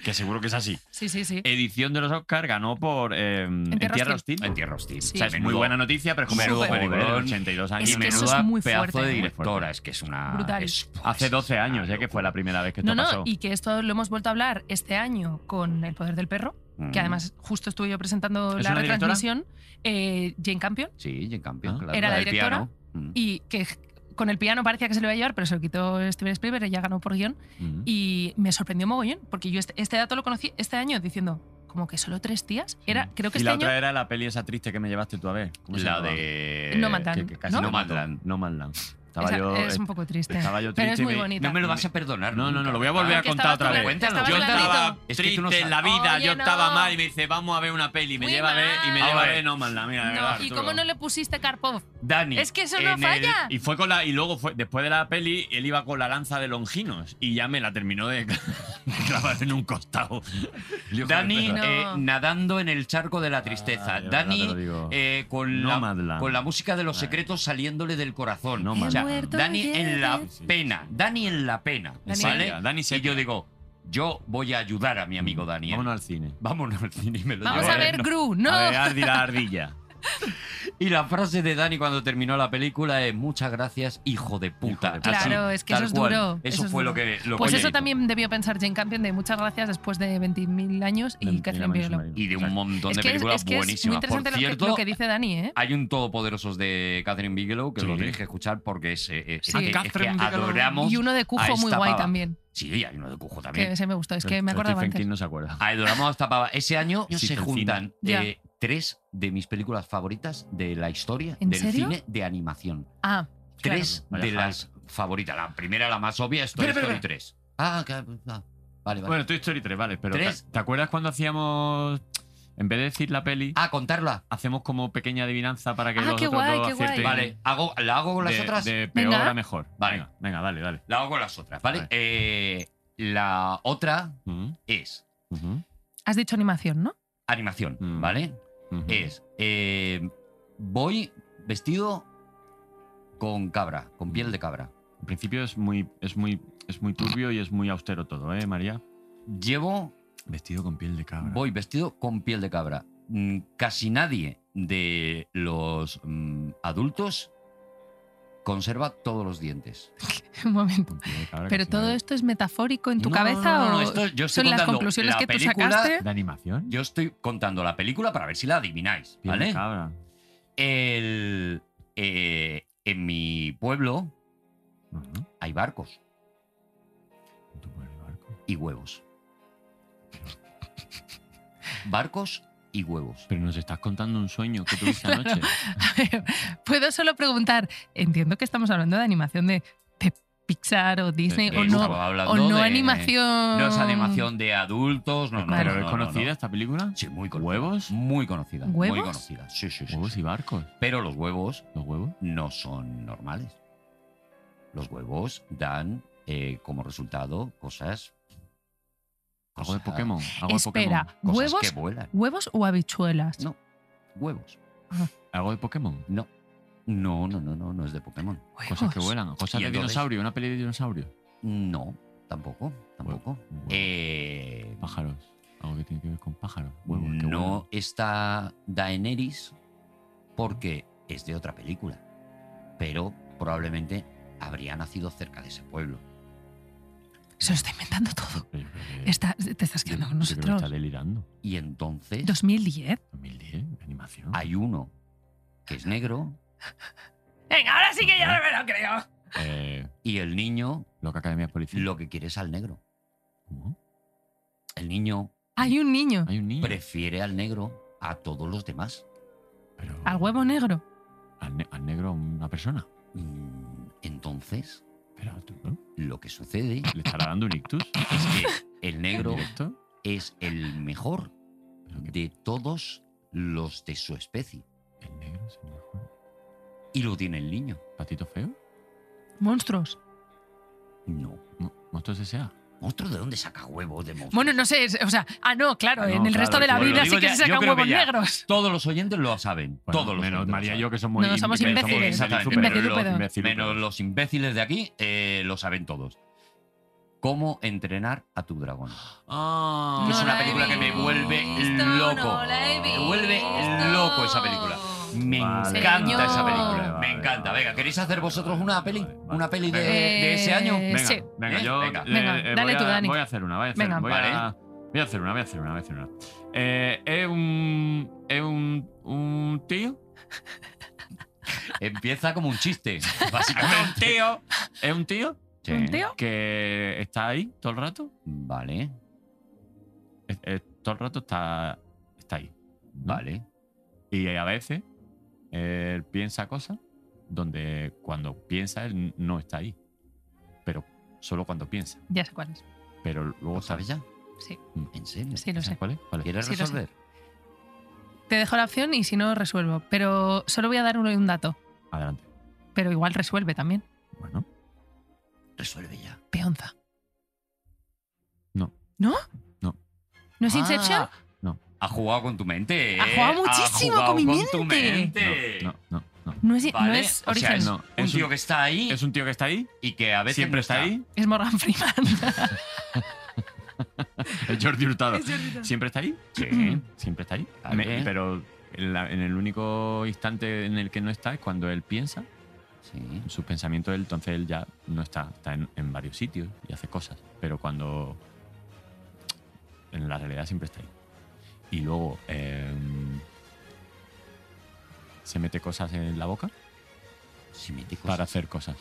Speaker 5: que seguro que es así.
Speaker 2: Sí, sí, sí.
Speaker 5: Edición de los Oscar ganó por eh, En
Speaker 2: Tierra
Speaker 5: Tierra
Speaker 2: Hostil.
Speaker 5: Hostil.
Speaker 3: En tierra hostil.
Speaker 2: Sí.
Speaker 5: O sea, es muy
Speaker 3: Menudo-
Speaker 5: buena noticia, pero es como
Speaker 3: Menudo
Speaker 5: joder,
Speaker 3: peliculón.
Speaker 5: 82 años.
Speaker 2: Es que eso
Speaker 3: menuda
Speaker 2: es muy
Speaker 3: pedazo
Speaker 2: fuerte,
Speaker 3: de
Speaker 2: ¿eh?
Speaker 3: directora. Es que es una.
Speaker 2: Brutal.
Speaker 3: es-
Speaker 5: Hace
Speaker 3: es
Speaker 5: 12 años,
Speaker 3: una
Speaker 5: ¿eh? que fue la primera vez que esto
Speaker 2: No, no,
Speaker 5: pasó.
Speaker 2: y que esto lo hemos vuelto a hablar este año con El Poder del Perro,
Speaker 3: locura.
Speaker 2: que además justo estuve yo presentando
Speaker 5: ¿Es
Speaker 2: la
Speaker 5: una directora?
Speaker 2: retransmisión, eh, Jane Campion,
Speaker 3: Sí, en cambio.
Speaker 5: Ah.
Speaker 3: claro,
Speaker 2: Era la
Speaker 3: del
Speaker 2: directora.
Speaker 3: piano. Mm.
Speaker 2: y que con el piano parecía que se lo iba a llevar, pero se lo quitó Steven Spielberg, ella ganó por guión,
Speaker 5: Mm.
Speaker 2: y me sorprendió mogollón, porque yo este, este dato lo conocí este año diciendo, como que solo tres tías, era, creo que
Speaker 5: y
Speaker 2: este
Speaker 5: la
Speaker 2: año...
Speaker 5: otra era la peli esa triste que me llevaste tú a ver. ¿Cómo se
Speaker 3: La
Speaker 5: llamaba?
Speaker 3: de.
Speaker 2: No Mandan.
Speaker 5: eh, Que- que casi
Speaker 2: ¿No?
Speaker 5: me mató.
Speaker 3: Nomadland.
Speaker 5: No Manland. Estaba
Speaker 2: Esa-
Speaker 5: yo,
Speaker 2: es un poco triste.
Speaker 5: estaba yo
Speaker 2: pero
Speaker 5: triste
Speaker 2: es
Speaker 5: y
Speaker 2: muy
Speaker 5: me-
Speaker 2: bonita.
Speaker 3: No me lo vas a perdonar.
Speaker 5: No, no, no,
Speaker 3: nunca.
Speaker 5: lo voy a volver a
Speaker 2: Porque
Speaker 5: contar
Speaker 2: estabas
Speaker 5: otra
Speaker 2: tú-
Speaker 5: vez.
Speaker 3: Cuéntalo,
Speaker 5: yo
Speaker 2: estabas
Speaker 5: estaba
Speaker 2: clarito.
Speaker 3: Es que tú no
Speaker 5: triste en la
Speaker 2: sabes.
Speaker 5: vida,
Speaker 2: Oye,
Speaker 5: yo
Speaker 2: no.
Speaker 5: estaba mal y me dice, vamos a ver una peli. Me
Speaker 2: Muy
Speaker 5: lleva a ver y
Speaker 2: mal.
Speaker 5: me lleva a
Speaker 3: Ahora,
Speaker 5: ver No Manland. Mira,
Speaker 2: No,
Speaker 5: mira,
Speaker 2: ¿Y
Speaker 5: Arturo.
Speaker 2: cómo no le pusiste Karpov?
Speaker 3: Dani.
Speaker 2: Es que eso no
Speaker 3: en el-
Speaker 2: falla.
Speaker 5: Y fue con la. Y luego fue. Después de la peli, él iba con la lanza de Longinos. Y ya me la terminó de clavar en un costado. Yo, joder,
Speaker 3: Dani
Speaker 5: pero-
Speaker 2: No.
Speaker 3: eh, nadando en el charco de la tristeza.
Speaker 5: Ah, yo ahora te lo
Speaker 3: Dani
Speaker 5: digo.
Speaker 3: eh, con, la,
Speaker 5: Nomadland.
Speaker 3: con la música de los
Speaker 5: Ah.
Speaker 3: secretos saliéndole del corazón.
Speaker 5: Nomadland.
Speaker 3: O sea,
Speaker 5: He
Speaker 2: muerto
Speaker 3: Dani en la
Speaker 2: ayer.
Speaker 3: pena. Dani en la pena.
Speaker 5: Dani-
Speaker 3: ¿Vale?
Speaker 5: Sepia, Dani
Speaker 3: y yo
Speaker 5: Sepia.
Speaker 3: digo, yo voy a ayudar a mi amigo Daniel.
Speaker 5: Vámonos al cine.
Speaker 3: Vámonos al cine y me lo
Speaker 2: Vamos
Speaker 3: llevo.
Speaker 2: a ver,
Speaker 5: no.
Speaker 2: Gru, no.
Speaker 5: ¿eh? A ver, Ardi la ardilla.
Speaker 3: Y la frase de Dani cuando terminó la película es muchas gracias, hijo de puta.
Speaker 5: Hijo de puta.
Speaker 3: Así,
Speaker 2: Claro, es que
Speaker 3: tal
Speaker 2: eso es
Speaker 3: cual.
Speaker 2: duro,
Speaker 3: Eso,
Speaker 2: eso es
Speaker 3: fue
Speaker 2: duro.
Speaker 3: lo que lo que
Speaker 2: pues
Speaker 3: ella
Speaker 2: eso
Speaker 3: dijo.
Speaker 2: también debió pensar Jane Campion de muchas gracias después de 20.000 años y
Speaker 5: Mentira,
Speaker 2: Catherine
Speaker 5: María
Speaker 2: Bigelow.
Speaker 5: Submarino.
Speaker 3: Y de un montón
Speaker 2: Es
Speaker 3: de
Speaker 2: que es,
Speaker 3: películas
Speaker 2: es que es muy
Speaker 3: buenísimas.
Speaker 2: interesante
Speaker 3: Por
Speaker 2: lo que-
Speaker 3: cierto,
Speaker 2: lo que dice Dani, ¿eh?
Speaker 3: Hay un Todopoderosos de Catherine Bigelow que
Speaker 5: Sí.
Speaker 3: lo tenéis que escuchar porque es, eh, eh,
Speaker 2: Sí.
Speaker 3: es que- es que
Speaker 5: Catherine Bigelow.
Speaker 3: adoramos.
Speaker 2: Y uno de Cujo muy
Speaker 3: esta
Speaker 2: guay
Speaker 3: pava.
Speaker 2: también,
Speaker 3: Sí, hay uno de Cujo
Speaker 2: que
Speaker 3: también.
Speaker 2: ese me gustó, es que me
Speaker 5: Pero
Speaker 2: acordaba
Speaker 5: Stephen King
Speaker 2: antes.
Speaker 5: no se acuerda.
Speaker 3: Adoramos a esta pava. Ese año
Speaker 5: Sí,
Speaker 3: se
Speaker 5: del
Speaker 3: juntan
Speaker 2: cine.
Speaker 3: eh, tres de mis películas favoritas de la historia
Speaker 2: ¿En
Speaker 3: del
Speaker 2: serio?
Speaker 3: cine de animación.
Speaker 2: Ah, claro.
Speaker 3: Tres
Speaker 5: Vaya
Speaker 3: de
Speaker 5: hype.
Speaker 3: las favoritas. La primera, la más obvia, es Toy
Speaker 5: Espera,
Speaker 3: Story
Speaker 5: espera,
Speaker 3: 3. Ah, que- ah, vale, vale.
Speaker 5: Bueno, Toy Story 3, vale, pero
Speaker 3: Tres.
Speaker 5: ¿te, te acuerdas cuando hacíamos, en vez de decir la peli,
Speaker 3: Ah, contarla.
Speaker 5: hacemos como pequeña adivinanza para que
Speaker 2: Ah,
Speaker 5: los
Speaker 2: qué
Speaker 5: otros
Speaker 2: guay,
Speaker 5: dos
Speaker 2: qué guay.
Speaker 5: acierten?
Speaker 3: Vale, hago, ¿la hago con las
Speaker 5: de,
Speaker 3: otras?
Speaker 5: De peor
Speaker 2: Venga.
Speaker 5: a mejor.
Speaker 3: Vale.
Speaker 5: Venga, venga, dale, dale.
Speaker 3: La hago con las otras, ¿vale?
Speaker 5: Vale.
Speaker 3: Eh, la otra
Speaker 5: Ujú,
Speaker 3: es
Speaker 5: ujú,
Speaker 2: Has dicho animación, ¿no?
Speaker 3: animación,
Speaker 5: Mm.
Speaker 3: ¿vale?
Speaker 5: ujú.
Speaker 3: es eh, voy vestido con cabra, con piel de cabra.
Speaker 5: En principio es muy, es muy, es muy turbio y es muy austero todo, ¿eh, María?
Speaker 3: Llevo
Speaker 5: Vestido con piel de cabra.
Speaker 3: Voy vestido con piel de cabra. Mm, Casi nadie de los mm, adultos conserva todos los dientes.
Speaker 2: Un momento.
Speaker 5: Con piel de cabra,
Speaker 2: Pero
Speaker 5: casi nadie.
Speaker 2: todo esto es metafórico en tu
Speaker 3: No,
Speaker 2: cabeza
Speaker 3: no, no, no,
Speaker 2: o
Speaker 3: esto yo estoy
Speaker 2: son las
Speaker 3: contando
Speaker 2: conclusiones
Speaker 3: la
Speaker 2: que tú
Speaker 3: película-
Speaker 2: sacaste.
Speaker 5: ¿De animación?
Speaker 3: Yo estoy contando la película para ver si la adivináis,
Speaker 5: Piel de
Speaker 3: ¿vale?
Speaker 5: cabra.
Speaker 3: El, eh, en mi pueblo
Speaker 5: Ujú.
Speaker 3: hay barcos
Speaker 5: En tu pueblo, barco.
Speaker 3: y huevos. Barcos y huevos.
Speaker 5: Pero nos estás contando un sueño que tuviste
Speaker 2: Claro.
Speaker 5: anoche.
Speaker 2: Puedo solo preguntar, entiendo que estamos hablando de animación de, de Pixar o Disney
Speaker 5: Sí,
Speaker 2: o
Speaker 5: sí,
Speaker 2: no,
Speaker 3: Estaba hablando
Speaker 2: o no
Speaker 3: de-
Speaker 2: animación.
Speaker 3: No es animación de adultos, no, no.
Speaker 2: Vale.
Speaker 5: ¿Pero
Speaker 3: no,
Speaker 5: es
Speaker 3: no,
Speaker 5: conocida
Speaker 3: no, no.
Speaker 5: esta película?
Speaker 3: Sí, muy conocida.
Speaker 5: ¿Huevos?
Speaker 3: Muy conocida. Muy
Speaker 2: ¿Huevos?
Speaker 3: conocida. Sí, sí, sí.
Speaker 5: Huevos
Speaker 3: sí.
Speaker 5: y barcos.
Speaker 3: Pero los huevos
Speaker 5: ¿Los huevos?
Speaker 3: no son normales. Los huevos dan eh, como resultado cosas.
Speaker 5: Algo de
Speaker 3: cosas-
Speaker 5: Pokémon. Algo de
Speaker 2: Espera,
Speaker 5: Pokémon.
Speaker 3: Cosas
Speaker 2: ¿huevos,
Speaker 3: que vuelan.
Speaker 2: ¿huevos o habichuelas?
Speaker 3: No. Huevos.
Speaker 5: Algo de Pokémon.
Speaker 3: No. No, no, no, no, no es de Pokémon.
Speaker 2: Huevos.
Speaker 5: Cosas que vuelan. Cosas
Speaker 3: Y
Speaker 5: de
Speaker 3: entonces-
Speaker 5: dinosaurio. Una peli de dinosaurio.
Speaker 3: No, tampoco, tampoco.
Speaker 5: Huevos.
Speaker 3: Eh,
Speaker 5: Pájaros. Algo que tiene que ver con pájaros. Huevos. que
Speaker 3: no
Speaker 5: vuelan.
Speaker 3: está Daenerys porque es de otra película, pero probablemente habría nacido cerca de ese pueblo.
Speaker 2: Se lo está inventando todo.
Speaker 5: Pero yo creo que-
Speaker 2: Está- te estás quedando con
Speaker 5: yo creo que
Speaker 2: nosotros.
Speaker 5: está delirando.
Speaker 3: Y entonces
Speaker 2: 2010.
Speaker 5: 2010, animación.
Speaker 3: hay uno que es negro
Speaker 2: Venga, ahora sí que ya no me lo creo.
Speaker 5: Eh,
Speaker 3: y el niño
Speaker 5: Loca Academia Policía.
Speaker 3: lo que quiere es al negro.
Speaker 5: ¿Cómo?
Speaker 3: El niño
Speaker 2: Hay un niño.
Speaker 5: Hay un niño.
Speaker 3: prefiere al negro a todos los demás.
Speaker 5: Pero-
Speaker 2: Al huevo negro.
Speaker 5: Al, ne- al negro a una persona.
Speaker 3: Mm, Entonces,
Speaker 5: Pero tú, ¿no?
Speaker 3: lo que sucede
Speaker 5: ¿Le estará dando un ictus?
Speaker 3: es que el negro
Speaker 5: ¿En directo?
Speaker 3: es el mejor
Speaker 5: Pero que-
Speaker 3: de todos los de su especie.
Speaker 5: El negro es el mejor.
Speaker 3: Y lo tiene el niño.
Speaker 5: ¿Patito feo?
Speaker 2: Monstruos.
Speaker 3: No.
Speaker 5: Mo- ¿Monstruos S.A.?
Speaker 3: ¿Monstruo de dónde saca huevos de monstruo?
Speaker 2: Bueno, no sé, es- o sea, ah, no, claro,
Speaker 5: Ah, no,
Speaker 2: en el
Speaker 5: claro,
Speaker 2: resto de la
Speaker 5: bueno,
Speaker 2: vida
Speaker 3: digo
Speaker 2: sí que
Speaker 3: ya,
Speaker 2: se
Speaker 3: yo
Speaker 2: sacan
Speaker 3: creo que
Speaker 2: huevos
Speaker 3: ya.
Speaker 2: negros.
Speaker 3: Todos los oyentes lo saben.
Speaker 5: Bueno,
Speaker 3: todos los
Speaker 5: menos
Speaker 3: oyentes lo
Speaker 5: María y
Speaker 3: saben.
Speaker 5: yo que somos
Speaker 2: No, somos
Speaker 5: que somos
Speaker 2: imbéciles.
Speaker 3: Exactamente.
Speaker 5: imbéciles.
Speaker 3: Pero
Speaker 2: Imbecilúpedos.
Speaker 5: los-
Speaker 3: Menos los imbéciles de aquí eh, lo saben todos. ¿Cómo entrenar a tu dragón?
Speaker 5: Ah,
Speaker 3: Que
Speaker 2: No
Speaker 3: es
Speaker 2: la
Speaker 3: una
Speaker 2: he
Speaker 3: película que me
Speaker 2: visto,
Speaker 3: vuelve
Speaker 2: no
Speaker 3: loco.
Speaker 2: la he
Speaker 3: me vuelve
Speaker 2: visto.
Speaker 3: loco esa película. Me
Speaker 5: Vale,
Speaker 3: encanta
Speaker 2: Señor.
Speaker 3: esa película.
Speaker 5: Vale,
Speaker 3: me encanta.
Speaker 5: vale,
Speaker 3: Venga,
Speaker 5: vale,
Speaker 3: ¿queréis hacer
Speaker 5: vale,
Speaker 3: vosotros
Speaker 5: vale,
Speaker 3: una
Speaker 5: vale,
Speaker 3: peli?
Speaker 5: vale, vale.
Speaker 3: ¿Una peli de,
Speaker 2: Eh,
Speaker 3: de ese año?
Speaker 2: eh,
Speaker 5: Venga,
Speaker 2: sí.
Speaker 5: venga,
Speaker 3: ¿Eh?
Speaker 5: yo
Speaker 3: Venga.
Speaker 5: eh,
Speaker 2: Venga,
Speaker 5: eh,
Speaker 2: dale
Speaker 5: voy,
Speaker 2: tú,
Speaker 5: a,
Speaker 2: Dani.
Speaker 5: voy a hacer una, voy a hacer,
Speaker 2: Venga.
Speaker 5: voy,
Speaker 3: Vale.
Speaker 5: a, voy a hacer una, voy a hacer una, voy a hacer una. Eh, es un, es un, un tío,
Speaker 3: Empieza como un chiste, básicamente.
Speaker 5: tío, es un tío
Speaker 3: Ah. Sí.
Speaker 2: ¿Un tío?
Speaker 5: que está ahí todo el rato,
Speaker 3: Vale,
Speaker 5: es- es- todo el rato está, está ahí.
Speaker 3: vale.
Speaker 5: Y a veces él piensa cosas donde cuando piensa él no está ahí, pero solo cuando piensa.
Speaker 2: Ya sé cuál es.
Speaker 5: Pero luego
Speaker 3: ¿Lo
Speaker 5: está-
Speaker 3: sabes ya?
Speaker 2: Sí.
Speaker 3: ¿En serio?
Speaker 2: Sí, lo sé.
Speaker 5: ¿Cuál es? ¿Cuál es?
Speaker 3: ¿Quieres
Speaker 2: Sí, lo sé.
Speaker 3: resolver?
Speaker 2: Te dejo la opción y si no, resuelvo. Pero solo voy a dar un dato.
Speaker 5: Adelante.
Speaker 2: Pero igual resuelve también.
Speaker 5: Bueno,
Speaker 3: Resuelve ya.
Speaker 2: Peonza.
Speaker 5: No.
Speaker 2: ¿No?
Speaker 5: No.
Speaker 2: ¿No es
Speaker 3: Ah,
Speaker 2: Inception?
Speaker 5: No.
Speaker 3: Ha jugado con tu mente.
Speaker 2: Ha
Speaker 3: ¿eh?
Speaker 2: jugado muchísimo
Speaker 3: jugado
Speaker 2: con mi
Speaker 3: tu
Speaker 2: mente.
Speaker 3: mente.
Speaker 5: no, no, no. no.
Speaker 2: No es,
Speaker 3: Vale,
Speaker 2: no es
Speaker 3: o sea,
Speaker 2: Origen.
Speaker 3: es-
Speaker 5: No,
Speaker 3: Un
Speaker 5: es
Speaker 3: tío
Speaker 5: un-
Speaker 3: que está ahí
Speaker 5: Es un tío que está ahí,
Speaker 3: y que a veces
Speaker 5: siempre
Speaker 3: no
Speaker 5: está ahí.
Speaker 2: Es Morgan Freeman.
Speaker 5: Es Jordi Hurtado.
Speaker 2: Es Jordi Hurtado.
Speaker 5: Siempre está ahí,
Speaker 3: Sí.
Speaker 5: siempre está ahí.
Speaker 3: Vale.
Speaker 5: Me- pero en, la- en el único instante en el que no está es cuando él piensa.
Speaker 3: sí.
Speaker 5: En sus pensamientos, él- entonces él ya no está, está en, en varios sitios y hace cosas. Pero cuando. En la realidad siempre está ahí. Y luego. em, se mete cosas en la boca
Speaker 3: Si me dijo-
Speaker 5: para hacer cosas.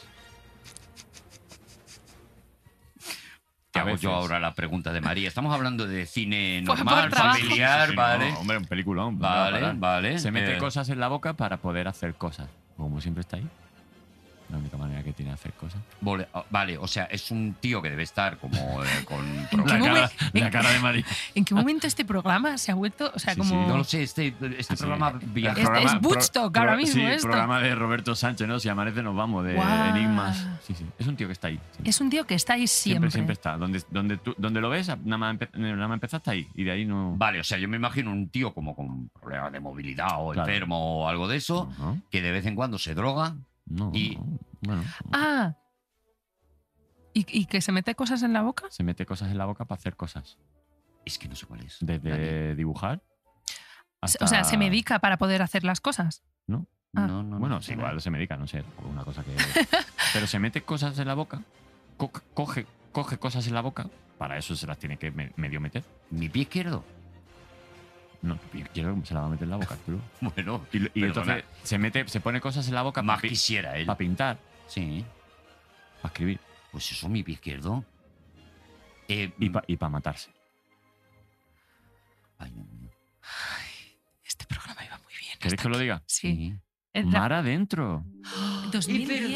Speaker 3: Te
Speaker 5: a
Speaker 3: hago
Speaker 5: veces.
Speaker 3: yo ahora la pregunta de María. Estamos hablando de cine
Speaker 2: Por- por
Speaker 3: normal,
Speaker 2: trabajo.
Speaker 3: familiar,
Speaker 5: Sí, sí,
Speaker 3: ¿vale?
Speaker 5: no, hombre, un peliculón.
Speaker 3: Vale,
Speaker 5: para-
Speaker 3: vale.
Speaker 5: Se mete
Speaker 3: Eh,
Speaker 5: cosas en la boca para poder hacer cosas. Como siempre está ahí. La única manera que tiene de hacer cosas.
Speaker 3: Vale, ah, vale, o sea, es un tío que debe estar como eh, con...
Speaker 2: La
Speaker 3: problemas.
Speaker 2: cara- la cara
Speaker 5: de María.
Speaker 2: ¿En qué momento este programa se ha vuelto? O sea,
Speaker 5: Sí,
Speaker 2: como.
Speaker 5: sí,
Speaker 3: No lo sé, este, este
Speaker 5: Sí.
Speaker 3: programa
Speaker 2: Este
Speaker 3: viaja...
Speaker 2: es Woodstock ahora mismo,
Speaker 5: Sí,
Speaker 2: esto.
Speaker 5: programa de Roberto Sánchez, ¿no? Si amanece nos vamos, de
Speaker 2: Guau.
Speaker 5: enigmas. Sí, sí. Es un tío que está ahí. siempre.
Speaker 2: Es un tío que está ahí siempre.
Speaker 5: siempre, siempre está. Donde, donde, tú- donde lo ves, nada más, empe- nada más empezar está ahí. Y de ahí no...
Speaker 3: Vale, o sea, yo me imagino un tío como con problemas de movilidad o
Speaker 5: Claro. Mm.
Speaker 3: enfermo o algo de eso,
Speaker 5: No,
Speaker 3: que de vez en cuando se droga
Speaker 5: no,
Speaker 3: Y-
Speaker 5: no, bueno.
Speaker 2: Ah, ¿Y, y que se mete cosas en la boca?
Speaker 5: Se mete cosas en la boca para hacer cosas.
Speaker 3: Es que no sé cuál es.
Speaker 5: Desde dibujar.
Speaker 2: O sea,
Speaker 5: hasta-
Speaker 2: se medica para poder hacer las cosas.
Speaker 5: No.
Speaker 2: Ah.
Speaker 5: No, no, bueno,
Speaker 3: no
Speaker 5: sí,
Speaker 3: sé
Speaker 5: igual se medica, no sé, tampoco es una cosa que. Pero se mete cosas en la boca, co- coge, coge cosas en la boca, para eso se las tiene que me- medio meter.
Speaker 3: Mi pie izquierdo.
Speaker 5: No, yo quiero que se la va a meter en la boca, Arturo.
Speaker 3: Bueno,
Speaker 5: Y, y
Speaker 3: Perdona.
Speaker 5: entonces se mete, se pone cosas en la boca
Speaker 3: más
Speaker 5: para
Speaker 3: quisiera él.
Speaker 5: pintar,
Speaker 3: Sí.
Speaker 5: para escribir
Speaker 3: Pues eso, mi pie izquierdo. Eh,
Speaker 5: y para matarse.
Speaker 3: ay, Dios mío.
Speaker 2: Este programa iba muy bien.
Speaker 5: ¿Queréis
Speaker 2: hasta
Speaker 5: que lo
Speaker 2: aquí.
Speaker 5: diga?
Speaker 2: Sí. Es la-
Speaker 5: Mar adentro.
Speaker 2: 2010.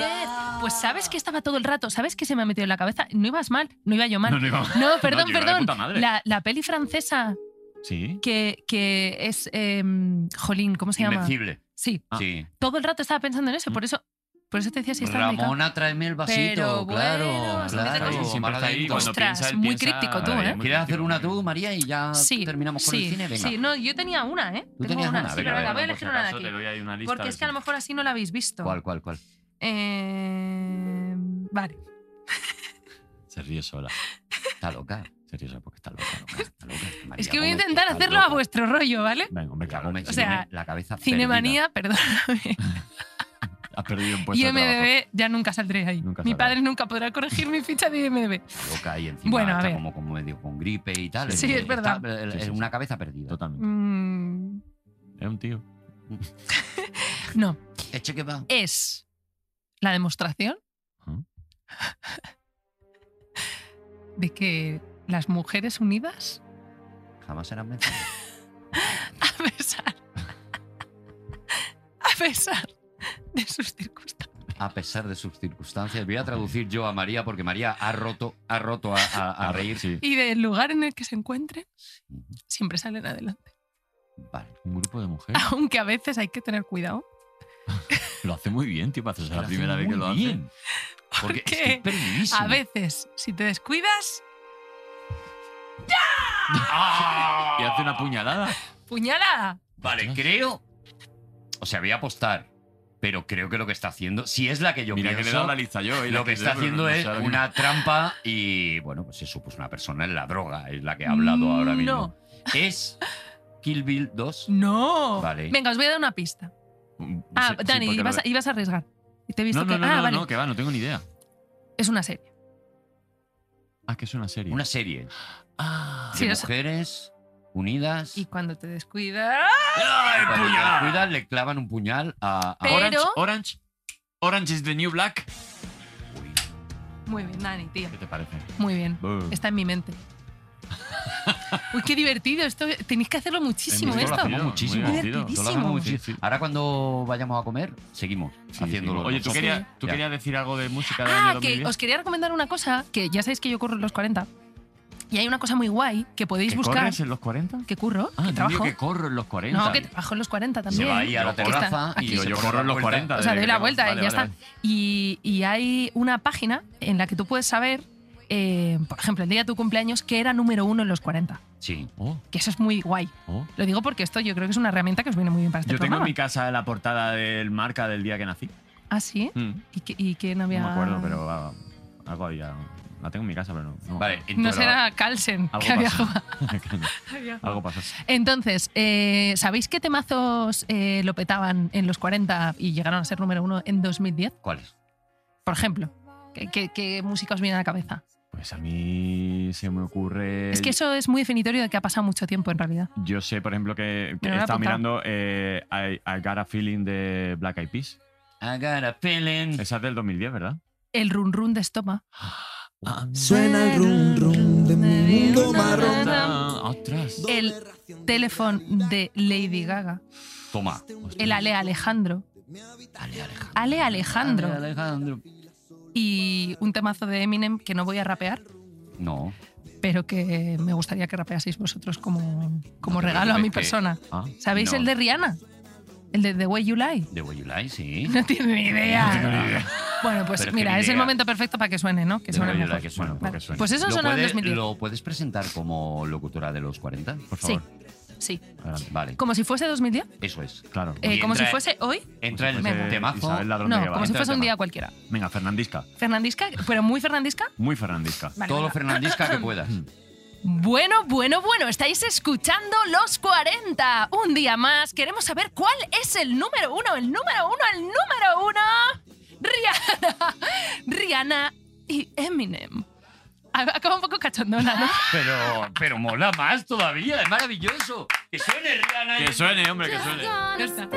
Speaker 2: Pues sabes que estaba todo el rato, sabes que se me ha metido en la cabeza. No ibas mal, no iba yo mal.
Speaker 5: No, no, no.
Speaker 2: No, perdón,
Speaker 5: yo iba de
Speaker 2: perdón.
Speaker 5: puta madre.
Speaker 2: La, la peli francesa
Speaker 5: Sí.
Speaker 2: que, que es. em, jolín, ¿cómo se llama?
Speaker 3: Invencible.
Speaker 2: Sí,
Speaker 5: Ah. Mm.
Speaker 3: Sí.
Speaker 2: todo el rato estaba pensando en eso, por eso, por eso te decía si está indicado.
Speaker 3: Ramona, tráeme el vasito.
Speaker 2: Pero bueno,
Speaker 3: claro,
Speaker 2: se mete
Speaker 3: claro.
Speaker 2: con-
Speaker 5: Sí, siempre
Speaker 3: Mar
Speaker 5: está ahí
Speaker 3: adentro.
Speaker 5: cuando
Speaker 2: Ostras,
Speaker 5: piensa, él
Speaker 2: muy
Speaker 5: piensa-
Speaker 2: crítico tú, ¿eh?
Speaker 3: ¿Quieres hacer una tú, María, y ya
Speaker 2: Sí,
Speaker 3: terminamos con
Speaker 2: sí,
Speaker 3: el cine? Venga.
Speaker 2: sí, no, yo tenía una, ¿eh? Tengo
Speaker 3: tenías una,
Speaker 2: sí,
Speaker 3: venga,
Speaker 2: pero
Speaker 3: venga,
Speaker 2: voy a elegir una de
Speaker 5: Te
Speaker 2: aquí.
Speaker 5: doy ahí una lista.
Speaker 2: Porque es que a lo mejor así no la habéis visto.
Speaker 3: ¿Cuál, cuál, cuál?
Speaker 2: Eh, vale.
Speaker 5: Se ríe sola.
Speaker 3: Está loca.
Speaker 5: Se ríe sola porque está loca.
Speaker 3: Está loca, está loca.
Speaker 2: Es
Speaker 3: María
Speaker 2: que voy a
Speaker 3: Gómez,
Speaker 2: intentar
Speaker 3: estás
Speaker 2: hacerlo
Speaker 3: loca.
Speaker 2: a vuestro rollo, ¿vale?
Speaker 5: Venga, me
Speaker 3: María
Speaker 5: cago.
Speaker 3: Gómez
Speaker 2: O sea,
Speaker 3: tiene la cabeza
Speaker 2: Cinemanía, perdóname.
Speaker 5: Ha perdido un puesto de trabajo.
Speaker 2: IMDB, ya nunca saldré ahí.
Speaker 5: Nunca
Speaker 2: mi
Speaker 5: saldrá.
Speaker 2: padre nunca podrá corregir mi ficha de IMDB.
Speaker 3: perdida. loca y encima
Speaker 2: Bueno, a
Speaker 3: está
Speaker 2: ver.
Speaker 3: como, como medio con gripe y tal.
Speaker 2: Sí, es verdad.
Speaker 3: Está, eh,
Speaker 5: Sí, sí, sí.
Speaker 3: Una cabeza perdida.
Speaker 5: Totalmente.
Speaker 2: Mm,
Speaker 5: Es un tío.
Speaker 2: no,
Speaker 3: Eche que va.
Speaker 2: es la demostración
Speaker 5: Ajá.
Speaker 2: de que las mujeres unidas, Eh.
Speaker 3: Jamás serán vencidas.
Speaker 2: a pesar, a pesar de sus circunstancias,
Speaker 3: A pesar de sus circunstancias. Voy a traducir yo a María porque María ha roto, ha roto a, a- a reír.
Speaker 5: Sí.
Speaker 2: y del lugar en el que se encuentren, siempre salen adelante.
Speaker 3: Vale.
Speaker 5: Un grupo de mujeres.
Speaker 2: Aunque a veces hay que tener cuidado.
Speaker 5: Lo hace muy bien, tío. para hacer- Es
Speaker 3: Lo
Speaker 5: la
Speaker 3: hace
Speaker 5: primera vez que
Speaker 3: muy
Speaker 5: lo hace.
Speaker 3: bien. Porque es que
Speaker 2: Porque
Speaker 3: es perdidísimo.
Speaker 2: a veces, si te descuidas,
Speaker 3: ¡Ah!
Speaker 5: Y hace una puñalada.
Speaker 2: puñalada.
Speaker 3: Vale,
Speaker 5: Ostras.
Speaker 3: creo. O sea, voy a apostar. Pero creo que lo que está haciendo, si es la que yo
Speaker 5: Mira que le he
Speaker 3: pienso,
Speaker 5: dado la lista yo. ¿eh? y la
Speaker 3: lo que está
Speaker 5: pero no-
Speaker 3: haciendo
Speaker 5: no sé
Speaker 3: es
Speaker 5: ahora mismo.
Speaker 3: una trampa y, bueno, pues eso, pues una persona en la droga, es la que ha hablado ahora mismo.
Speaker 2: Mm, No.
Speaker 3: Es Kill Bill 2.
Speaker 2: No.
Speaker 3: Vale.
Speaker 2: Venga, os voy a dar una pista.
Speaker 5: Mm,
Speaker 2: Ah,
Speaker 5: sí, sí,
Speaker 2: Dani,
Speaker 5: porque
Speaker 2: ibas,
Speaker 5: lo-
Speaker 2: a, ibas a arriesgar. Y te he visto
Speaker 5: No, no,
Speaker 2: que.
Speaker 5: no,
Speaker 2: ah,
Speaker 5: no,
Speaker 2: vale.
Speaker 5: no, que va, no tengo ni idea.
Speaker 2: Es una serie.
Speaker 5: Ah, que es una serie.
Speaker 3: Una serie
Speaker 5: Ah,
Speaker 2: Sí,
Speaker 3: de
Speaker 2: es-
Speaker 3: mujeres unidas.
Speaker 2: Y cuando te descuidas.
Speaker 5: ¡Ay,
Speaker 3: Cuando se
Speaker 5: puñal!
Speaker 3: descuidan, le clavan un puñal a. a-
Speaker 2: Pero-
Speaker 5: Orange, Orange. Orange is the new black.
Speaker 2: Muy bien, Dani, tío.
Speaker 5: ¿Qué te parece?
Speaker 2: Muy bien.
Speaker 5: Buh.
Speaker 2: Está en mi mente. Uy, qué divertido. Esto, tenéis que hacerlo muchísimo
Speaker 3: Esto
Speaker 2: esto.
Speaker 3: lo hacemos muchísimo.
Speaker 5: Muy
Speaker 3: Esto
Speaker 5: divertido.
Speaker 3: lo hacemos
Speaker 5: Sí,
Speaker 3: muchísimo.
Speaker 5: sí.
Speaker 3: Ahora cuando vayamos a comer, seguimos
Speaker 5: Sí,
Speaker 3: haciéndolo.
Speaker 5: sí. Oye, tú
Speaker 3: nosotros.
Speaker 5: querías, tú
Speaker 3: Ya.
Speaker 5: querías decir algo de música del año
Speaker 2: Ah, que
Speaker 5: 2010?
Speaker 2: os quería recomendar una cosa, que ya sabéis que yo curro en los 40. Y hay una cosa muy guay que podéis
Speaker 5: ¿Que
Speaker 2: buscar.
Speaker 5: corres en los 40?
Speaker 2: Que curro,
Speaker 5: Ah,
Speaker 2: que
Speaker 5: entendido
Speaker 2: trabajo.
Speaker 5: que corro en los 40.
Speaker 2: no, que trabajo en los 40
Speaker 3: Se
Speaker 2: también.
Speaker 3: va ahí a la
Speaker 5: Yo corro-
Speaker 3: terraza
Speaker 2: Aquí.
Speaker 3: y
Speaker 5: Digo,
Speaker 3: se
Speaker 5: yo
Speaker 3: pone
Speaker 5: corro en
Speaker 3: la
Speaker 5: los
Speaker 3: vuelta.
Speaker 5: 40.
Speaker 2: O sea,
Speaker 5: desde
Speaker 2: doy
Speaker 5: que
Speaker 2: la
Speaker 5: tengo-
Speaker 2: vuelta
Speaker 5: vale,
Speaker 2: y ya
Speaker 5: vale,
Speaker 2: está. Y, y hay una página en la que tú puedes saber, eh, por ejemplo, el día de tu cumpleaños, que era número uno en los 40.
Speaker 3: Sí.
Speaker 5: Oh,
Speaker 2: Que eso es muy guay.
Speaker 5: oh.
Speaker 2: Lo digo porque esto yo creo que es una herramienta que os viene muy bien para este
Speaker 5: Yo tengo en
Speaker 2: programa.
Speaker 5: mi casa la portada del marca del día que nací.
Speaker 2: ¿Ah, sí?
Speaker 5: Mm.
Speaker 2: ¿Y, que, y quién había...?
Speaker 5: No me acuerdo, pero ah, algo había. La tengo en mi casa, pero no. no.
Speaker 3: Vale, en
Speaker 2: No
Speaker 3: tu-
Speaker 2: será Carlsen
Speaker 5: Algo
Speaker 2: que había
Speaker 5: pasó.
Speaker 2: jugado.
Speaker 5: algo pasó.
Speaker 2: Entonces, eh, ¿sabéis qué temazos eh, lo petaban en los 40 y llegaron a ser número uno en 2010?
Speaker 3: ¿Cuál es?
Speaker 2: Por ejemplo, ¿qué, qué- qué música os viene a la cabeza?
Speaker 5: Pues a mí se me ocurre.
Speaker 2: Es que eso es muy definitorio de que ha pasado mucho tiempo en realidad.
Speaker 5: Yo sé, por ejemplo, que, que
Speaker 2: Me lo he
Speaker 5: he estado
Speaker 2: apuntado.
Speaker 5: mirando eh, I, I Got a Feeling de Black Eyed Peas.
Speaker 3: I got a feeling.
Speaker 5: Esa es del 2010, ¿verdad?
Speaker 2: El run run de Stoma.
Speaker 3: Ah,
Speaker 8: Suena el rum rum de mi mundo marrón.
Speaker 5: ¡Ostras!
Speaker 2: El teléfono de Lady Gaga.
Speaker 3: Toma.
Speaker 2: El Ale Alejandro. Ale Alejandro.
Speaker 3: Ale Alejandro.
Speaker 2: Y un temazo de Eminem que no voy a rapear,
Speaker 3: No.
Speaker 2: pero que me gustaría que rapeaseis vosotros como, como
Speaker 3: No te
Speaker 2: regalo a mi
Speaker 3: preocupes, que-
Speaker 2: persona.
Speaker 5: Ah,
Speaker 2: ¿Sabéis
Speaker 3: no.
Speaker 2: el de Rihanna? El de The Way You Lie.
Speaker 3: De Way You Lie, sí.
Speaker 2: No tiene ni idea.
Speaker 3: Ah,
Speaker 2: Bueno, pues
Speaker 3: Pero es que
Speaker 2: mira,
Speaker 3: ni
Speaker 2: es el
Speaker 3: idea.
Speaker 2: momento perfecto para que suene, ¿no? Que
Speaker 3: The
Speaker 2: suene
Speaker 3: Way You
Speaker 2: mejor.
Speaker 3: Lie, que suena.
Speaker 5: Bueno,
Speaker 2: Vale,
Speaker 5: que suene.
Speaker 2: Pues eso
Speaker 3: ¿Lo
Speaker 2: sonó en
Speaker 3: puedes-
Speaker 2: 2010.
Speaker 3: ¿Lo puedes presentar como locutora de los 40?
Speaker 5: por
Speaker 2: Sí.
Speaker 5: favor.
Speaker 2: Sí.
Speaker 5: Adelante.
Speaker 3: Vale,
Speaker 2: Como si fuese 2010.
Speaker 3: eso es.
Speaker 5: Claro.
Speaker 2: eh,
Speaker 3: Y
Speaker 2: como si
Speaker 3: entra-
Speaker 2: fuese hoy.
Speaker 3: Entra el
Speaker 2: Venga.
Speaker 3: temazo.
Speaker 5: Isabel Ladrón de
Speaker 2: No,
Speaker 5: Guevara.
Speaker 2: como si
Speaker 3: Entra
Speaker 2: fuese un
Speaker 3: el
Speaker 2: día
Speaker 3: tema.
Speaker 2: cualquiera.
Speaker 5: Venga, Fernandisca.
Speaker 2: Fernandisca, pero muy Fernandisca.
Speaker 5: Muy Fernandisca.
Speaker 2: Vale,
Speaker 3: Todo lo
Speaker 2: venga.
Speaker 3: fernandisca que puedas.
Speaker 2: Bueno, bueno, bueno, estáis escuchando los 40. Un día más, queremos saber cuál es el número uno, el número uno, el número uno. Rihanna, Rihanna y Eminem. Acaba un poco cachondona, ¿no?
Speaker 3: Pero, pero mola más todavía, es maravilloso. Que suene Rihanna.
Speaker 5: Que suene, hombre, que suene.
Speaker 2: Ya está.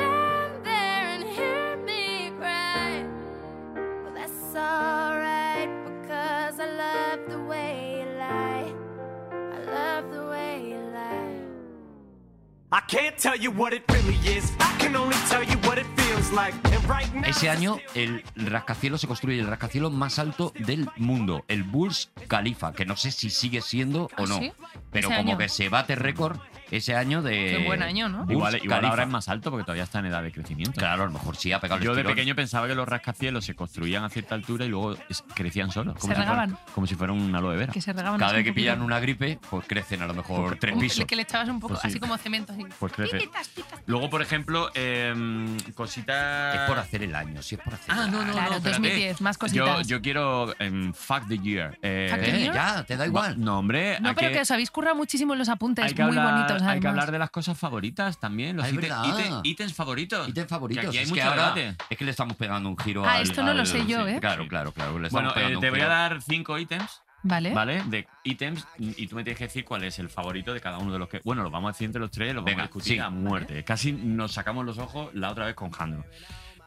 Speaker 9: I can't tell you what it really is. I can only tell you what it feels like. And right now,
Speaker 3: Ese año el rascacielos se construye el rascacielos más alto del mundo, el Burj Khalifa, que no sé si sigue siendo o no,
Speaker 2: ¿Ah, ¿Sí?
Speaker 3: pero
Speaker 2: Ese
Speaker 3: como
Speaker 2: año.
Speaker 3: que se bate récord ese año de
Speaker 2: Qué buen año, ¿no?
Speaker 3: Burj
Speaker 5: Igual, igual
Speaker 3: Khalifa.
Speaker 5: ahora es más alto porque todavía está en edad de crecimiento.
Speaker 3: Claro, a lo mejor sí ha pegado el
Speaker 5: Yo de
Speaker 3: estirón.
Speaker 5: pequeño pensaba que los rascacielos se construían a cierta altura y luego es- crecían solos.
Speaker 2: Se regaban.
Speaker 5: fuera- como si fuera un aloe vera.
Speaker 2: Que se regaban
Speaker 3: Cada
Speaker 2: así
Speaker 3: vez
Speaker 2: un
Speaker 3: que
Speaker 2: poquito.
Speaker 3: pillan una gripe, pues crecen a lo mejor tres
Speaker 2: Un-
Speaker 3: pisos.
Speaker 2: Que le echabas un poco,
Speaker 5: Pues sí.
Speaker 2: así como cemento. así.
Speaker 5: Pues crece.
Speaker 2: Tiritas, tiritas.
Speaker 5: Luego, por ejemplo, em, cositas.
Speaker 3: Es por hacer el año, sí es por hacer
Speaker 5: Ah,
Speaker 3: el
Speaker 5: no, no,
Speaker 3: año.
Speaker 2: Claro,
Speaker 5: no. espérate.
Speaker 2: 2010, más
Speaker 5: Yo,
Speaker 2: cositas.
Speaker 5: yo quiero em, Fuck the Year. Eh,
Speaker 2: Fuck the
Speaker 3: Eh,
Speaker 2: Year.
Speaker 3: ya, te da igual.
Speaker 5: No, hombre.
Speaker 2: no,
Speaker 5: hay
Speaker 2: pero que, os habéis currado muchísimo en los apuntes,
Speaker 5: hay que,
Speaker 2: muy
Speaker 5: hablar,
Speaker 2: bonitos.
Speaker 5: hay que
Speaker 2: además.
Speaker 5: hablar de las cosas favoritas también, los
Speaker 3: Ah, es
Speaker 5: ítem-
Speaker 3: verdad.
Speaker 5: ítem- ítems favoritos.
Speaker 3: Y ten favoritos.
Speaker 5: Que aquí hay
Speaker 3: es
Speaker 5: mucho
Speaker 3: que ahora
Speaker 5: debate.
Speaker 3: es que le estamos pegando un giro
Speaker 2: Ah,
Speaker 3: al-
Speaker 2: esto no lo
Speaker 3: al-
Speaker 2: sé yo,
Speaker 3: sí,
Speaker 2: ¿eh?
Speaker 3: Claro, claro, claro. le estamos
Speaker 5: Bueno, eh,
Speaker 3: pegando un
Speaker 5: te voy a
Speaker 3: giro.
Speaker 5: dar cinco ítems,
Speaker 2: Vale.
Speaker 5: ¿vale? De ítems, y tú me tienes que decir cuál es el favorito de cada uno de los que. Bueno, lo vamos a decir entre los tres, lo vamos
Speaker 3: Venga,
Speaker 5: a discutir
Speaker 3: sí.
Speaker 5: a muerte. Casi nos sacamos los ojos la otra vez con Jandro.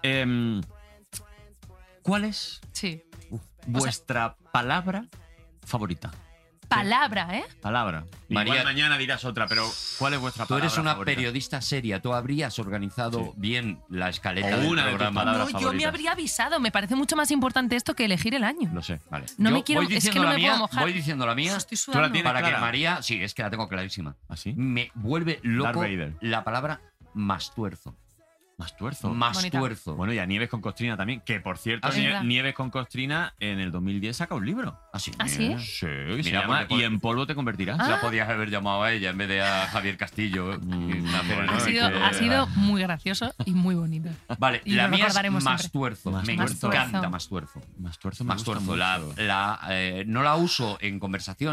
Speaker 5: Em, ¿Cuál es
Speaker 2: Sí.
Speaker 5: vuestra palabra favorita?
Speaker 2: Palabra, ¿eh?
Speaker 5: Palabra.
Speaker 3: María-
Speaker 5: Igual mañana dirás otra, pero ¿cuál es vuestra
Speaker 3: Tú
Speaker 5: palabra?
Speaker 3: eres una
Speaker 5: favorita?
Speaker 3: periodista seria. Tú habrías organizado
Speaker 5: Sí.
Speaker 3: bien la escaleta
Speaker 5: O
Speaker 3: del
Speaker 5: una de tus
Speaker 3: programa.
Speaker 5: palabras.
Speaker 2: No, yo me
Speaker 5: favoritas.
Speaker 2: habría avisado. Me parece mucho más importante esto que elegir el año.
Speaker 5: No sé.
Speaker 3: Vale.
Speaker 2: No
Speaker 3: Yo
Speaker 2: me quiero-
Speaker 3: voy
Speaker 2: es que
Speaker 3: diciendo
Speaker 2: no
Speaker 3: la
Speaker 2: me
Speaker 3: mía,
Speaker 2: puedo mojar.
Speaker 3: Voy diciendo la mía
Speaker 2: Estoy
Speaker 5: la
Speaker 2: sudando.
Speaker 5: tienes
Speaker 3: para que
Speaker 5: clara?
Speaker 3: María. Sí, es que la tengo clarísima.
Speaker 5: ¿Así?
Speaker 3: Me vuelve
Speaker 5: Darth
Speaker 3: loco
Speaker 5: Vader.
Speaker 3: la palabra mastuerzo.
Speaker 5: Más tuerzo.
Speaker 2: Bonita.
Speaker 3: Mastuerzo.
Speaker 5: Bueno, y a Nieves con Costrina también, que por cierto,
Speaker 3: Ah, sí.
Speaker 5: Nie-
Speaker 2: Verdad.
Speaker 5: Nieves con Costrina en el 2010 saca un libro.
Speaker 3: Así.
Speaker 2: ¿Ah, sí?
Speaker 5: Sí, se
Speaker 3: Mira,
Speaker 5: llama
Speaker 3: porque- Ah.
Speaker 5: Y en polvo te convertirás.
Speaker 3: La podías haber llamado a ella en vez de a Javier Castillo.
Speaker 5: Mm,
Speaker 3: Una pena,
Speaker 5: bueno,
Speaker 3: ¿no?
Speaker 2: Ha
Speaker 5: es
Speaker 2: sido,
Speaker 5: que-
Speaker 2: ha sido muy gracioso y muy bonito.
Speaker 3: Vale,
Speaker 2: Y
Speaker 3: la
Speaker 2: lo
Speaker 3: mía
Speaker 2: recordaremos
Speaker 3: es
Speaker 2: siempre.
Speaker 3: más tuerzo. Me
Speaker 5: Mastuerzo.
Speaker 3: encanta más tuerzo.
Speaker 5: Más tuerzo, me
Speaker 3: Más
Speaker 5: gusta
Speaker 3: tuerzo.
Speaker 5: mucho.
Speaker 3: La, la, eh, no la uso en conversaciones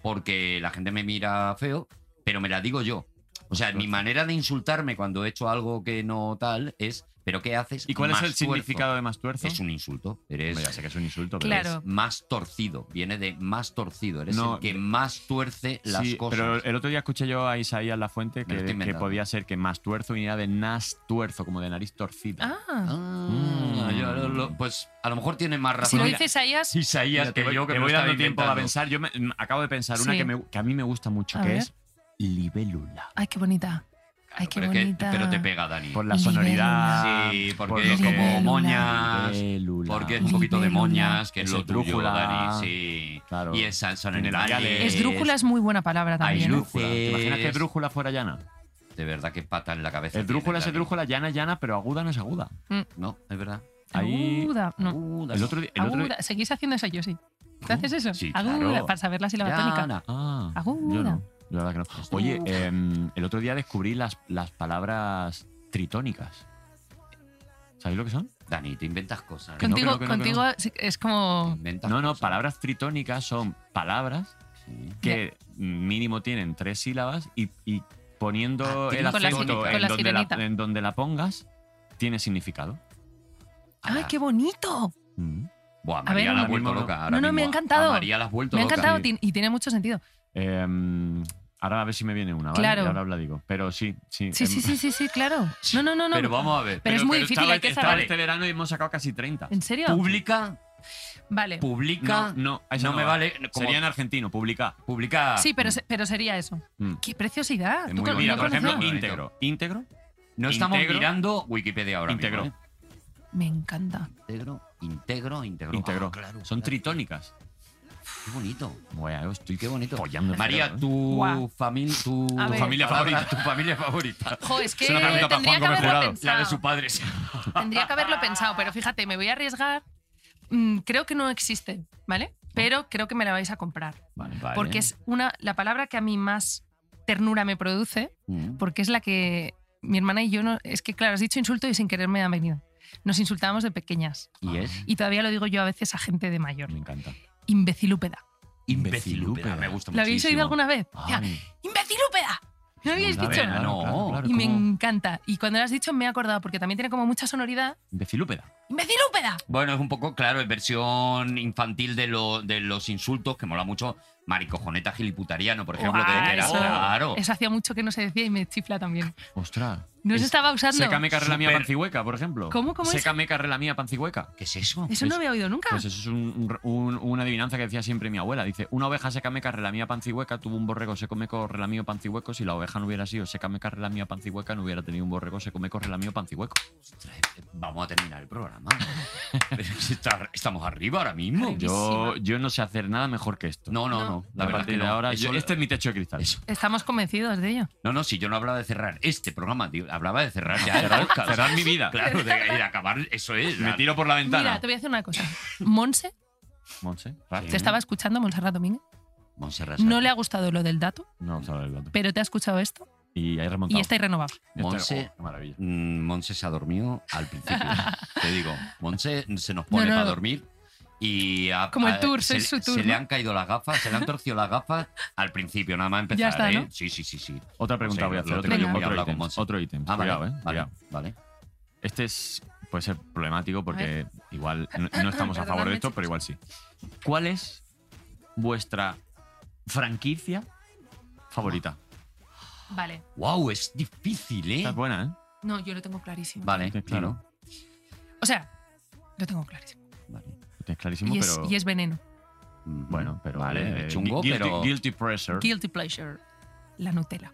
Speaker 3: porque la gente me mira feo, pero me la digo yo. O sea, mi manera de insultarme cuando he hecho algo que no tal es, ¿pero qué haces?
Speaker 5: ¿Y cuál es
Speaker 3: Más
Speaker 5: el
Speaker 3: tuerzo.
Speaker 5: significado de más tuerzo?
Speaker 3: Es un insulto. Eres
Speaker 5: Hombre, ya sé que es un insulto, pero.
Speaker 2: Claro.
Speaker 3: más torcido. Viene de más torcido. Eres
Speaker 5: No, eh,
Speaker 3: el que más tuerce las
Speaker 5: Sí,
Speaker 3: cosas.
Speaker 5: pero el eh, otro día escuché yo a Isaías La Fuente
Speaker 3: Me lo
Speaker 5: que,
Speaker 3: estoy
Speaker 5: que
Speaker 3: inventando.
Speaker 5: podía ser que más tuerzo viniera de nas tuerzo, como de nariz
Speaker 2: Ah,
Speaker 5: torcida.
Speaker 3: Ah,
Speaker 5: Mm.
Speaker 3: yo lo- lo- pues a lo mejor tiene más
Speaker 2: si
Speaker 3: razón.
Speaker 2: lo dices a ellas,
Speaker 3: Isaías
Speaker 5: Mira, te voy, te
Speaker 3: me lo
Speaker 5: voy
Speaker 3: estaba
Speaker 5: dando tiempo a
Speaker 3: inventando.
Speaker 5: pensar. Yo me- mm, acabo de pensar una
Speaker 2: Sí.
Speaker 5: que, me- que a mí me gusta mucho,
Speaker 2: A
Speaker 5: que
Speaker 2: ver.
Speaker 5: es libélula.
Speaker 2: ay, qué bonita. Ay, qué
Speaker 3: pero, es que-
Speaker 2: bonita.
Speaker 3: pero te pega, Dani.
Speaker 5: Por la
Speaker 2: Libélula.
Speaker 5: sonoridad.
Speaker 3: Sí, porque
Speaker 5: por
Speaker 3: es
Speaker 5: lo
Speaker 3: como
Speaker 5: que-
Speaker 3: moñas,
Speaker 5: Libélula.
Speaker 3: porque es un poquito de
Speaker 2: Libélula.
Speaker 3: moñas, que es
Speaker 5: Es
Speaker 3: lo tuyo,
Speaker 5: esdrújula.
Speaker 3: Dani. Sí.
Speaker 5: Claro.
Speaker 3: Y esas son
Speaker 5: Tiene
Speaker 3: animales.
Speaker 5: labiales.
Speaker 2: Esdrújula es muy buena palabra
Speaker 3: Ay,
Speaker 2: también. ¿eh?
Speaker 3: Lu-
Speaker 5: Esdrújula. ¿Te imaginas que
Speaker 3: Luces.
Speaker 5: esdrújula fuera llana?
Speaker 3: De verdad que pata en la cabeza.
Speaker 5: Esdrújula es
Speaker 3: tiene, Dani.
Speaker 5: esdrújula, llana es llana, pero aguda no es aguda.
Speaker 3: No, es verdad. Uh,
Speaker 5: Ahí.
Speaker 2: Aguda. No.
Speaker 3: Aguda,
Speaker 5: El
Speaker 3: no.
Speaker 5: otro día. el otro día-
Speaker 2: Aguda. Seguís haciendo eso, yo sí. ¿Te haces eso?
Speaker 3: Sí,
Speaker 2: Aguda,
Speaker 3: claro.
Speaker 2: para saber la sílaba
Speaker 3: Ya,
Speaker 2: tónica.
Speaker 3: Ana.
Speaker 5: Ah,
Speaker 2: Aguda.
Speaker 5: yo no, la verdad que no. Oye, em, el otro día descubrí las, las palabras tritónicas. ¿Sabéis lo que son?
Speaker 3: Dani, te inventas cosas.
Speaker 5: no,
Speaker 2: Contigo,
Speaker 5: que no, que no, que
Speaker 2: contigo es
Speaker 3: Te
Speaker 2: como.
Speaker 3: inventas
Speaker 5: No, no,
Speaker 3: cosas.
Speaker 5: palabras tritónicas son palabras
Speaker 3: Sí.
Speaker 5: que mínimo tienen tres sílabas y, y poniendo
Speaker 3: Ah,
Speaker 5: el
Speaker 2: con la
Speaker 5: acento
Speaker 2: sireni- con
Speaker 5: en
Speaker 2: la
Speaker 5: donde la,
Speaker 2: sirenita.
Speaker 5: en donde la pongas, tiene significado.
Speaker 2: ¡Ay, qué bonito!
Speaker 5: Mm.
Speaker 3: Buah, María
Speaker 2: ver,
Speaker 3: la
Speaker 5: ahora
Speaker 3: has vuelto
Speaker 5: mismo no.
Speaker 3: loca. ahora
Speaker 2: No, no, me
Speaker 3: mismo.
Speaker 2: ha encantado.
Speaker 3: A María la has vuelto
Speaker 2: Me ha
Speaker 3: loca.
Speaker 2: encantado
Speaker 5: sí.
Speaker 2: ti- y tiene mucho sentido.
Speaker 5: Em, ahora a ver si me viene una, ¿vale?
Speaker 2: Claro.
Speaker 5: Y ahora os la digo. Pero sí, sí.
Speaker 2: Sí,
Speaker 5: em,
Speaker 2: sí, sí, sí, sí, claro. No, no, no, no.
Speaker 3: Pero vamos a ver.
Speaker 2: Pero es muy difícil,
Speaker 5: estaba-
Speaker 2: hay que
Speaker 5: estaba
Speaker 2: saber.
Speaker 5: este verano y hemos sacado casi 30.
Speaker 2: ¿En serio?
Speaker 3: Pública,
Speaker 2: Vale.
Speaker 3: publica.
Speaker 5: No, no, a esa
Speaker 3: No me vale, como-
Speaker 5: Sería en argentino, publicar.
Speaker 3: Publica.
Speaker 2: Sí, pero, se- pero sería eso.
Speaker 5: Ah, Mm.
Speaker 2: ¡Qué preciosidad!
Speaker 3: Es
Speaker 2: ¿Tú
Speaker 3: muy
Speaker 2: con-
Speaker 5: Mira,
Speaker 2: no
Speaker 5: por
Speaker 2: conoces?
Speaker 5: ejemplo,
Speaker 3: conocía.
Speaker 5: íntegro. Íntegro,
Speaker 3: No estamos
Speaker 5: Integro.
Speaker 3: mirando Wikipedia ahora
Speaker 5: Integro.
Speaker 3: mismo. ¿eh?
Speaker 2: Me encanta.
Speaker 3: Integro, integro, integro.
Speaker 5: íntegro.
Speaker 3: Ah, claro,
Speaker 5: Son
Speaker 3: claro.
Speaker 5: tritónicas.
Speaker 3: Qué bonito.
Speaker 5: Bueno, estoy
Speaker 3: Qué bonito.
Speaker 5: follando el
Speaker 3: María,
Speaker 5: cerebro, ¿eh?
Speaker 3: tu
Speaker 2: Guau.
Speaker 3: familia, tu,
Speaker 2: A ver.
Speaker 5: familia
Speaker 3: palabra-
Speaker 5: favorita.
Speaker 3: tu familia favorita.
Speaker 2: Jo, es que
Speaker 5: Es una pregunta para
Speaker 2: tendría que
Speaker 5: Juan Gómez
Speaker 2: haberlo
Speaker 5: Jurado.
Speaker 2: pensado.
Speaker 3: La de su padre. sí.
Speaker 2: Tendría que haberlo pensado, pero fíjate, me voy a arriesgar. Mm, creo que no existe, ¿vale? Pero creo que me la vais a comprar.
Speaker 5: Vale, vale.
Speaker 2: Porque es una, la palabra que a mí más ternura me produce,
Speaker 5: Mm.
Speaker 2: porque es la que mi hermana y yo, no, es que claro, has dicho insulto y sin querer me ha venido. Nos insultábamos de pequeñas
Speaker 5: Y es.
Speaker 2: y todavía lo digo yo a veces a gente de mayor.
Speaker 5: Me encanta.
Speaker 2: Imbecilúpeda.
Speaker 3: Imbecilúpeda, me gusta mucho.
Speaker 2: ¿Lo habéis oído alguna vez? Ya,
Speaker 5: Ay,
Speaker 2: ¡Imbecilúpeda! Ah, ¿No habíais
Speaker 5: una
Speaker 2: dicho?
Speaker 5: vena,
Speaker 3: no?
Speaker 5: claro, claro,
Speaker 2: Y me
Speaker 5: como
Speaker 2: encanta. Y cuando lo has dicho me he acordado porque también tiene como mucha sonoridad. Ah,
Speaker 5: Imbecilúpeda.
Speaker 2: ¡Imbecilúpeda!
Speaker 3: Bueno, es un poco, claro, es versión infantil de, lo- de los insultos, que mola mucho. Maricojoneta giliputariano, por ejemplo,
Speaker 2: Guau,
Speaker 3: que era
Speaker 2: eso-
Speaker 5: Oh.
Speaker 3: claro.
Speaker 2: Eso hacía mucho que no se decía y me chifla también.
Speaker 5: Ostras.
Speaker 2: No se
Speaker 5: Es-
Speaker 2: estaba usando.
Speaker 5: Sécame carrera mía
Speaker 3: Súper.
Speaker 5: pancihueca, por ejemplo.
Speaker 2: ¿Cómo, cómo es?
Speaker 5: Sécame carrera mía pancihueca.
Speaker 3: ¿Qué es eso?
Speaker 2: Eso no había oído nunca.
Speaker 5: Pues eso es un- un- una adivinanza que decía siempre mi abuela. Dice, una oveja sécame carrera mía pancihueca, tuvo un borrego sécame correla mío pancihueco. Si la oveja no hubiera sido sécame carrera mía pancihueca, no hubiera tenido un borrego sécame correla mío pancihueco.
Speaker 3: eh, Vamos a terminar el programa. Pero es que está- estamos arriba ahora mismo.
Speaker 2: Arriba.
Speaker 5: Yo, yo no sé hacer nada mejor que esto.
Speaker 3: No, no, no.
Speaker 2: No.
Speaker 3: La
Speaker 5: a
Speaker 3: verdad
Speaker 5: partir
Speaker 3: que
Speaker 5: de
Speaker 3: no.
Speaker 5: ahora,
Speaker 3: Eso-
Speaker 5: yo- este es mi techo de cristal.
Speaker 3: Eso.
Speaker 2: Estamos convencidos de ello.
Speaker 3: No, no, si yo no hablaba de cerrar este programa, tío, hablaba de cerrar ya el
Speaker 5: Cerrar,
Speaker 3: podcast.
Speaker 5: cerrar mi vida.
Speaker 3: Claro, de, de acabar, eso es.
Speaker 5: Me
Speaker 3: la-
Speaker 5: tiro por la ventana.
Speaker 2: Mira, te voy a decir una cosa. Monse,
Speaker 5: Monse,
Speaker 2: te estaba escuchando, Montserrat Domínguez.
Speaker 3: Montserrat
Speaker 2: No le ha gustado lo del dato,
Speaker 5: No, sabe el dato.
Speaker 2: pero te ha escuchado esto
Speaker 5: Y ahí remontado.
Speaker 2: y está irrenovable.
Speaker 5: Este-
Speaker 3: Monse-
Speaker 5: oh, qué maravilla.
Speaker 3: Mm, Monse se ha dormido al principio. te digo, Monse se nos pone
Speaker 2: No, no.
Speaker 3: para dormir y ha-
Speaker 2: Como el
Speaker 3: ha-
Speaker 2: tour,
Speaker 3: se,
Speaker 2: sois su tour,
Speaker 3: se le
Speaker 2: ¿no?
Speaker 3: han caído las gafas, se le han torcido las gafas al principio, nada más empezar.
Speaker 2: Ya está,
Speaker 3: ¿eh?
Speaker 2: ¿no?
Speaker 3: Sí, sí, sí, sí.
Speaker 5: Otra pregunta
Speaker 3: Monse,
Speaker 5: voy a hacer.
Speaker 3: lo
Speaker 5: Otro,
Speaker 2: tengo yo,
Speaker 5: ítem,
Speaker 3: voy a
Speaker 5: otro
Speaker 3: hablar con
Speaker 5: ítem.
Speaker 3: Monse.
Speaker 5: Otro ítem.
Speaker 3: Ah, vale,
Speaker 5: Cuidado, eh,
Speaker 3: vale,
Speaker 5: cuidado.
Speaker 3: vale.
Speaker 5: Este es, puede ser problemático porque igual no, no estamos a
Speaker 2: Perdonadme,
Speaker 5: favor de esto,
Speaker 2: chicos.
Speaker 5: pero igual sí. ¿Cuál es vuestra franquicia favorita?
Speaker 2: Vale.
Speaker 3: Wow, es difícil, ¿eh?
Speaker 5: Esta es buena, ¿eh?
Speaker 2: No, yo lo tengo clarísimo.
Speaker 3: Vale,
Speaker 5: Tienes
Speaker 3: claro.
Speaker 5: claro.
Speaker 2: O sea, lo tengo clarísimo.
Speaker 5: Lo tienes clarísimo,
Speaker 2: Y es,
Speaker 5: pero.
Speaker 2: y es veneno.
Speaker 3: Mm,
Speaker 5: Bueno, pero.
Speaker 3: Vale,
Speaker 5: eh,
Speaker 3: chungo,
Speaker 5: guilty,
Speaker 3: pero.
Speaker 5: Guilty Pressure
Speaker 2: Guilty pleasure. La Nutella.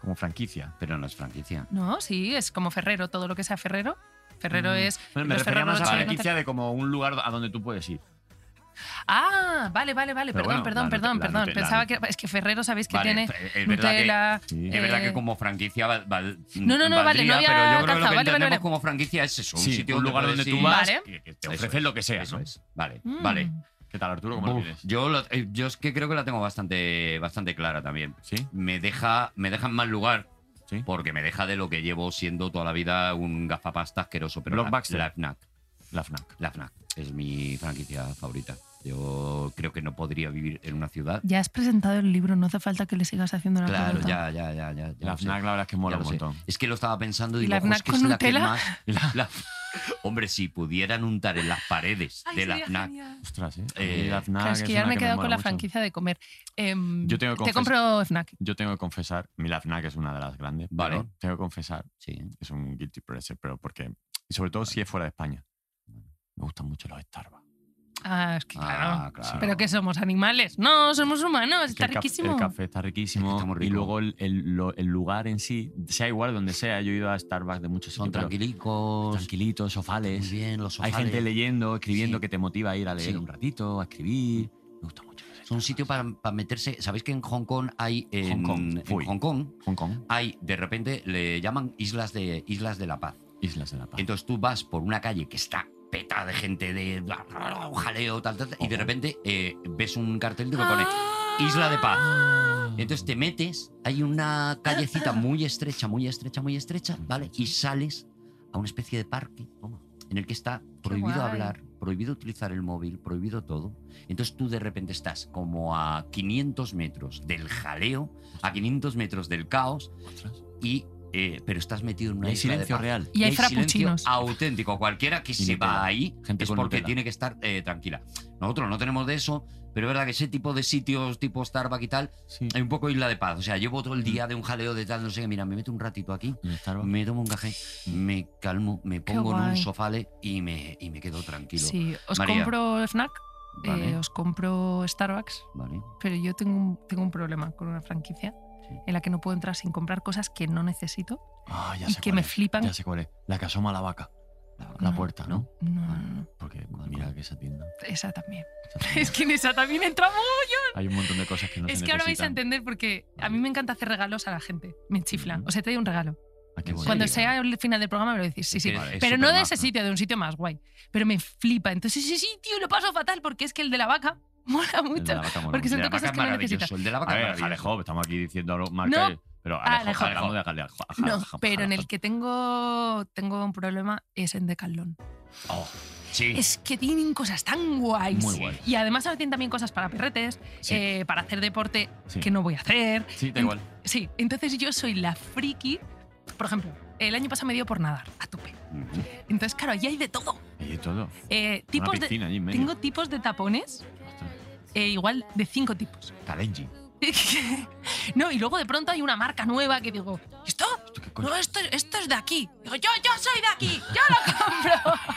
Speaker 5: como franquicia.
Speaker 3: Pero no es franquicia.
Speaker 2: No, sí, es como Ferrero, todo lo que sea Ferrero. Ferrero es.
Speaker 5: Mm. Bueno, me
Speaker 2: los
Speaker 5: refería
Speaker 2: Ferrero
Speaker 5: más a
Speaker 2: Rocher,
Speaker 5: franquicia de como un lugar a donde tú puedes ir.
Speaker 2: Ah, vale, vale, vale.
Speaker 5: Pero
Speaker 2: perdón,
Speaker 5: bueno,
Speaker 2: perdón,
Speaker 5: la
Speaker 2: perdón,
Speaker 5: Nute- la
Speaker 2: perdón.
Speaker 5: Nute-
Speaker 2: Pensaba
Speaker 5: la
Speaker 2: que es que Ferrero sabéis que
Speaker 3: Vale,
Speaker 2: tiene
Speaker 3: fe- es verdad que-
Speaker 2: Nutella.
Speaker 5: Sí.
Speaker 3: Es verdad
Speaker 2: eh,
Speaker 3: que como franquicia val- val-
Speaker 2: No, no, no, vale, no
Speaker 3: valdría,
Speaker 2: había
Speaker 3: pero yo creo que lo
Speaker 2: alcanzado,
Speaker 3: que
Speaker 2: vale, vale,
Speaker 3: entendemos
Speaker 2: vale.
Speaker 3: como franquicia es eso, un
Speaker 5: Sí,
Speaker 3: sitio,
Speaker 5: un lugar
Speaker 3: puedes
Speaker 5: donde tú
Speaker 3: ir.
Speaker 5: vas,
Speaker 2: Vale.
Speaker 5: que, que te
Speaker 3: Eso
Speaker 5: ofrecen
Speaker 3: es,
Speaker 5: lo que sea.
Speaker 3: Eso
Speaker 5: ¿no?
Speaker 3: es. Vale,
Speaker 2: mm,
Speaker 3: vale.
Speaker 5: ¿Qué tal, Arturo? ¿Cómo lo
Speaker 3: Uf,
Speaker 5: tienes?
Speaker 3: yo, lo- eh, yo es que creo que la tengo bastante, bastante clara también.
Speaker 5: Sí,
Speaker 3: Me deja, me deja en mal lugar
Speaker 5: sí.
Speaker 3: porque me deja de lo que llevo siendo toda la vida un gafapasta asqueroso. Pero la,
Speaker 5: Blockbuster.
Speaker 3: la FNAC,
Speaker 5: La FNAC.
Speaker 3: la FNAC es mi franquicia favorita. Yo creo que no podría vivir en una ciudad.
Speaker 2: Ya has presentado el libro, no hace falta que le sigas haciendo la
Speaker 3: Claro,
Speaker 2: pregunta.
Speaker 3: ya, ya, ya, ya. ya
Speaker 5: La
Speaker 3: lo sé.
Speaker 5: FNAC, la verdad es que
Speaker 3: Ya
Speaker 5: mola
Speaker 3: lo
Speaker 5: un
Speaker 3: sé.
Speaker 5: montón.
Speaker 3: Es que lo estaba pensando y
Speaker 2: ¿Y
Speaker 3: digo,
Speaker 2: la
Speaker 3: "Ojo, es
Speaker 2: FNAC
Speaker 3: que es
Speaker 2: con
Speaker 3: la que
Speaker 2: Nutella?
Speaker 3: más. la- Hombre, si pudieran untar en las paredes
Speaker 2: Ay,
Speaker 3: de la
Speaker 2: sería
Speaker 3: FNAC.
Speaker 2: genial.
Speaker 5: Ostras, ¿eh?
Speaker 3: Eh,
Speaker 5: La FNAC
Speaker 2: Claro, es que ya
Speaker 5: una
Speaker 2: me he quedado
Speaker 5: mola
Speaker 2: con la
Speaker 5: mucho.
Speaker 2: franquicia de comer. Em,
Speaker 5: Yo tengo que
Speaker 2: Te
Speaker 5: confes-
Speaker 2: compro FNAC.
Speaker 5: Yo tengo que confesar, mi la FNAC es una de las grandes.
Speaker 3: Vale.
Speaker 5: pero Tengo que confesar,
Speaker 3: Sí.
Speaker 5: es un guilty pleasure, pero porque. Y sobre todo si es fuera de España. Me gustan mucho los Starbucks.
Speaker 2: Ah, es que claro.
Speaker 3: Ah, claro.
Speaker 2: Pero que somos animales. No, somos humanos.
Speaker 5: Es
Speaker 2: Está
Speaker 5: que el caf-
Speaker 2: riquísimo.
Speaker 5: el café está
Speaker 3: Es
Speaker 5: riquísimo.
Speaker 3: que está muy
Speaker 5: Y
Speaker 3: rico.
Speaker 5: luego el, el- lo- el lugar en sí, sea igual donde sea, yo he ido a Starbucks de muchos
Speaker 3: Son
Speaker 5: sitios, pero
Speaker 3: tranquilicos.
Speaker 5: Tranquilitos,
Speaker 3: Muy
Speaker 5: sofales.
Speaker 3: bien, los
Speaker 5: Hay
Speaker 3: sofales.
Speaker 5: gente leyendo, escribiendo
Speaker 3: Sí.
Speaker 5: que te motiva a ir a leer
Speaker 3: Sí.
Speaker 5: un ratito, a escribir. Me gusta mucho. los
Speaker 3: Es un sitio
Speaker 5: Starbucks.
Speaker 3: para, para meterse. ¿Sabéis que en Hong Kong hay. En
Speaker 5: Hong
Speaker 3: Hong
Speaker 5: Kong,
Speaker 3: Kong,
Speaker 5: fui.
Speaker 3: Hong Kong
Speaker 5: Hong Kong,
Speaker 3: hay, de repente, le llaman islas de, islas de la paz.
Speaker 5: Islas de la Paz.
Speaker 3: Entonces tú vas por una calle que está peta de gente de bla, bla, bla, un jaleo, tal, tal, tal, y de
Speaker 5: Ojo.
Speaker 3: repente eh, ves un cartel que
Speaker 2: Ah.
Speaker 3: pone Isla de Paz. Entonces te metes, hay una callecita muy estrecha, muy estrecha, muy estrecha, ¿vale? Y sales a una especie de parque en el que está prohibido
Speaker 2: guay.
Speaker 3: hablar, prohibido utilizar el móvil, prohibido todo. Entonces tú de repente estás como a 500 metros del jaleo, a 500 metros del caos,
Speaker 5: Ostras.
Speaker 3: y, eh, pero estás metido en
Speaker 5: Y
Speaker 3: una
Speaker 5: hay
Speaker 3: isla de
Speaker 5: silencio
Speaker 3: paz.
Speaker 5: real.
Speaker 2: Y hay
Speaker 3: silencio
Speaker 2: frappuccinos.
Speaker 3: auténtico. Cualquiera que
Speaker 5: Y
Speaker 3: se
Speaker 5: Nutella.
Speaker 3: va ahí
Speaker 5: Gente
Speaker 3: es
Speaker 5: con
Speaker 3: porque
Speaker 5: Nutella.
Speaker 3: tiene que estar eh, tranquila. Nosotros no tenemos de eso, pero es verdad que ese tipo de sitios, tipo Starbucks y tal,
Speaker 5: Sí.
Speaker 3: hay un poco isla de paz. O sea, llevo
Speaker 5: Mm.
Speaker 3: todo el día de un jaleo de tal, no sé qué. Mira, me meto un ratito aquí,
Speaker 5: En Starbucks.
Speaker 3: me tomo un café, me calmo, me
Speaker 2: Qué
Speaker 3: pongo en un
Speaker 2: guay.
Speaker 3: sofale y me, y me quedo tranquilo.
Speaker 2: Sí, os
Speaker 3: María.
Speaker 2: compro FNAC, eh,
Speaker 3: Vale,
Speaker 2: os compro Starbucks,
Speaker 3: vale.
Speaker 2: pero yo tengo un, tengo un problema con una franquicia
Speaker 3: Sí.
Speaker 2: en la que no puedo entrar sin comprar cosas que no necesito
Speaker 5: Ah, ya
Speaker 2: y
Speaker 5: sé
Speaker 2: que
Speaker 5: cuál
Speaker 2: me
Speaker 5: es.
Speaker 2: flipan.
Speaker 5: Ya sé cuál es. La que asoma la vaca. La, la
Speaker 2: No,
Speaker 5: puerta, ¿no?
Speaker 3: no.
Speaker 2: No, no, no,
Speaker 5: Porque
Speaker 3: Vale,
Speaker 5: mira
Speaker 3: vale.
Speaker 5: que esa tienda.
Speaker 2: esa también.
Speaker 5: esa tienda,
Speaker 2: Es que en esa también entramos.
Speaker 5: Hay un montón de cosas que no
Speaker 2: es
Speaker 5: se
Speaker 2: que ahora vais a
Speaker 5: necesitan.
Speaker 2: entender porque a mí me encanta hacer regalos a la gente. Me chifla.
Speaker 5: Ujú.
Speaker 2: O sea, te doy un regalo.
Speaker 5: Ah, qué
Speaker 3: ¿En
Speaker 5: bonito.
Speaker 2: Cuando
Speaker 3: serio?
Speaker 2: sea el final del programa me lo decís. Sí,
Speaker 3: Es
Speaker 2: sí.
Speaker 3: que es
Speaker 2: Pero no de
Speaker 3: supermaja.
Speaker 2: ese sitio, de un sitio más guay. Pero me flipa. Entonces, sí, sí, tío, lo paso fatal porque es que el de la vaca Mola
Speaker 5: El de
Speaker 2: mucho.
Speaker 5: la vaca morón.
Speaker 2: Porque
Speaker 3: El
Speaker 2: son
Speaker 3: de la
Speaker 2: cosas
Speaker 3: vaca
Speaker 2: que no
Speaker 3: maravilloso,
Speaker 2: necesitas.
Speaker 3: El de la vaca
Speaker 5: A ver,
Speaker 3: maravilloso.
Speaker 5: Alejo, estamos aquí diciendo marca.
Speaker 2: No.
Speaker 5: Pero Alejo,
Speaker 2: Alejo.
Speaker 5: hablamos de Alejo.
Speaker 2: No, pero en el que tengo, tengo un problema es en Decathlon.
Speaker 3: Oh, sí.
Speaker 2: Es que tienen cosas tan guays.
Speaker 5: Muy guay.
Speaker 2: Y además ahora tienen también cosas para perretes,
Speaker 5: Sí.
Speaker 2: eh, para hacer deporte
Speaker 5: Sí.
Speaker 2: que no voy a hacer.
Speaker 5: Sí, da
Speaker 2: En-
Speaker 5: igual.
Speaker 2: Sí, entonces yo soy la friki. Por ejemplo, el año pasado me dio por nadar a tope.
Speaker 5: Ujú.
Speaker 2: Entonces, claro, ahí hay de todo.
Speaker 5: Y todo.
Speaker 2: Eh,
Speaker 5: Una
Speaker 2: tipos de,
Speaker 5: piscina allí en medio.
Speaker 2: tengo tipos de tapones, eh, igual de cinco tipos.
Speaker 5: Kalenji.
Speaker 2: no, y luego de pronto hay una marca nueva que digo, ¿esto?
Speaker 5: ¿Esto qué coño?
Speaker 2: No, esto, esto es de aquí. Digo, yo, yo soy de aquí, yo lo compro.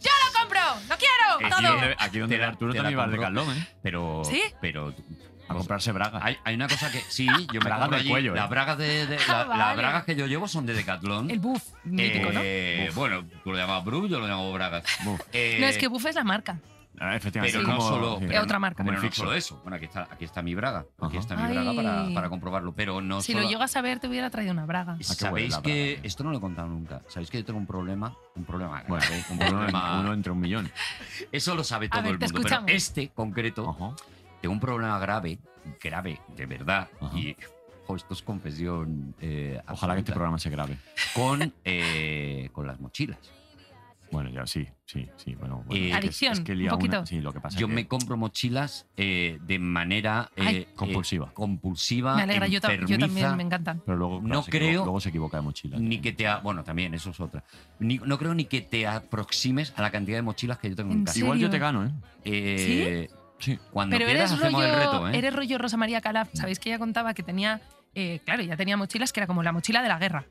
Speaker 2: yo lo compro, lo
Speaker 3: Eh,
Speaker 2: quiero,
Speaker 5: Aquí
Speaker 3: tío,
Speaker 2: todo.
Speaker 5: donde, aquí donde
Speaker 3: Te la-
Speaker 5: Arturo
Speaker 3: te la
Speaker 5: también va al de
Speaker 3: compro.
Speaker 5: Calón, ¿eh?
Speaker 3: Pero,
Speaker 2: ¿Sí?
Speaker 3: pero
Speaker 5: A comprarse bragas.
Speaker 3: hay, hay una cosa que sí, yo me
Speaker 5: Bragas
Speaker 3: compro
Speaker 5: de
Speaker 3: allí,
Speaker 5: cuello, ¿eh?
Speaker 3: las bragas de, de-
Speaker 2: Ah,
Speaker 3: la- las
Speaker 2: vale.
Speaker 3: bragas que yo llevo son de Decathlon.
Speaker 2: El buff, mítico, ¿no?
Speaker 3: Eh, Bueno, tú lo llamas Bru, yo lo llamo bragas.
Speaker 5: Buf.
Speaker 3: Eh,
Speaker 2: No, es que buff es la marca.
Speaker 5: Ah, Efectivamente.
Speaker 3: pero
Speaker 5: es
Speaker 3: no
Speaker 5: como-
Speaker 3: solo,
Speaker 5: sí.
Speaker 3: pero
Speaker 2: otra
Speaker 3: no-
Speaker 2: marca.
Speaker 3: pero
Speaker 5: Como
Speaker 3: no
Speaker 5: el fixo.
Speaker 3: solo eso. Bueno, aquí está, aquí está mi braga, aquí
Speaker 5: Ajá.
Speaker 3: está mi braga para,
Speaker 2: Ay.
Speaker 3: para comprobarlo, pero no
Speaker 2: si
Speaker 3: solo.
Speaker 2: lo llegas a ver, te hubiera traído una braga.
Speaker 5: Ah, qué buena eh.
Speaker 3: Sabéis
Speaker 5: la
Speaker 3: que
Speaker 5: braga.
Speaker 3: esto no lo he contado nunca. Sabéis que yo tengo un problema, un problema.
Speaker 5: Bueno,
Speaker 3: grave, un
Speaker 5: uno, en-
Speaker 3: problema-
Speaker 5: uno entre un millón.
Speaker 3: Eso lo sabe todo
Speaker 2: ver,
Speaker 3: el
Speaker 2: te
Speaker 3: mundo,
Speaker 2: escuchamos.
Speaker 3: pero este concreto
Speaker 5: Ojo.
Speaker 3: tengo un problema grave, grave, de verdad.
Speaker 5: Ajá.
Speaker 3: Y jo, esto es confesión. eh,
Speaker 5: Ojalá que
Speaker 3: absoluta.
Speaker 5: este programa se grabe.
Speaker 3: Con, eh, con las mochilas.
Speaker 5: Bueno, ya sí, sí, sí. Bueno, bueno,
Speaker 3: Eh,
Speaker 5: es que-
Speaker 2: Adicción,
Speaker 5: es que
Speaker 2: un
Speaker 5: lía una-
Speaker 2: poquito.
Speaker 5: sí, lo que pasa
Speaker 3: Yo
Speaker 5: es que
Speaker 3: me compro mochilas eh, de manera eh,
Speaker 2: Ay.
Speaker 3: eh,
Speaker 5: Compulsiva.
Speaker 3: compulsiva.
Speaker 2: Me alegra, yo, ta- yo
Speaker 3: enfermiza,
Speaker 2: también me encantan.
Speaker 5: Pero luego, claro,
Speaker 3: no
Speaker 5: se equivo-
Speaker 3: creo
Speaker 5: luego se equivoca de mochila.
Speaker 3: Ni que te. a- Bueno, también, eso es otra. Ni- no creo ni que te aproximes a la cantidad de mochilas que yo tengo en,
Speaker 2: ¿En
Speaker 3: casa.
Speaker 5: Igual yo
Speaker 2: serio?
Speaker 5: te gano, ¿eh?
Speaker 3: Eh,
Speaker 5: Sí.
Speaker 3: Cuando
Speaker 2: Pero
Speaker 3: quieras,
Speaker 2: eres
Speaker 3: hacemos
Speaker 2: rollo,
Speaker 3: el reto, ¿eh?
Speaker 2: eres rollo Rosa María Calaf. Sabéis que ella contaba que tenía, eh, claro, ya tenía mochilas que era como la mochila de la guerra.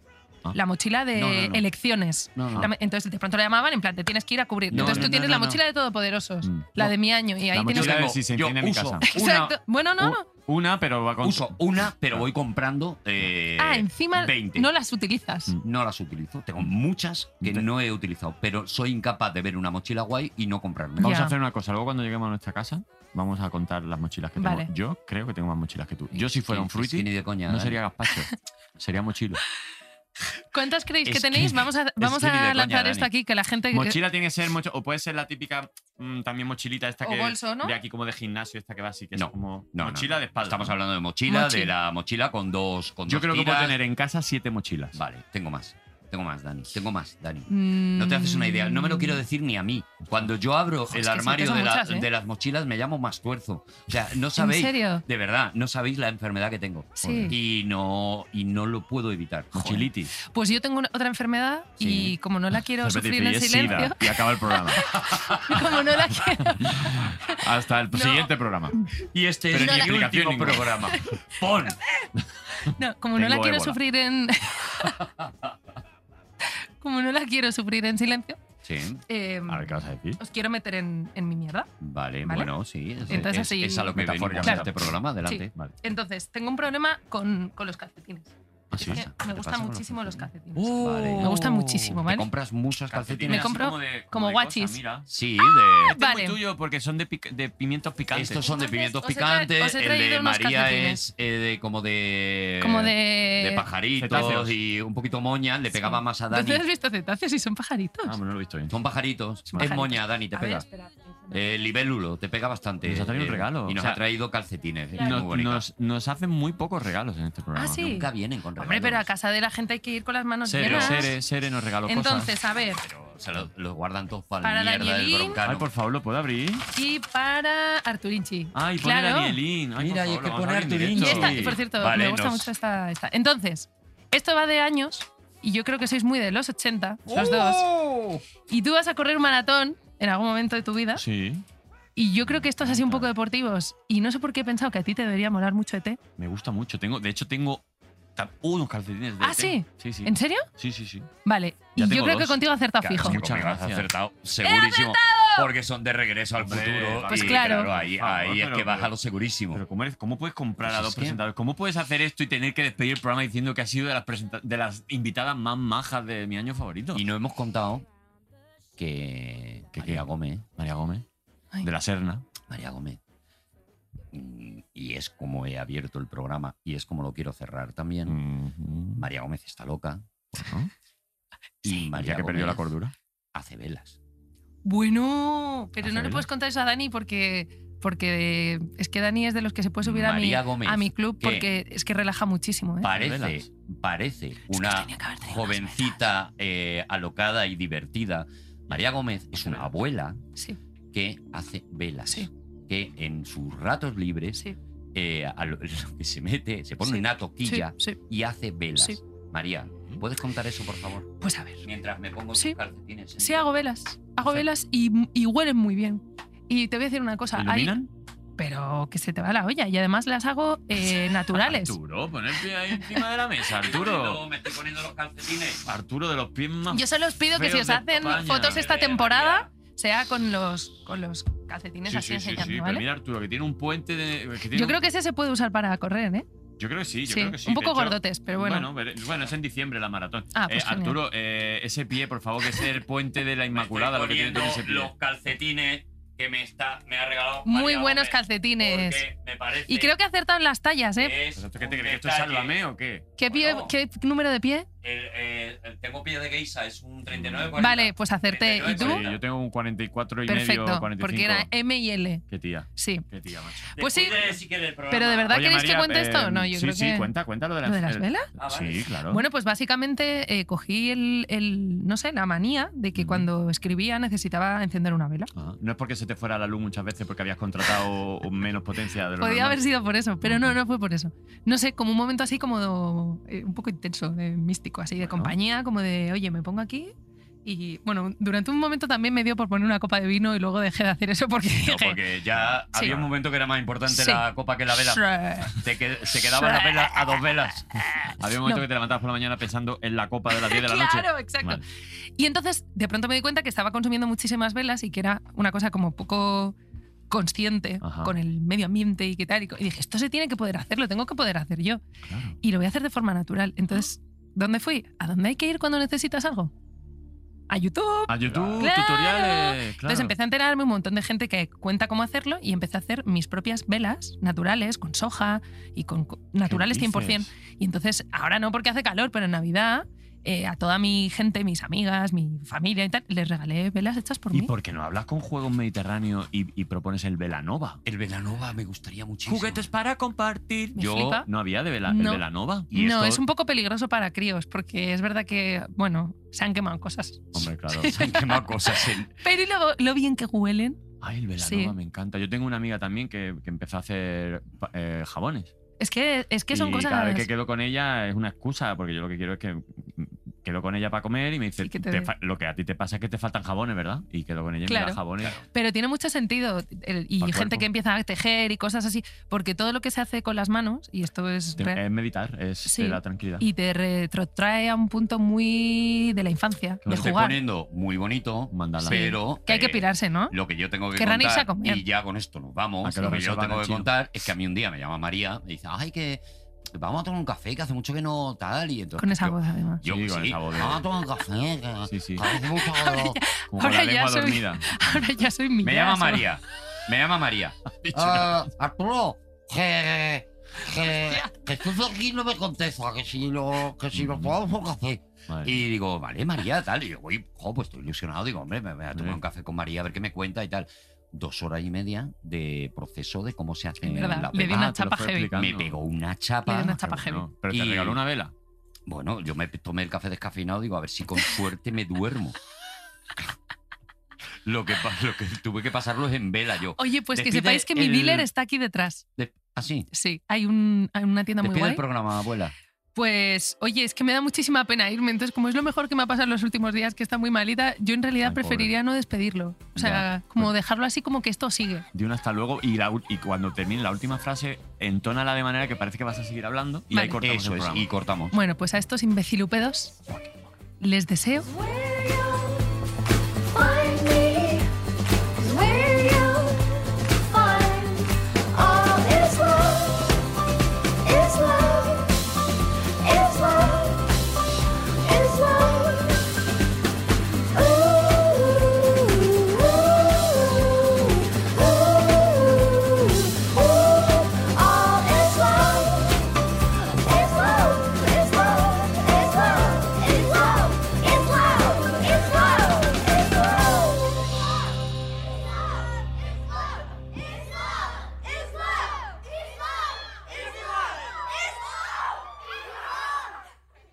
Speaker 5: Ah.
Speaker 2: La mochila de
Speaker 3: No, no, no.
Speaker 2: elecciones.
Speaker 3: No, no.
Speaker 2: La me- Entonces de pronto la llamaban en plan, te tienes que ir a cubrir.
Speaker 3: No,
Speaker 2: Entonces
Speaker 3: no,
Speaker 2: tú
Speaker 3: no,
Speaker 2: tienes
Speaker 3: no,
Speaker 2: la
Speaker 3: no.
Speaker 2: mochila de Todopoderosos,
Speaker 5: Mm.
Speaker 2: Pues, la
Speaker 5: No.
Speaker 2: de mi año. Y
Speaker 5: La
Speaker 2: ahí
Speaker 5: mochila
Speaker 2: tienes...
Speaker 5: de-
Speaker 3: tengo-
Speaker 5: si se
Speaker 3: yo
Speaker 5: enciende en mi
Speaker 3: uso
Speaker 5: casa.
Speaker 2: Exacto. Bueno, no, no.
Speaker 5: U- Una, pero va con.
Speaker 3: Uso una, pero voy comprando. eh,
Speaker 2: ah, encima
Speaker 3: 20.
Speaker 2: no las utilizas.
Speaker 5: Mm.
Speaker 3: No las utilizo. Tengo muchas que
Speaker 5: Te-
Speaker 3: no he utilizado, pero soy incapaz de ver una mochila guay y no comprarme.
Speaker 5: Vamos
Speaker 2: Ya.
Speaker 5: a hacer una cosa. Luego, cuando lleguemos a nuestra casa, vamos a contar las mochilas que
Speaker 2: Vale.
Speaker 5: tengo. Yo creo que tengo más mochilas que tú. Yo, si fuera un fruity,
Speaker 3: ni de coña.
Speaker 5: no
Speaker 3: ¿eh?
Speaker 5: sería gazpacho, sería mochilo.
Speaker 2: ¿Cuántas creéis
Speaker 3: Es
Speaker 2: que tenéis?
Speaker 3: que-
Speaker 2: Vamos a, vamos
Speaker 3: que ni de
Speaker 2: a
Speaker 3: coña,
Speaker 2: lanzar
Speaker 3: Dani.
Speaker 2: esto aquí, que la gente...
Speaker 5: Mochila tiene que ser mocho, o puede ser la típica mm, también mochilita esta
Speaker 2: O
Speaker 5: que
Speaker 2: bolso, ¿no?
Speaker 5: de aquí como de gimnasio esta que va así que
Speaker 3: No,
Speaker 5: es como
Speaker 3: No, no,
Speaker 5: mochila
Speaker 3: no.
Speaker 5: de espalda.
Speaker 3: Estamos
Speaker 5: ¿no?
Speaker 3: hablando de mochila, de
Speaker 2: Mochila.
Speaker 3: la mochila con dos. Con
Speaker 5: Yo
Speaker 3: dos
Speaker 5: creo que puedo
Speaker 3: tiras.
Speaker 5: tener en casa siete mochilas.
Speaker 3: Vale, tengo más. Tengo más, Dani. Tengo más, Dani.
Speaker 2: Mm.
Speaker 3: No te haces una idea. No me lo quiero decir ni a mí. Cuando yo abro
Speaker 2: es
Speaker 3: el
Speaker 2: que sí, que
Speaker 3: armario
Speaker 2: son
Speaker 3: de, la-
Speaker 2: muchas, ¿eh?
Speaker 3: de las mochilas, me llamo más tuerzo. O sea, no
Speaker 2: ¿En
Speaker 3: sabéis.
Speaker 2: serio?
Speaker 3: De verdad, no sabéis la enfermedad que tengo.
Speaker 2: Sí.
Speaker 3: Y no, y no lo puedo evitar.
Speaker 5: Mochilitis.
Speaker 2: Pues yo tengo una- otra enfermedad y
Speaker 3: Sí.
Speaker 2: como no la quiero
Speaker 5: Repetición,
Speaker 2: sufrir en
Speaker 5: y es
Speaker 2: silencio,
Speaker 5: SIDA. Y acaba el programa.
Speaker 2: como no la quiero
Speaker 5: Hasta el
Speaker 2: No.
Speaker 5: siguiente programa.
Speaker 3: Y este
Speaker 5: Pero
Speaker 3: es
Speaker 5: ni
Speaker 3: mi
Speaker 5: explicación
Speaker 3: último
Speaker 5: ninguna.
Speaker 3: programa. Pon.
Speaker 2: No, como no la
Speaker 5: Tengo
Speaker 2: quiero
Speaker 5: ébola.
Speaker 2: sufrir en. como no la quiero sufrir en silencio,
Speaker 3: Sí.
Speaker 2: eh,
Speaker 5: A ver, ¿qué vas a decir?
Speaker 2: os quiero meter en, en mi mierda.
Speaker 3: Vale,
Speaker 2: ¿Vale?
Speaker 3: bueno, sí. Es,
Speaker 2: Entonces,
Speaker 3: es-
Speaker 2: así-
Speaker 3: es a lo que venimos
Speaker 5: Metafóricamente.
Speaker 3: a este programa, adelante.
Speaker 5: Vale.
Speaker 2: Entonces, tengo un problema con, con los calcetines.
Speaker 5: Ah,
Speaker 2: Es
Speaker 5: sí.
Speaker 2: que
Speaker 3: pasa? ¿Qué
Speaker 2: me
Speaker 3: te pasa
Speaker 2: gustan
Speaker 3: con los
Speaker 2: muchísimo los
Speaker 3: calcetines?
Speaker 2: calcetines.
Speaker 3: Vale.
Speaker 2: Uh,
Speaker 3: Uh,
Speaker 2: Me gustan muchísimo,
Speaker 3: ¿Te
Speaker 2: ¿vale?
Speaker 3: compras muchos calcetines?
Speaker 2: Me compro
Speaker 5: así de-
Speaker 2: como
Speaker 5: de
Speaker 2: guachis.
Speaker 5: cosa, mira.
Speaker 3: Sí, de...
Speaker 5: Este es muy
Speaker 2: Vale.
Speaker 5: tuyo porque son de, pic- de pimientos picantes.
Speaker 3: Estos son de
Speaker 2: Entonces,
Speaker 3: pimientos
Speaker 2: os he tra-
Speaker 3: picantes,
Speaker 2: os he
Speaker 3: el
Speaker 2: traído
Speaker 3: de
Speaker 2: unos
Speaker 3: María
Speaker 2: calcetines.
Speaker 3: es eh, de, como de...
Speaker 2: Como de.
Speaker 3: Eh, de pajaritos
Speaker 5: Cetáceos.
Speaker 3: y un poquito moña, le pegaba más a Dani.
Speaker 2: ¿Tú has visto cetáceos y son pajaritos?
Speaker 5: Ah, bueno, no lo he visto bien.
Speaker 3: Son pajaritos. Es
Speaker 2: pajaritos.
Speaker 3: moña, Dani, te
Speaker 2: A ver,
Speaker 3: pega.
Speaker 2: espera, déjame-
Speaker 3: Eh, libélulo, te pega bastante.
Speaker 5: Nos ha traído un
Speaker 3: Eh,
Speaker 5: regalo,
Speaker 3: Y nos
Speaker 5: o sea,
Speaker 3: ha traído calcetines. es muy
Speaker 5: Nos,
Speaker 3: bonito.
Speaker 5: nos- nos hacen muy pocos regalos en este programa.
Speaker 2: Ah, sí.
Speaker 3: Nunca vienen con regalos.
Speaker 2: Hombre, pero a casa de la gente hay que ir con las manos
Speaker 5: Sere,
Speaker 2: llenas.
Speaker 5: Sere, Sere nos regaló
Speaker 2: Entonces, a ver,
Speaker 3: Pero se lo, lo guardan todos para,
Speaker 2: Para
Speaker 3: la mierda
Speaker 2: Danielín.
Speaker 3: del
Speaker 5: cosas.
Speaker 3: broncano.
Speaker 5: Ay, por favor, ¿lo puedo abrir?
Speaker 2: y para Arturinchi.
Speaker 5: Ay, pone
Speaker 2: claro.
Speaker 5: Danielín. Ay,
Speaker 3: Mira, y es
Speaker 5: por
Speaker 3: que
Speaker 5: favor, lo vamos
Speaker 3: pone
Speaker 5: a abrir en
Speaker 3: Arturín.
Speaker 2: Y
Speaker 5: directo.
Speaker 2: esta,
Speaker 3: Sí.
Speaker 2: por cierto,
Speaker 3: Vale,
Speaker 2: me gusta
Speaker 3: nos-
Speaker 2: mucho esta, esta. Entonces, esto va de años y yo creo que sois muy de los 80, los dos.
Speaker 3: ¡Oh!
Speaker 2: Y tú vas a correr un maratón en algún momento de tu vida
Speaker 5: Sí,
Speaker 2: y yo creo que estos así un poco deportivos. Y no sé por qué he pensado que a ti te debería molar mucho E ET.
Speaker 5: me gusta mucho. Tengo, de hecho, tengo ta- unos calcetines de
Speaker 2: ¿Ah,
Speaker 5: ET.
Speaker 2: sí?
Speaker 5: Sí, sí.
Speaker 2: ¿En serio?
Speaker 5: Sí, sí, sí.
Speaker 2: Vale.
Speaker 5: Ya
Speaker 2: y yo
Speaker 5: tengo
Speaker 2: creo
Speaker 5: dos.
Speaker 2: que contigo ha acertado
Speaker 3: Claro,
Speaker 2: fijo.
Speaker 3: que
Speaker 5: Muchas
Speaker 3: conmigo has
Speaker 5: gracias.
Speaker 3: acertado, segurísimo. Porque son de regreso al
Speaker 5: Hombre,
Speaker 3: futuro.
Speaker 5: pues
Speaker 3: y,
Speaker 2: claro.
Speaker 3: ahí,
Speaker 5: Por favor,
Speaker 3: ahí es
Speaker 5: pero-
Speaker 3: que baja
Speaker 5: pero-
Speaker 3: lo segurísimo.
Speaker 5: Pero ¿cómo, eres- cómo puedes comprar
Speaker 3: Pues
Speaker 5: a
Speaker 3: es
Speaker 5: dos
Speaker 3: que-
Speaker 5: presentadores? ¿Cómo puedes hacer esto y tener que despedir el programa diciendo que ha sido de las, presenta- de las invitadas más majas de mi año favorito?
Speaker 3: Y no hemos contado que, que
Speaker 5: María
Speaker 3: María Gómez.
Speaker 5: María Gómez,
Speaker 2: Ay.
Speaker 5: de la Serna.
Speaker 3: María Gómez. mm, Y es como he abierto el programa y es como lo quiero cerrar también.
Speaker 5: Mhm.
Speaker 3: María Gómez está loca.
Speaker 5: Bueno,
Speaker 3: Y María
Speaker 5: ya que perdió la
Speaker 3: Gómez
Speaker 5: cordura.
Speaker 3: hace velas.
Speaker 2: Bueno, pero no le
Speaker 5: Hacedlo.
Speaker 2: puedes contar eso a Dani porque, porque es que Dani es de los que se puede subir a mi,
Speaker 3: María Gómez,
Speaker 2: a mi club
Speaker 3: ¿qué?
Speaker 2: porque es que relaja muchísimo. ¿eh?
Speaker 3: Parece,
Speaker 5: Velas.
Speaker 3: parece
Speaker 2: Es que os
Speaker 3: una
Speaker 2: tenía que haber traído unas
Speaker 3: jovencita eh, alocada y divertida. María Gómez es una abuela
Speaker 2: velas. Sí,
Speaker 3: que hace velas.
Speaker 2: Sí.
Speaker 3: Que en sus ratos libres
Speaker 2: sí,
Speaker 3: eh, a lo- lo que se mete, se pone
Speaker 2: Sí.
Speaker 3: una
Speaker 2: sí,
Speaker 3: toquilla
Speaker 2: sí.
Speaker 3: y hace velas.
Speaker 2: Sí.
Speaker 3: María, ¿puedes contar eso, por favor?
Speaker 2: Pues a ver.
Speaker 3: Mientras me pongo
Speaker 2: Sí.
Speaker 3: tus calcetines. ¿eh?
Speaker 2: Sí, hago velas. Hago
Speaker 3: Sí.
Speaker 2: velas y, y huelen muy bien. Y te voy a decir una cosa. hay-
Speaker 5: ¿Iluminan?
Speaker 2: pero que se te va la olla. Y además las hago eh, naturales.
Speaker 5: Arturo, pon el pie ahí encima de la mesa,
Speaker 3: Arturo,
Speaker 5: Arturo.
Speaker 3: me estoy poniendo los calcetines.
Speaker 5: Arturo, de los pies más...
Speaker 2: Yo solo os pido que si
Speaker 5: Feos
Speaker 2: os
Speaker 5: de
Speaker 2: hacen
Speaker 5: España.
Speaker 2: fotos esta temporada, sea con los, con los calcetines
Speaker 5: Sí,
Speaker 2: así
Speaker 5: sí, sí,
Speaker 2: enseñando,
Speaker 5: sí. Pero
Speaker 2: ¿vale?
Speaker 5: mira, Arturo, que tiene un puente de... que tiene
Speaker 2: Yo
Speaker 5: un-
Speaker 2: creo que ese se puede usar para correr, ¿eh?
Speaker 5: Yo creo que sí, yo creo que sí.
Speaker 2: Un
Speaker 5: De
Speaker 2: poco
Speaker 5: hecho,
Speaker 2: gordotes, pero bueno.
Speaker 5: Bueno, vere- bueno, es en diciembre la maratón.
Speaker 2: Ah, pues
Speaker 5: Eh,
Speaker 2: genial.
Speaker 5: Arturo, eh, ese pie, por favor, que es el puente de la
Speaker 3: Me
Speaker 5: Inmaculada, lo
Speaker 3: estoy
Speaker 5: que tiene todo ese
Speaker 3: poniendo
Speaker 5: pie.
Speaker 3: los calcetines que me, está, me ha regalado.
Speaker 2: Muy
Speaker 5: ¿eh?
Speaker 3: María
Speaker 2: buenos
Speaker 3: Gómez,
Speaker 2: calcetines.
Speaker 3: porque Me parece
Speaker 2: Y creo que he acertado en las tallas, ¿eh?
Speaker 3: que es
Speaker 5: ¿Esto qué te
Speaker 3: un
Speaker 5: crees? ¿Que esto es
Speaker 3: detalle.
Speaker 5: Sálvame o qué?
Speaker 2: ¿Qué, pie-
Speaker 3: bueno.
Speaker 2: qué número de pie?
Speaker 3: El, eh, el- tengo pie de geisa, es un 39
Speaker 2: Vale, pues acerté. ¿Y tú?
Speaker 5: Sí, yo tengo un 44 y medio,
Speaker 2: Perfecto,
Speaker 5: 45.
Speaker 2: porque era M y L.
Speaker 5: Qué tía,
Speaker 2: Sí.
Speaker 5: qué tía, macho.
Speaker 2: Pues sí,
Speaker 3: si quieres, el programa.
Speaker 2: pero de verdad
Speaker 5: Oye,
Speaker 2: queréis que
Speaker 5: María,
Speaker 2: cuente esto?
Speaker 5: eh,
Speaker 2: No, yo
Speaker 5: sí,
Speaker 2: creo
Speaker 5: sí,
Speaker 2: que.
Speaker 5: cuenta, cuenta lo de las,
Speaker 2: ¿Lo de las
Speaker 5: el-
Speaker 2: velas?
Speaker 3: Ah, vale.
Speaker 5: Sí, claro.
Speaker 2: Bueno, pues básicamente eh, cogí el, el- no sé, la manía de que
Speaker 5: Ujú.
Speaker 2: cuando escribía necesitaba encender una vela.
Speaker 5: Ah, no es porque se te fuera la luz muchas veces porque habías contratado menos potencia de lo
Speaker 2: Podría
Speaker 5: normal.
Speaker 2: haber sido por eso, pero no,
Speaker 5: Ujú.
Speaker 2: no fue por eso. No sé, como un momento así como eh, un poco intenso, de místico, así de
Speaker 5: Bueno.
Speaker 2: compañía, como de, oye, me pongo aquí. Y bueno, durante un momento también me dio por poner una copa de vino y luego dejé de hacer eso porque dije...
Speaker 3: No, porque ya
Speaker 2: Sí.
Speaker 3: había un momento que era más importante
Speaker 2: Sí.
Speaker 3: la copa que la vela.
Speaker 2: "Sí".
Speaker 3: Te que- se quedaba la vela a dos velas.
Speaker 5: Había un momento
Speaker 2: No.
Speaker 5: que te levantabas por la mañana pensando en la copa de las 10 de la noche.
Speaker 2: Claro, exacto.
Speaker 5: Vale.
Speaker 2: Y entonces de pronto me di cuenta que estaba consumiendo muchísimas velas y que era una cosa como poco consciente
Speaker 5: Ajá.
Speaker 2: con el medio ambiente y qué tal. Y co- y dije, esto se tiene que poder hacer, lo tengo que poder hacer yo.
Speaker 5: Claro.
Speaker 2: y lo voy a hacer de forma natural. Entonces, ¿dónde fui? ¿A dónde hay que ir cuando necesitas algo? A YouTube.
Speaker 5: A YouTube,
Speaker 2: Claro.
Speaker 5: tutoriales. Ah, Claro.
Speaker 2: Entonces empecé a enterarme un montón de gente que cuenta cómo hacerlo y empecé a hacer mis propias velas naturales, con soja y con co- naturales 100%. Y entonces, ahora no porque hace calor, pero en Navidad eh, a toda mi gente, mis amigas, mi familia y tal, les regalé velas hechas por
Speaker 5: ¿Y
Speaker 2: mí.
Speaker 5: por qué no hablas con Juegos Mediterráneos y, y propones el Velanova?
Speaker 3: El Velanova me gustaría muchísimo.
Speaker 5: para compartir.
Speaker 2: Me
Speaker 5: Yo
Speaker 2: flipa.
Speaker 5: no había de vela, el
Speaker 2: No.
Speaker 5: Velanova. Y
Speaker 2: No,
Speaker 5: esto-
Speaker 2: es un poco peligroso para críos porque es verdad que, bueno, se han quemado cosas.
Speaker 5: Hombre, claro.
Speaker 3: Se han quemado cosas en-
Speaker 2: Pero y lo, lo bien que huelen.
Speaker 5: Ay, el Velanova
Speaker 2: Sí.
Speaker 5: me encanta. Yo tengo una amiga también que, que empezó a hacer pa- eh, jabones.
Speaker 2: Es que, es que son
Speaker 5: y
Speaker 2: cosas...
Speaker 5: Cada vez que quedo con ella es una excusa, porque yo lo que quiero es que mm, quedo con ella para comer y me dice:
Speaker 2: Y que te
Speaker 5: "Te
Speaker 2: dé".
Speaker 5: fa- Lo que a ti te pasa es que te faltan jabones, ¿verdad? Y quedo con ella y me
Speaker 2: Claro.
Speaker 5: da jabones.
Speaker 2: Pero tiene mucho sentido. el- y
Speaker 5: Al
Speaker 2: gente
Speaker 5: cuerpo.
Speaker 2: que empieza a tejer y cosas así. Porque todo lo que se hace con las manos, y esto es.
Speaker 5: Te-
Speaker 2: real,
Speaker 5: Es meditar, es
Speaker 2: Sí.
Speaker 5: de la tranquilidad.
Speaker 2: y te retrotrae a un punto muy de la infancia,
Speaker 5: Que
Speaker 3: Lo
Speaker 2: de
Speaker 3: estoy
Speaker 2: jugar.
Speaker 3: poniendo muy bonito,
Speaker 5: Mandala.
Speaker 3: pero...
Speaker 2: Que hay que
Speaker 3: eh,
Speaker 2: pirarse, ¿no?
Speaker 3: Lo que yo tengo que
Speaker 2: Querrán irse a
Speaker 3: contar,
Speaker 2: comer.
Speaker 3: y ya con esto nos
Speaker 5: A
Speaker 2: Ah,
Speaker 3: vamos,
Speaker 5: que
Speaker 3: lo
Speaker 5: lo
Speaker 3: que yo
Speaker 5: reservan
Speaker 3: tengo
Speaker 5: al
Speaker 3: que
Speaker 5: chino.
Speaker 3: contar es que a mí un día me llama María y dice, ay, que vamos a tomar un café, que hace mucho que no tal, y entonces...
Speaker 2: Con esa
Speaker 3: yo-
Speaker 2: voz, además.
Speaker 3: Yo
Speaker 5: Sí,
Speaker 3: sí,
Speaker 5: con esa voz de-
Speaker 3: vamos a tomar un café, que-
Speaker 5: Sí, sí.
Speaker 3: que hace mucho que no-
Speaker 5: Como con
Speaker 2: Ah,
Speaker 5: la
Speaker 2: Ahora ya
Speaker 5: lengua
Speaker 2: soy-
Speaker 5: dormida.
Speaker 2: Ahora ya soy mi
Speaker 3: Me llama María. Me llama María. Ah, Arturo, que, que, que estoy aquí y no me contesta, que si lo, que
Speaker 2: Mm.
Speaker 3: si lo tomamos un café.
Speaker 5: Vale.
Speaker 3: Y digo, vale, María, tal. Y yo voy, jo, pues estoy ilusionado. Digo, hombre, me voy a tomar un café con María, a ver qué me cuenta y tal. Dos horas y media de proceso de cómo se hace
Speaker 2: Es verdad,
Speaker 3: la
Speaker 2: le di
Speaker 3: vela.
Speaker 2: una
Speaker 5: Ah, te lo
Speaker 2: chapa
Speaker 5: fue
Speaker 2: heavy.
Speaker 5: explicando.
Speaker 3: Me pegó una
Speaker 2: Le di
Speaker 3: chapa.
Speaker 2: una chapa heavy.
Speaker 5: No, pero te
Speaker 3: Y-
Speaker 5: regaló una vela.
Speaker 3: Bueno, yo me tomé el café descafeinado, digo, a ver si con suerte me duermo. Lo que, pa- lo que tuve que pasarlo es en vela yo.
Speaker 2: Oye, pues que
Speaker 3: Despide
Speaker 2: sepáis que mi
Speaker 3: el-
Speaker 2: dealer está aquí detrás.
Speaker 3: De- así.
Speaker 2: Sí, hay, un, hay una tienda muy
Speaker 3: Despide el
Speaker 2: guay.
Speaker 3: programa, abuela.
Speaker 2: Pues, oye, es que me da muchísima pena irme. Entonces, como es lo mejor que me ha pasado en los últimos días, que está muy malita, yo en realidad
Speaker 5: Ay, pobre.
Speaker 2: preferiría no despedirlo. O sea, como
Speaker 3: pues
Speaker 2: dejarlo así como que esto sigue.
Speaker 5: Di un hasta luego y, la, ul- y cuando termine la última frase, entónala de manera que parece que vas a seguir hablando y
Speaker 2: Vale.
Speaker 5: ahí cortamos
Speaker 3: Eso
Speaker 5: el
Speaker 3: es,
Speaker 5: programa.
Speaker 3: y cortamos.
Speaker 2: Bueno, pues a estos imbecilupedos les deseo
Speaker 10: Find me is where you find all is love, is love, is love, is love. Ooh, ooh, ooh, all is love. It's love, it's love, it's love, it's love, it's love.